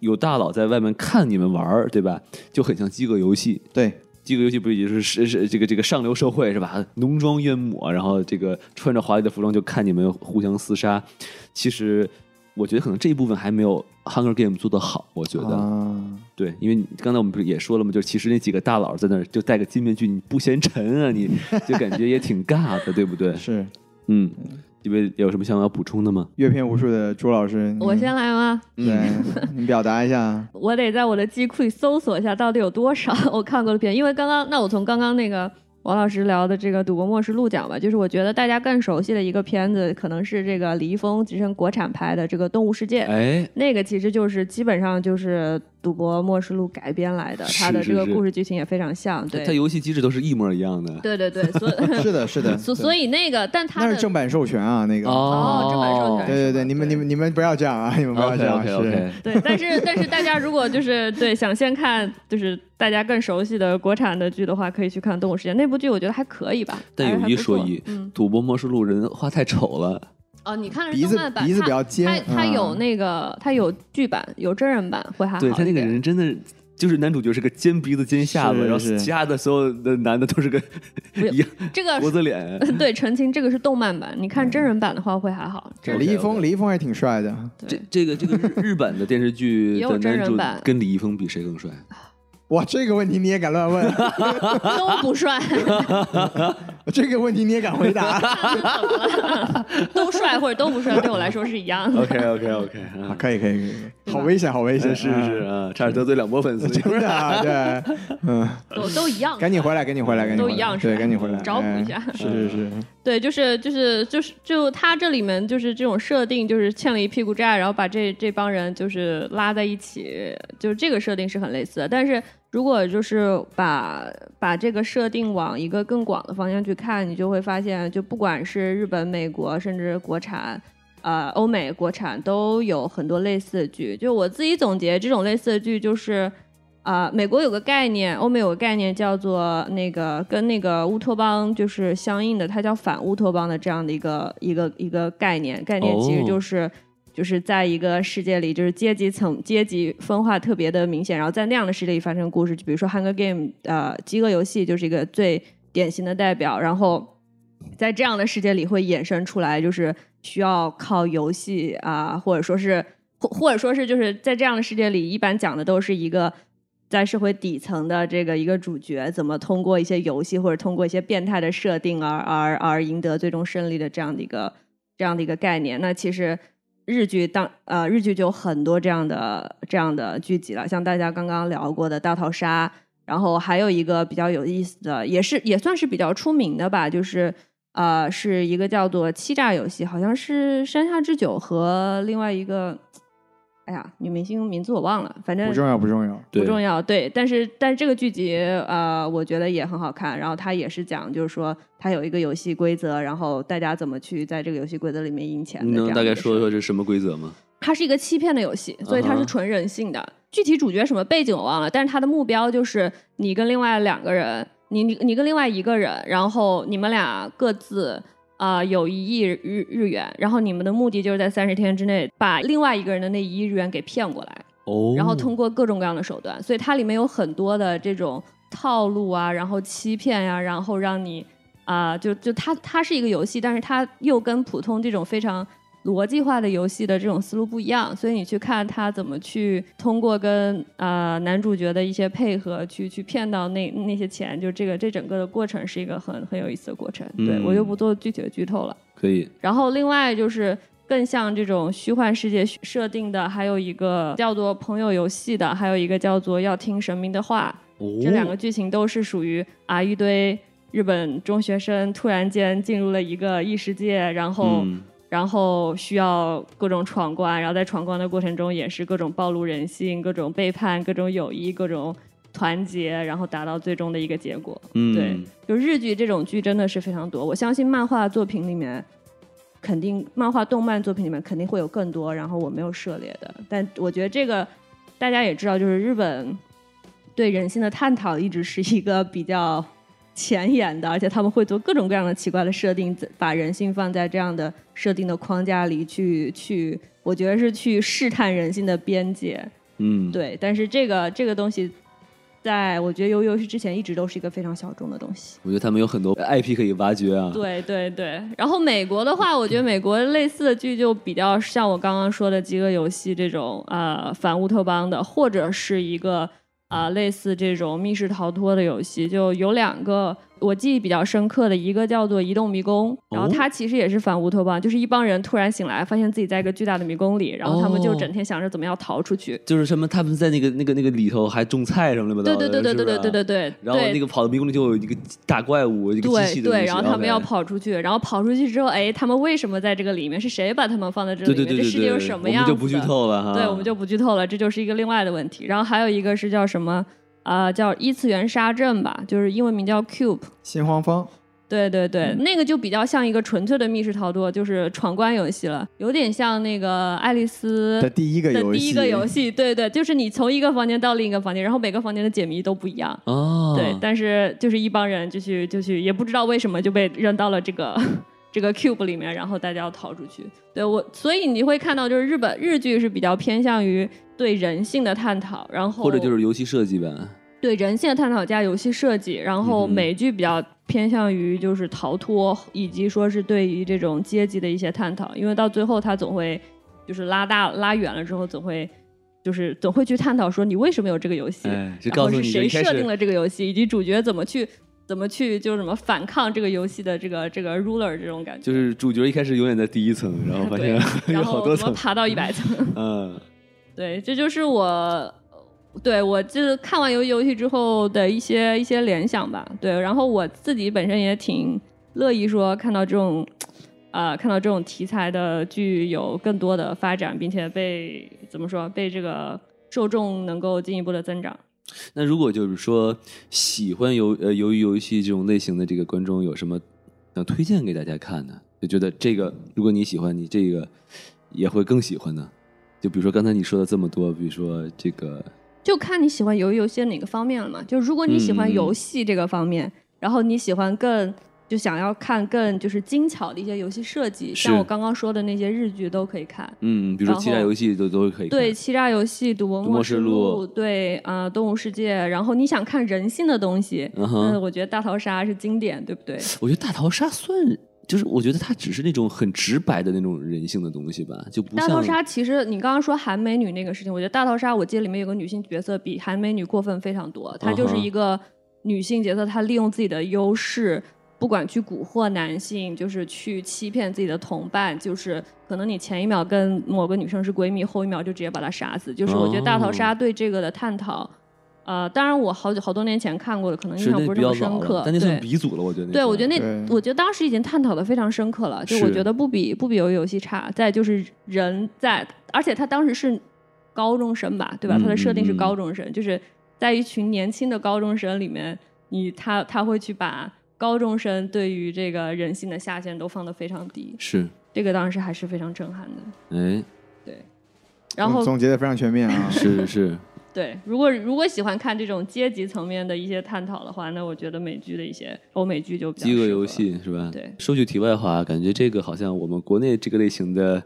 B: 有大佬在外面看你们玩儿，对吧？就很像饥饿游戏，
A: 对，
B: 饥饿游戏不也就是是是这个这个上流社会是吧？浓妆艳抹，然后这个穿着华丽的服装就看你们互相厮杀。其实我觉得可能这一部分还没有《Hunger Game》做得好，我觉得、
A: 啊，
B: 对，因为你刚才我们不是也说了嘛，就是其实那几个大佬在那儿就戴个金面具，你不嫌沉啊，你就感觉也挺尬的，对不对？
A: 是
B: 嗯，因为有什么想要补充的吗？
A: 阅片无数的朱老师，
C: 嗯我
A: 你
C: 先来吗？
A: 对 你表达一下，
C: 我得在我的记忆库里搜索一下到底有多少 我看过的片，因为刚刚那我从刚刚那个王老师聊的这个《赌博默示录》讲吧，就是我觉得大家更熟悉的一个片子可能是这个李易峰直升国产拍的这个《动物世界》。
B: 哎，
C: 那个其实就是基本上就是《赌博默示录》改编来的，
B: 是
C: 它的这个
B: 是是
C: 故事剧情也非常像，对，
B: 它游戏机制都是一模一样的。
C: 对对对，所 以
A: 是的，是 的，
C: 所
A: 对
C: 所以那个，但它
A: 那
C: 的
A: 是正版授权啊，那个，
C: 哦正版授权
A: 对对对，你们你们你们不要这样啊，你们不要这
B: OK
A: 样，
B: OK
A: 是
B: OK，
C: 对，但是但是大家如果就是对想先看就是大家更熟悉的国产的剧的话，可以去看《动物世界》那部剧，我觉得还可以吧。
B: 但
C: 还
B: 有
C: 还
B: 一
C: 不
B: 说
C: 错
B: 一
C: 嗯，
B: 赌博默示录人画太丑了，
C: 哦，你看的是
A: 鼻子
C: 动漫版，
A: 鼻子比较
C: 它
A: 尖，
C: 它
A: 嗯
C: 有那个它有剧版，有真人版会还好一
B: 对
C: 点。
B: 他那个人真的就是男主角是个尖鼻子尖下巴，
A: 是
B: 然后
A: 是
B: 其他的所有的男的都是 个一样
C: 这个
B: 脖子脸。
C: 对澄清，这个是动漫版，你
A: 嗯
C: 看真人版的话会还好。这
A: 李易峰，李易峰还挺帅的，
B: 这
C: 对，
B: 这个这个日日本的电视剧
C: 也
B: 的
C: 有真
B: 男
C: 人
B: 主
C: 版
B: 跟李易峰比谁更帅？
A: 哇，这个问题你也敢乱问，
C: 都不帅，
A: 这个问题你也敢回答？
C: 都帅或者都不帅，对我来说是一样的。
B: OK OK OK，
A: 啊，可以可以可以可以，好危险，好危险，
B: 是是是
A: 啊，
B: 啊，差点得罪两波粉丝。
A: 真的啊， 对，嗯，
C: 都都一样的。
A: 赶紧回来，赶紧回来，赶紧
C: 都
A: 回来
C: 一样是
A: 对，
C: 吧
A: 赶紧回来，
C: 找补一下
A: 哎是是是，
C: 对，就是就是就是就他这里面就是这种设定，就是欠了一屁股债，然后把这这帮人就是拉在一起，就是这个设定是很类似的。但是如果就是把把这个设定往一个更广的方向去看，你就会发现，就不管是日本、美国，甚至国产。呃，欧美国产都有很多类似的剧。就我自己总结，这种类似的剧就是，啊、美国有个概念，欧美有个概念叫做那个跟那个乌托邦就是相应的，它叫反乌托邦的这样的一个一个一个概念。概念其实就是、就是在一个世界里，就是阶级层阶级分化特别的明显，然后在那样的世界里发生故事，就比如说《Hunger Game》呃，《饥饿游戏》就是一个最典型的代表。然后在这样的世界里会衍生出来，就是需要靠游戏啊、或者说是或或者说是就是在这样的世界里，一般讲的都是一个在社会底层的这个一个主角，怎么通过一些游戏或者通过一些变态的设定而而而赢得最终胜利的这样的一个这样的一个概念。那其实日剧当呃日剧就有很多这样的这样的剧集了，像大家刚刚聊过的《大逃杀》，然后还有一个比较有意思的，也是也算是比较出名的吧，就是呃是一个叫做欺诈游戏，好像是山下智久和另外一个。哎呀，女明星名字我忘了，反正
A: 不重要，不重要。
B: 对
C: 不重要，对，但是但是这个剧集呃，我觉得也很好看。然后它也是讲，就是说它有一个游戏规则，然后大家怎么去在这个游戏规则里面赢钱的。
B: 你能大概说一说？这是什么规则吗？
C: 它是一个欺骗的游戏，所以它
B: 嗯
C: 是
B: 哼
C: 纯人性的。具体主角什么背景我忘了，但是它的目标就是你跟另外两个人，你你你跟另外一个人，然后你们俩各自。啊、有一亿日日元，然后你们的目的就是在三十天之内把另外一个人的那一亿日元给骗过来。
B: 哦，
C: 然后通过各种各样的手段，所以它里面有很多的这种套路啊，然后欺骗呀、然后让你啊、就就它它是一个游戏，但是它又跟普通这种非常逻辑化的游戏的这种思路不一样，所以你去看它怎么去通过跟啊男主角的一些配合去去骗到那那些钱，就这个这整个的过程是一个很很有意思的过程。对
B: 嗯
C: 我就不做具体的剧透了。
B: 可以，
C: 然后另外就是更像这种虚幻世界设定的，还有一个叫做朋友游戏的，还有一个叫做要听神明的话。
B: 哦，
C: 这两个剧情都是属于啊一堆日本中学生突然间进入了一个异世界，然后、
B: 嗯
C: 然后需要各种闯关，然后在闯关的过程中也是各种暴露人性、各种背叛、各种友谊、各种团结，然后达到最终的一个结果。
B: 嗯，
C: 对，就日剧这种剧真的是非常多。我相信漫画作品里面，肯定漫画动漫作品里面肯定会有更多，然后我没有涉猎的。但我觉得这个大家也知道，就是日本对人性的探讨一直是一个比较前沿的，而且他们会做各种各样的奇怪的设定，把人性放在这样的设定的框架里去去，我觉得是去试探人性的边界。
B: 嗯，
C: 对，但是这个这个东西。在我觉得游游戏之前一直都是一个非常小众的东西。
B: 我觉得他们有很多 IP 可以挖掘啊。
C: 对对对，然后美国的话，我觉得美国类似的剧就比较像我刚刚说的《饥饿游戏》这种呃反乌托邦的，或者是一个啊、呃类似这种密室逃脱的游戏，就有两个我记忆比较深刻的，一个叫做《移动迷宫》，然后它其实也是反乌托邦，就是一帮人突然醒来，发现自己在一个巨大的迷宫里，然后他们就
B: 哦
C: 整天想着怎么样逃出去。
B: 就是什么，他们在那个那个那个里头还种菜什么的，
C: 对对对对对对对对
B: 对。
C: 对，
B: 然后
C: 对
B: 那个跑到迷宫里就有一个大怪物，一个机
C: 对
B: 器的东西
C: 然后他们要
B: OK
C: 跑出去，然后跑出去之后，哎，他们为什么在这个里面？是谁把他们放在这里
B: 对
C: 面？
B: 对对对对，
C: 这世界是什么样
B: 我们
C: 子的？
B: 就不剧透了哈。
C: 对，我们就不剧透了，这就是一个另外的问题。然后还有一个是叫什么？啊，叫异次元沙阵吧，就是英文名叫 Cube。
A: 新荒方
C: 对对对，
B: 嗯
C: 那个就比较像一个纯粹的密室逃脱，就是闯关游戏了，有点像那个《爱丽丝》
A: 的第一个
C: 的
A: 游戏，
C: 第一个游戏。对对，就是你从一个房间到另一个房间，然后每个房间的解谜都不一样。
B: 哦，
C: 对，但是就是一帮人就去就去，也不知道为什么就被扔到了这个 这个 cube 里面，然后大家要逃出去。对我，所以你会看到就是日本日剧是比较偏向于对人性的探讨，然后
B: 或者就是游戏设计呗。
C: 对人性的探讨加游戏设计，然后
B: 嗯哼
C: 美剧比较偏向于就是逃脱，以及说是对于这种阶级的一些探讨，因为到最后它总会就是拉大拉远了之后，总会就是总会去探讨说你为什么有这个游戏，
B: 哎，就
C: 然
B: 告
C: 后
B: 诉
C: 是
B: 你就
C: 谁
B: 一开
C: 设定
B: 始
C: 了这个游戏，以及主角怎么去怎么去就是什么反抗这个游戏的这个这个 ruler 这种感觉。
B: 就是主角一开始永远在第一层，然后发
C: 对
B: 现 有
C: 然
B: 好
C: 后
B: 多
C: 怎么
B: 层，
C: 爬到一百层？
B: 嗯，
C: 对，这就是我，对我就是看完游游戏之后的一些一些联想吧。对，然后我自己本身也挺乐意说看到这种，啊、看到这种题材的剧有更多的发展，并且被怎么说被这个受众能够进一步的增长。
B: 那如果就是说喜欢游呃游游戏这种类型的这个观众，有什么想推荐给大家看的？就觉得这个，如果你喜欢，你这个也会更喜欢呢。就比如说刚才你说的这么多，比如说这个，
C: 就看你喜欢游游戏的哪个方面了嘛。就如果你喜欢游戏这个方面，然后你喜欢更就想要看更就是精巧的一些游戏设计，
B: 是
C: 像我刚刚说的那些日剧都可以看。
B: 嗯，比如说
C: 然
B: 欺诈
C: 后
B: 游戏都都可以看。
C: 对，欺诈游戏、赌博
B: 赌博
C: 默示
B: 实录
C: 录，对啊、呃动物世界。然后你想看人性的东西，
B: 嗯
C: 那
B: 哼，
C: 我觉得大逃杀是经典，对不对？
B: 我觉得大逃杀算就是我觉得它只是那种很直白的那种人性的东西吧，就不
C: 大逃
B: 像
C: 杀其实你刚刚说韩美女那个事情，我觉得大逃杀我记得里面有个女性角色比韩美女过分非常多，她就是
B: 嗯哼
C: 一个女性角色，她利用自己的优势，不管去蛊惑男性，就是去欺骗自己的同伴，就是可能你前一秒跟某个女生是闺蜜，后一秒就直接把她杀死。就是我觉得大
B: 哦
C: 逃杀对这个的探讨，呃，当然我好久好多年前看过的，可能印
B: 是
C: 象
B: 那
C: 不
B: 比
C: 是那
B: 较
C: 么
B: 老
C: 深刻
B: 了，，但那算
C: 对
B: 鼻祖了，我觉得。
C: 对，我觉得
A: 对
C: 那，我觉得当时已经探讨的非常深刻了，就是我觉得不比不比游游戏差。再就是人在，而且他当时是高中生吧，对吧？
B: 嗯
C: 他的设定是
B: 嗯嗯
C: 高中生，就是在一群年轻的高中生里面，你他他会去把高中生对于这个人性的下限都放得非常低，
B: 是，
C: 这个当时还是非常震撼的。
B: 哎，。
C: 对，然
A: 总
C: 后
A: 嗯总结的非常全面啊
B: 是是是，
C: 对，如果如果喜欢看这种阶级层面的一些探讨的话，那我觉得美剧的一些欧美剧 就比较
B: 饥饿
C: 适合
B: 游。戏是吧？
C: 对
B: 说句题外话，感觉这个好像我们国内这个类型的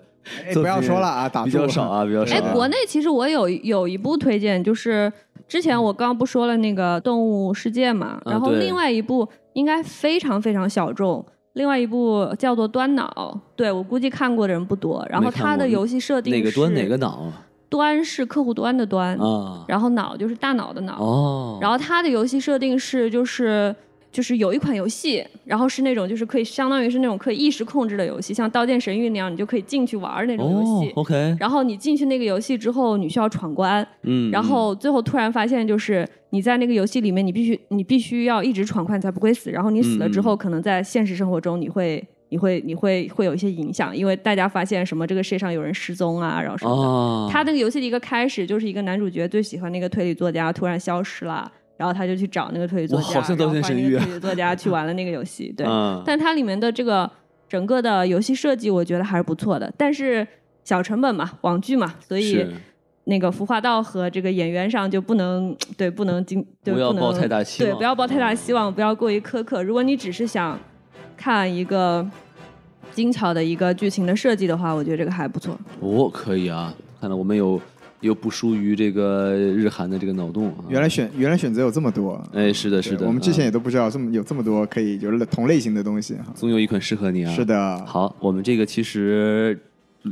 A: 哎，不要说了啊，打
B: 比
A: 住
B: 较少。啊，比较少
C: 哎
B: 啊。，
C: 国内其实我有有一部推荐，就是之前我刚刚不说了那个《动物世界》嘛，
B: 啊
C: 然后
B: 对
C: 另外一部应该非常非常小众，另外一部叫做《端脑》，对我估计看过的人不多。然后它的游戏设定
B: 哪个端
C: 是
B: 哪个脑
C: 端是客户端的端，
B: 啊？
C: 然后脑就是大脑的脑。
B: 哦，
C: 然后它的游戏设定是就是。就是有一款游戏，然后是那种就是可以相当于是那种可以意识控制的游戏，像《刀剑神域》那样，你就可以进去玩儿那种游戏。
B: 哦，OK，
C: 然后你进去那个游戏之后，你需要闯关，
B: 嗯，
C: 然后最后突然发现，就是你在那个游戏里面，你必须你必须要一直闯关才不会死。然后你死了之
B: 嗯
C: 后，可能在现实生活中你会你会你会会有一些影响，因为大家发现什么这个世界上有人失踪啊，然后什
B: 嗯
C: 么的。
B: 哦，
C: 他那个游戏的一个开始就是一个男主角最喜欢那个推理作家突然消失了，然后他就去找那个推理作家，
B: 哇好像
C: 然后
B: 刀剑
C: 发
B: 神
C: 现那个
B: 域啊
C: 推理作家去玩了那个游戏， 对。
B: 嗯
C: 但它里面的这个整个的游戏设计，我觉得还是不错的。但是小成本嘛，网剧嘛，所以
B: 是
C: 那个服化道和这个演员上就不能对不能经对
B: 不要
C: 能
B: 抱太大希望啊
C: 对不要抱太大希望，不要过于苛刻。如果你只是想看一个精巧的一个剧情的设计的话，我觉得这个还不错。
B: 哦，可以啊，看来我们有有不输于这个日韩的这个脑洞啊。
A: 原来选原来选择有这么多，
B: 哎，是的，
A: 对
B: 是的，
A: 我们之前
B: 啊
A: 也都不知道这么有这么多可以就是同类型的东西哈。
B: 总有一款适合你啊。
A: 是的，
B: 好，我们这个其实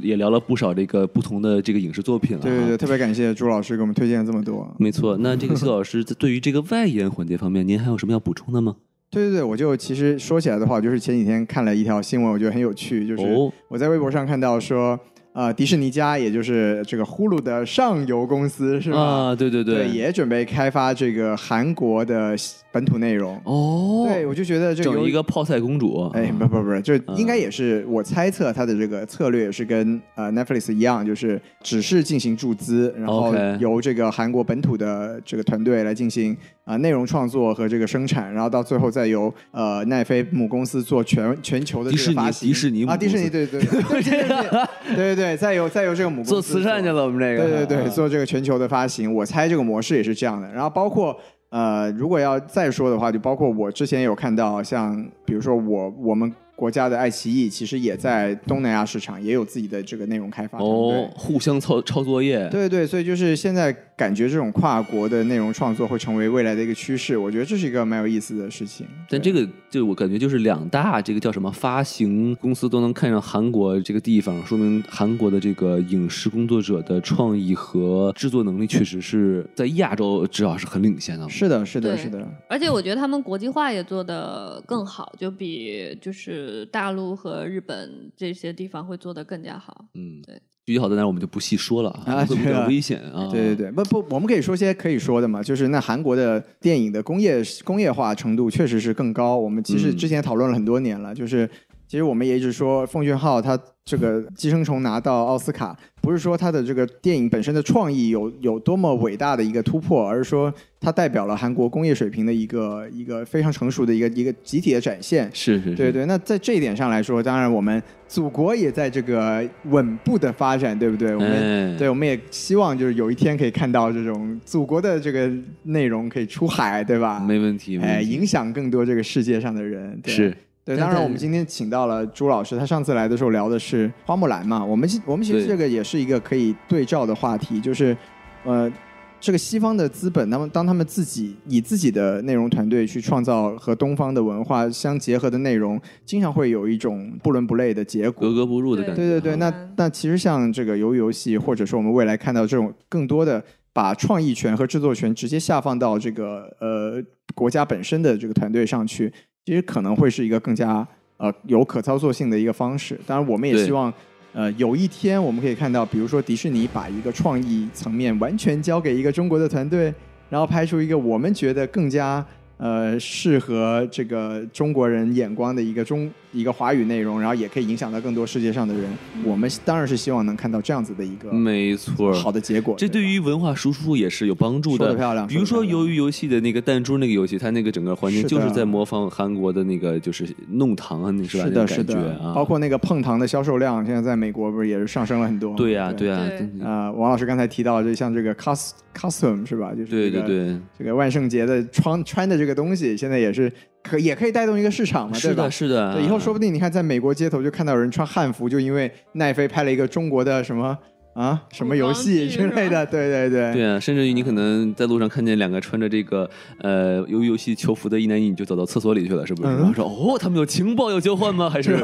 B: 也聊了不少这个不同的这个影视作品了、啊。
A: 对对对，特别感谢朱老师给我们推荐了这么多。
B: 没错。那这个谢老师在对于这个外延环节方面，您还有什么要补充的吗？
A: 对对对，我就其实说起来的话，就是前几天看了一条新闻，我觉得很有趣，就是
B: 哦，
A: 我在微博上看到说，呃，迪士尼家也就是这个呼噜的上游公司是吧？
B: 啊，对对
A: 对，也准备开发这个韩国的本土内容。
B: 哦，
A: 对，我就觉得这个
B: 整
A: 有
B: 一个泡菜公主，
A: 哎，
B: 啊
A: 不不不，这应该也是我猜测它的这个策略也是跟呃 Netflix 一样，就是只是进行注资，然后
B: OK
A: 由这个韩国本土的这个团队来进行啊、呃内容创作和这个生产，然后到最后再由呃奈飞母公司做全全球的这
B: 迪士
A: 个
B: 尼
A: 发行
B: 迪士尼母
A: 啊，迪士尼
B: 公
A: 对对对对对对对对对，再由再由这个母公司
B: 做慈善去了，我们这个，
A: 对对对，
B: 啊
A: 做这个全球的发行，我猜这个模式也是这样的。然后包括呃，如果要再说的话，就包括我之前有看到，像比如说我我们国家的爱奇艺，其实也在东南亚市场也有自己的这个内容开发团队
B: 哦，。互相抄抄作业，
A: 对对，所以就是现在感觉这种跨国的内容创作会成为未来的一个趋势，我觉得这是一个蛮有意思的事情。
B: 但
A: 对
B: 这个就我感觉就是两大这个叫什么发行公司都能看上韩国这个地方，说明韩国的这个影视工作者的创意和制作能力确实是在亚洲至少是很领先的。
A: 是的，是的，
C: 对
A: 是的，
C: 而且我觉得他们国际化也做得更好，就比就是大陆和日本这些地方会做得更加好。
B: 嗯，
C: 对，
B: 具体好在哪儿我们就不细说了
A: 啊
B: 会比
A: 对
B: 较
A: 啊
B: 危险啊。
A: 对对对，不不，我们可以说些可以说的嘛，就是那韩国的电影的工业工业化程度确实是更高。我们其实
B: 嗯
A: 之前讨论了很多年了，就是其实我们也一直说奉俊昊他这个《寄生虫》拿到奥斯卡，不是说他的这个电影本身的创意有有多么伟大的一个突破，而是说它代表了韩国工业水平的一个一个非常成熟的一个一个集体的展现。
B: 是是是，
A: 对对，那在这一点上来说，当然我们祖国也在这个稳步的发展，对不对？我们
B: 哎，
A: 对，我们也希望就是有一天可以看到这种祖国的这个内容可以出海，对吧？
B: 没问题，没
A: 哎，
B: 问题
A: 影响更多这个世界上的人。对
B: 是
A: 对。
B: 但
A: 当然，
B: 但
A: 我们今天请到了朱老师，他上次来的时候聊的是花木兰嘛。我们其我们其实
B: 对
A: 这个也是一个可以对照的话题，就是呃，这个西方的资本，他们当他们自己以自己的内容团队去创造和东方的文化相结合的内容，经常会有一种不伦不类的结果
B: 格。格不入的
C: 对
B: 感觉。啊
A: 对对对，
B: 哈
A: 那
D: 嗯
A: 那其实像这个鱿鱼游戏，或者说我们未来看到这种更多的把创意权和制作权直接下放到这个呃国家本身的这个团队上去，其实可能会是一个更加呃有可操作性的一个方式。当然，我们也
B: 对
A: 希望呃有一天我们可以看到，比如说迪士尼把一个创意层面完全交给一个中国的团队，然后拍出一个我们觉得更加呃适合这个中国人眼光的一个中一个华语内容，然后也可以影响到更多世界上的人。我们当然是希望能看到这样子的一个
B: 没错儿，
A: 好的结果。
B: 这对
A: 吧
B: 于文化输出也是有帮助
A: 说
B: 的。
A: 得漂亮
B: 比如
A: 说
B: 说
A: 得漂亮
B: 鱿鱼游戏的那个弹珠那个游戏，它那个整个环
A: 是
B: 境
A: 的
B: 就是在模仿韩国的那个就是弄堂啊，你是吧？
A: 是
B: 那
A: 的，
B: 种
A: 是
B: 感觉
A: 的，
B: 啊，
A: 包括那个碰糖的销售量，现在在美国不是也是上升了很多？
B: 对呀、对呀、
C: 对
B: 真的
A: 啊、王老师刚才提到，就像这个 cos custom 是吧？就是、这
B: 对
A: 个、
B: 对对，
A: 这个万圣节的穿穿的这个东西，现在也是可也可以带动一个市场嘛，
B: 是
A: 对吧
B: 的，？是的。
A: 对，以后说不定你看，在美国街头就看到有人穿汉服，就因为奈飞拍了一个中国的什么啊什么游戏之类的，对对对，
B: 对啊，甚至于你可能在路上看见两个穿着这个呃游游戏囚服的一男一女，就走到厕所里去了，是不是？
A: 嗯
B: 然后说哦，他们有情报要交换吗？还是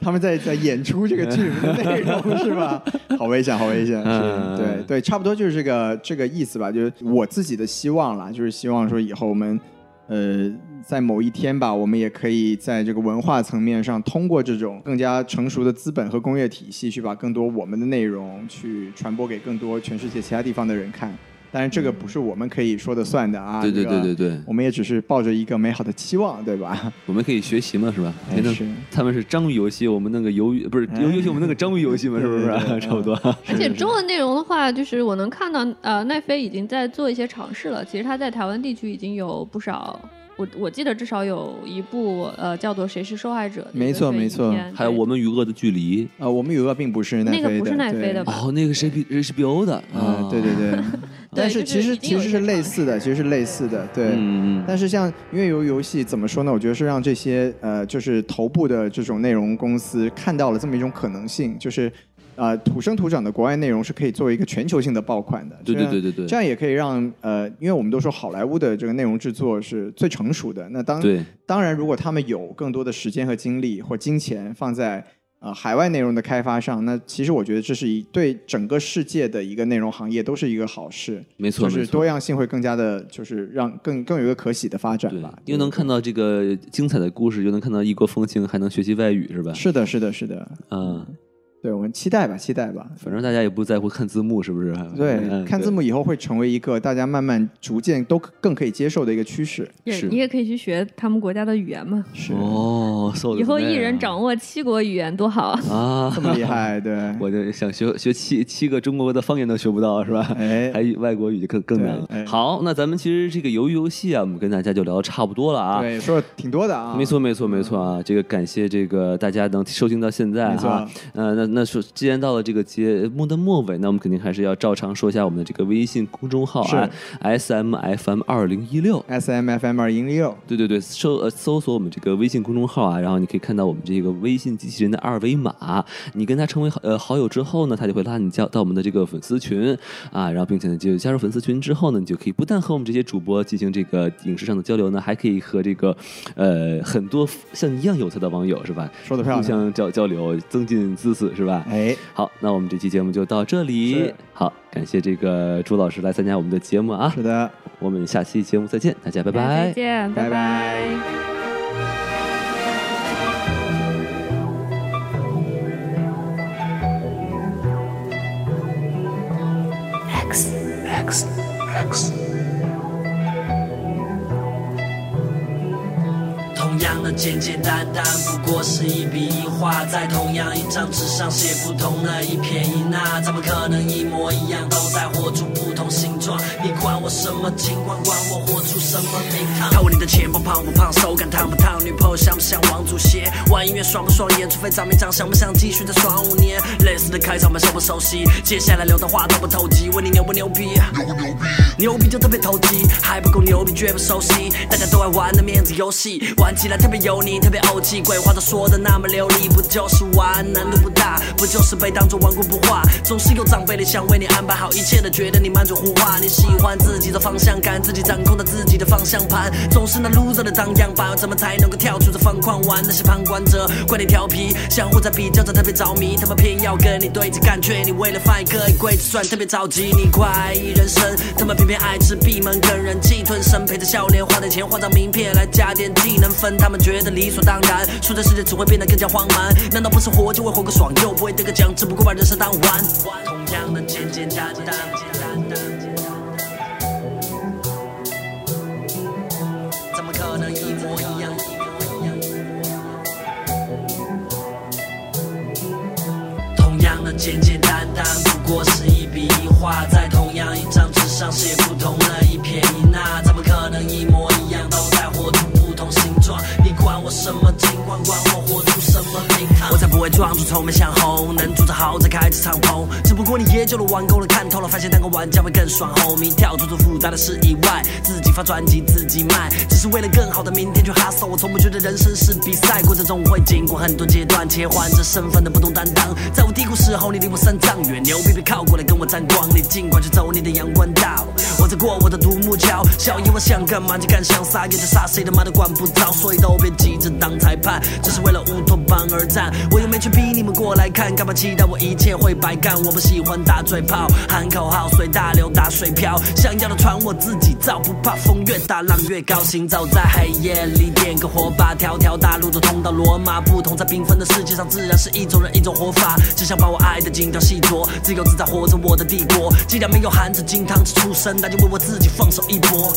A: 他们在在演出这个剧里面的内容是 吧？好危险，好危险，
B: 嗯
A: 是对对，差不多就是这个这个意思吧。就是我自己的希望啦，就是希望说以后我们呃在某一天吧，我们也可以在这个文化层面上，通过这种更加成熟的资本和工业体系，去把更多我们的内容去传播给更多全世界其他地方的人看。当然，这个不是我们可以说的算的啊。
B: 对对
A: 这个
B: 对对对，
A: 我们也只是抱着一个美好的期望，对吧？
B: 我们可以学习嘛，是吧？
A: 哎
B: 反 正
A: 是
B: 他们是章鱼游戏，我们弄个鱿鱼不是
A: 哎
B: 鱿鱼游戏，我们弄个章鱼游戏嘛，是不是
A: 对对对？
B: 差不多。
C: 而且
A: 是
C: 中文内容的话，就是我能看到，呃，奈飞已经在做一些尝试了。其实他在台湾地区已经有不少，我我记得至少有一部呃叫做《谁是受害者》的一个
A: 没错
C: 悬疑
A: 没错
C: 片
B: 还有
C: 对
B: 我们与恶的距离，
A: 呃，我们有个并不是奈飞
C: 那
A: 的，
C: 个不是奈飞
A: 对
C: 的吧
B: 哦，那个是 B 是 HBO 的
A: 啊，对对，
B: 哦
A: 对， 但是
C: 就是
A: 其实
C: 一定有
A: 其实
C: 一
A: 是
C: 些
A: 类
C: 尝
A: 似的，
C: 试
A: 其实是类似的，对。
B: 嗯嗯，
A: 但是像因为游游戏怎么说呢？我觉得是让这些呃，就是头部的这种内容公司看到了这么一种可能性，就是呃，土生土长的国外内容是可以作为一个全球性的爆款的。
B: 对
A: 这
B: 对
A: 样
B: 对对对
A: 这样也可以让呃，因为我们都说好莱坞的这个内容制作是最成熟的，那当
B: 对
A: 当然，如果他们有更多的时间和精力或金钱放在呃海外内容的开发上，那其实我觉得这是一对整个世界的一个内容行业都是一个好事，
B: 没错
A: 就
B: 没
A: 是
B: 错
A: 多。样性会更加的，就是让更更有一个可喜的发展
B: 对
A: 吧，。
B: 又能看到这个精彩的故事，又能看到异国风情，还能学习外语，是吧？
A: 是的，是的，是的，
B: 嗯，
A: 对我们期待吧，期待吧。
B: 反正大家也不在乎看字幕，是不是？啊嗯
A: 对，看字
B: 幕。
A: 幕以后会成为一个大家慢慢逐渐都更可以接受的一个趋势。
C: 也
B: 是
C: 你也可以去学他们国家的语言嘛。
A: 是，
B: 哦，so
C: 以后
B: the
C: 一人
B: man
C: 掌握七国语言多好啊！
B: 啊，
A: 这么厉害，对。
B: 我就想学学七七个中国的方言都学不到，是吧？
A: 哎
B: 还外国语就更更难了。
A: 对哎
B: 好，那咱们其实这个鱿鱼游戏啊，我们跟大家就聊的差不多了啊。
A: 对，说的挺多的啊，
B: 没错，没错，没错啊！这个感谢这个大家能收听到现在
A: 没错
B: 哈。呃，那那说，既然到了这个节目的末尾，那我们肯定还是要照常说一下我们的这个微信公众号啊，S M F M 二零一六。
A: ，S M F M 二零六，
B: 对对对，搜呃搜索我们这个微信公众号啊，然后你可以看到我们这个微信机器人的二维码。你跟他成为好呃好友之后呢，他就会拉你加到我们的这个粉丝群啊，然后并且呢就加入粉丝群之后呢，你就可以不但和我们这些主播进行这个影视上的交流呢，还可以和这个呃很多像你一样有才的网友是吧，
A: 说的漂
B: 互
A: 亮，
B: 相交交流，增进知识是吧？
A: 哎。
B: 好，那我们这期节目就到这里
A: 是。
B: 好，感谢这个朱老师来参加我们的节目啊
A: 是，的，
B: 我们下期节目再见，大家拜拜。
C: 哎 再见，
A: 拜拜
C: 拜
E: 同样的简简单单，不过是一笔一画，在同样一张纸上写不同的一撇一捺，怎么可能一模一样？都在活出不同形状，你管我什么情况，管我活出什么名堂？看我你的钱包胖不胖，手感烫不烫，女朋友像不像王祖贤？玩音乐爽不爽眼？除非咱们长相不像，继续再爽五年。类似的开场白熟不熟悉？接下来留的话投不投机？问你牛不牛逼？牛逼就特别投机，还不够牛逼绝不熟悉。大家都爱玩的面子游戏，玩起来特别油腻，特别怄气。鬼话都说的那么流利，不就是玩？难度不大，不不就是被当作顽固不化？总是有长辈的想为你安排好一切的，觉得你满嘴胡话。你喜欢自己的方向感，自己掌控着自己的方向盘，总是那 loser 的当样板，怎么才能够跳出这方框？玩那些旁观者，怪你调皮，相互在比较着特别着迷，他们偏要跟你对着干，却你为了翻一个一柜子算特别着急。你快意人生，他们偏偏爱吃闭门羹，人气吞声，陪着笑脸，花点钱换张名片来加点技能分，他们觉得理所当然，输在世界只会变得更加荒蛮。难道不是活就会活个爽，又不会得个奖，只不过把人生当玩。同样的简简单单。怎么可能一模一样？同样的简简单单，不过是一笔一画，在同样一张纸上写不同的一撇一捺，怎么可能一模一样？都在活出不同形状，你管我什么情况，管我活出什么名堂？我才不会撞出臭美想红，能住着豪宅开着敞篷，只不过你也救了玩够了，看透了，发现当个玩家会更爽。后迷跳出这复杂的事以外，自己发专辑自己卖，只是为了更好的明天去 hustle。我从不觉得人生是比赛，过程中会经过很多阶段，切换着身份的不同担当。在我低谷时候，你离我三丈远，牛逼别靠过来跟我沾光，你尽管去走你的阳关道，我在过我的独木桥。小姨我想干嘛就干，想撒野就撒，谁他妈都管不着，所以都别急着当裁判，只是为了乌托邦而战。我又没去逼你们过来看，干嘛期待我一切会白干？我不喜欢打嘴炮，喊口号，随大流打水漂，想要的船我自己造，不怕风越大浪越高，行走在黑夜里点个火把，条条大路都通到罗马。不同在缤纷的世界上，自然是一种人一种活法，只想把我爱的精雕细琢，自由自在活着我的帝国。既然没有含着金汤匙出生，那就为我自己放手一搏。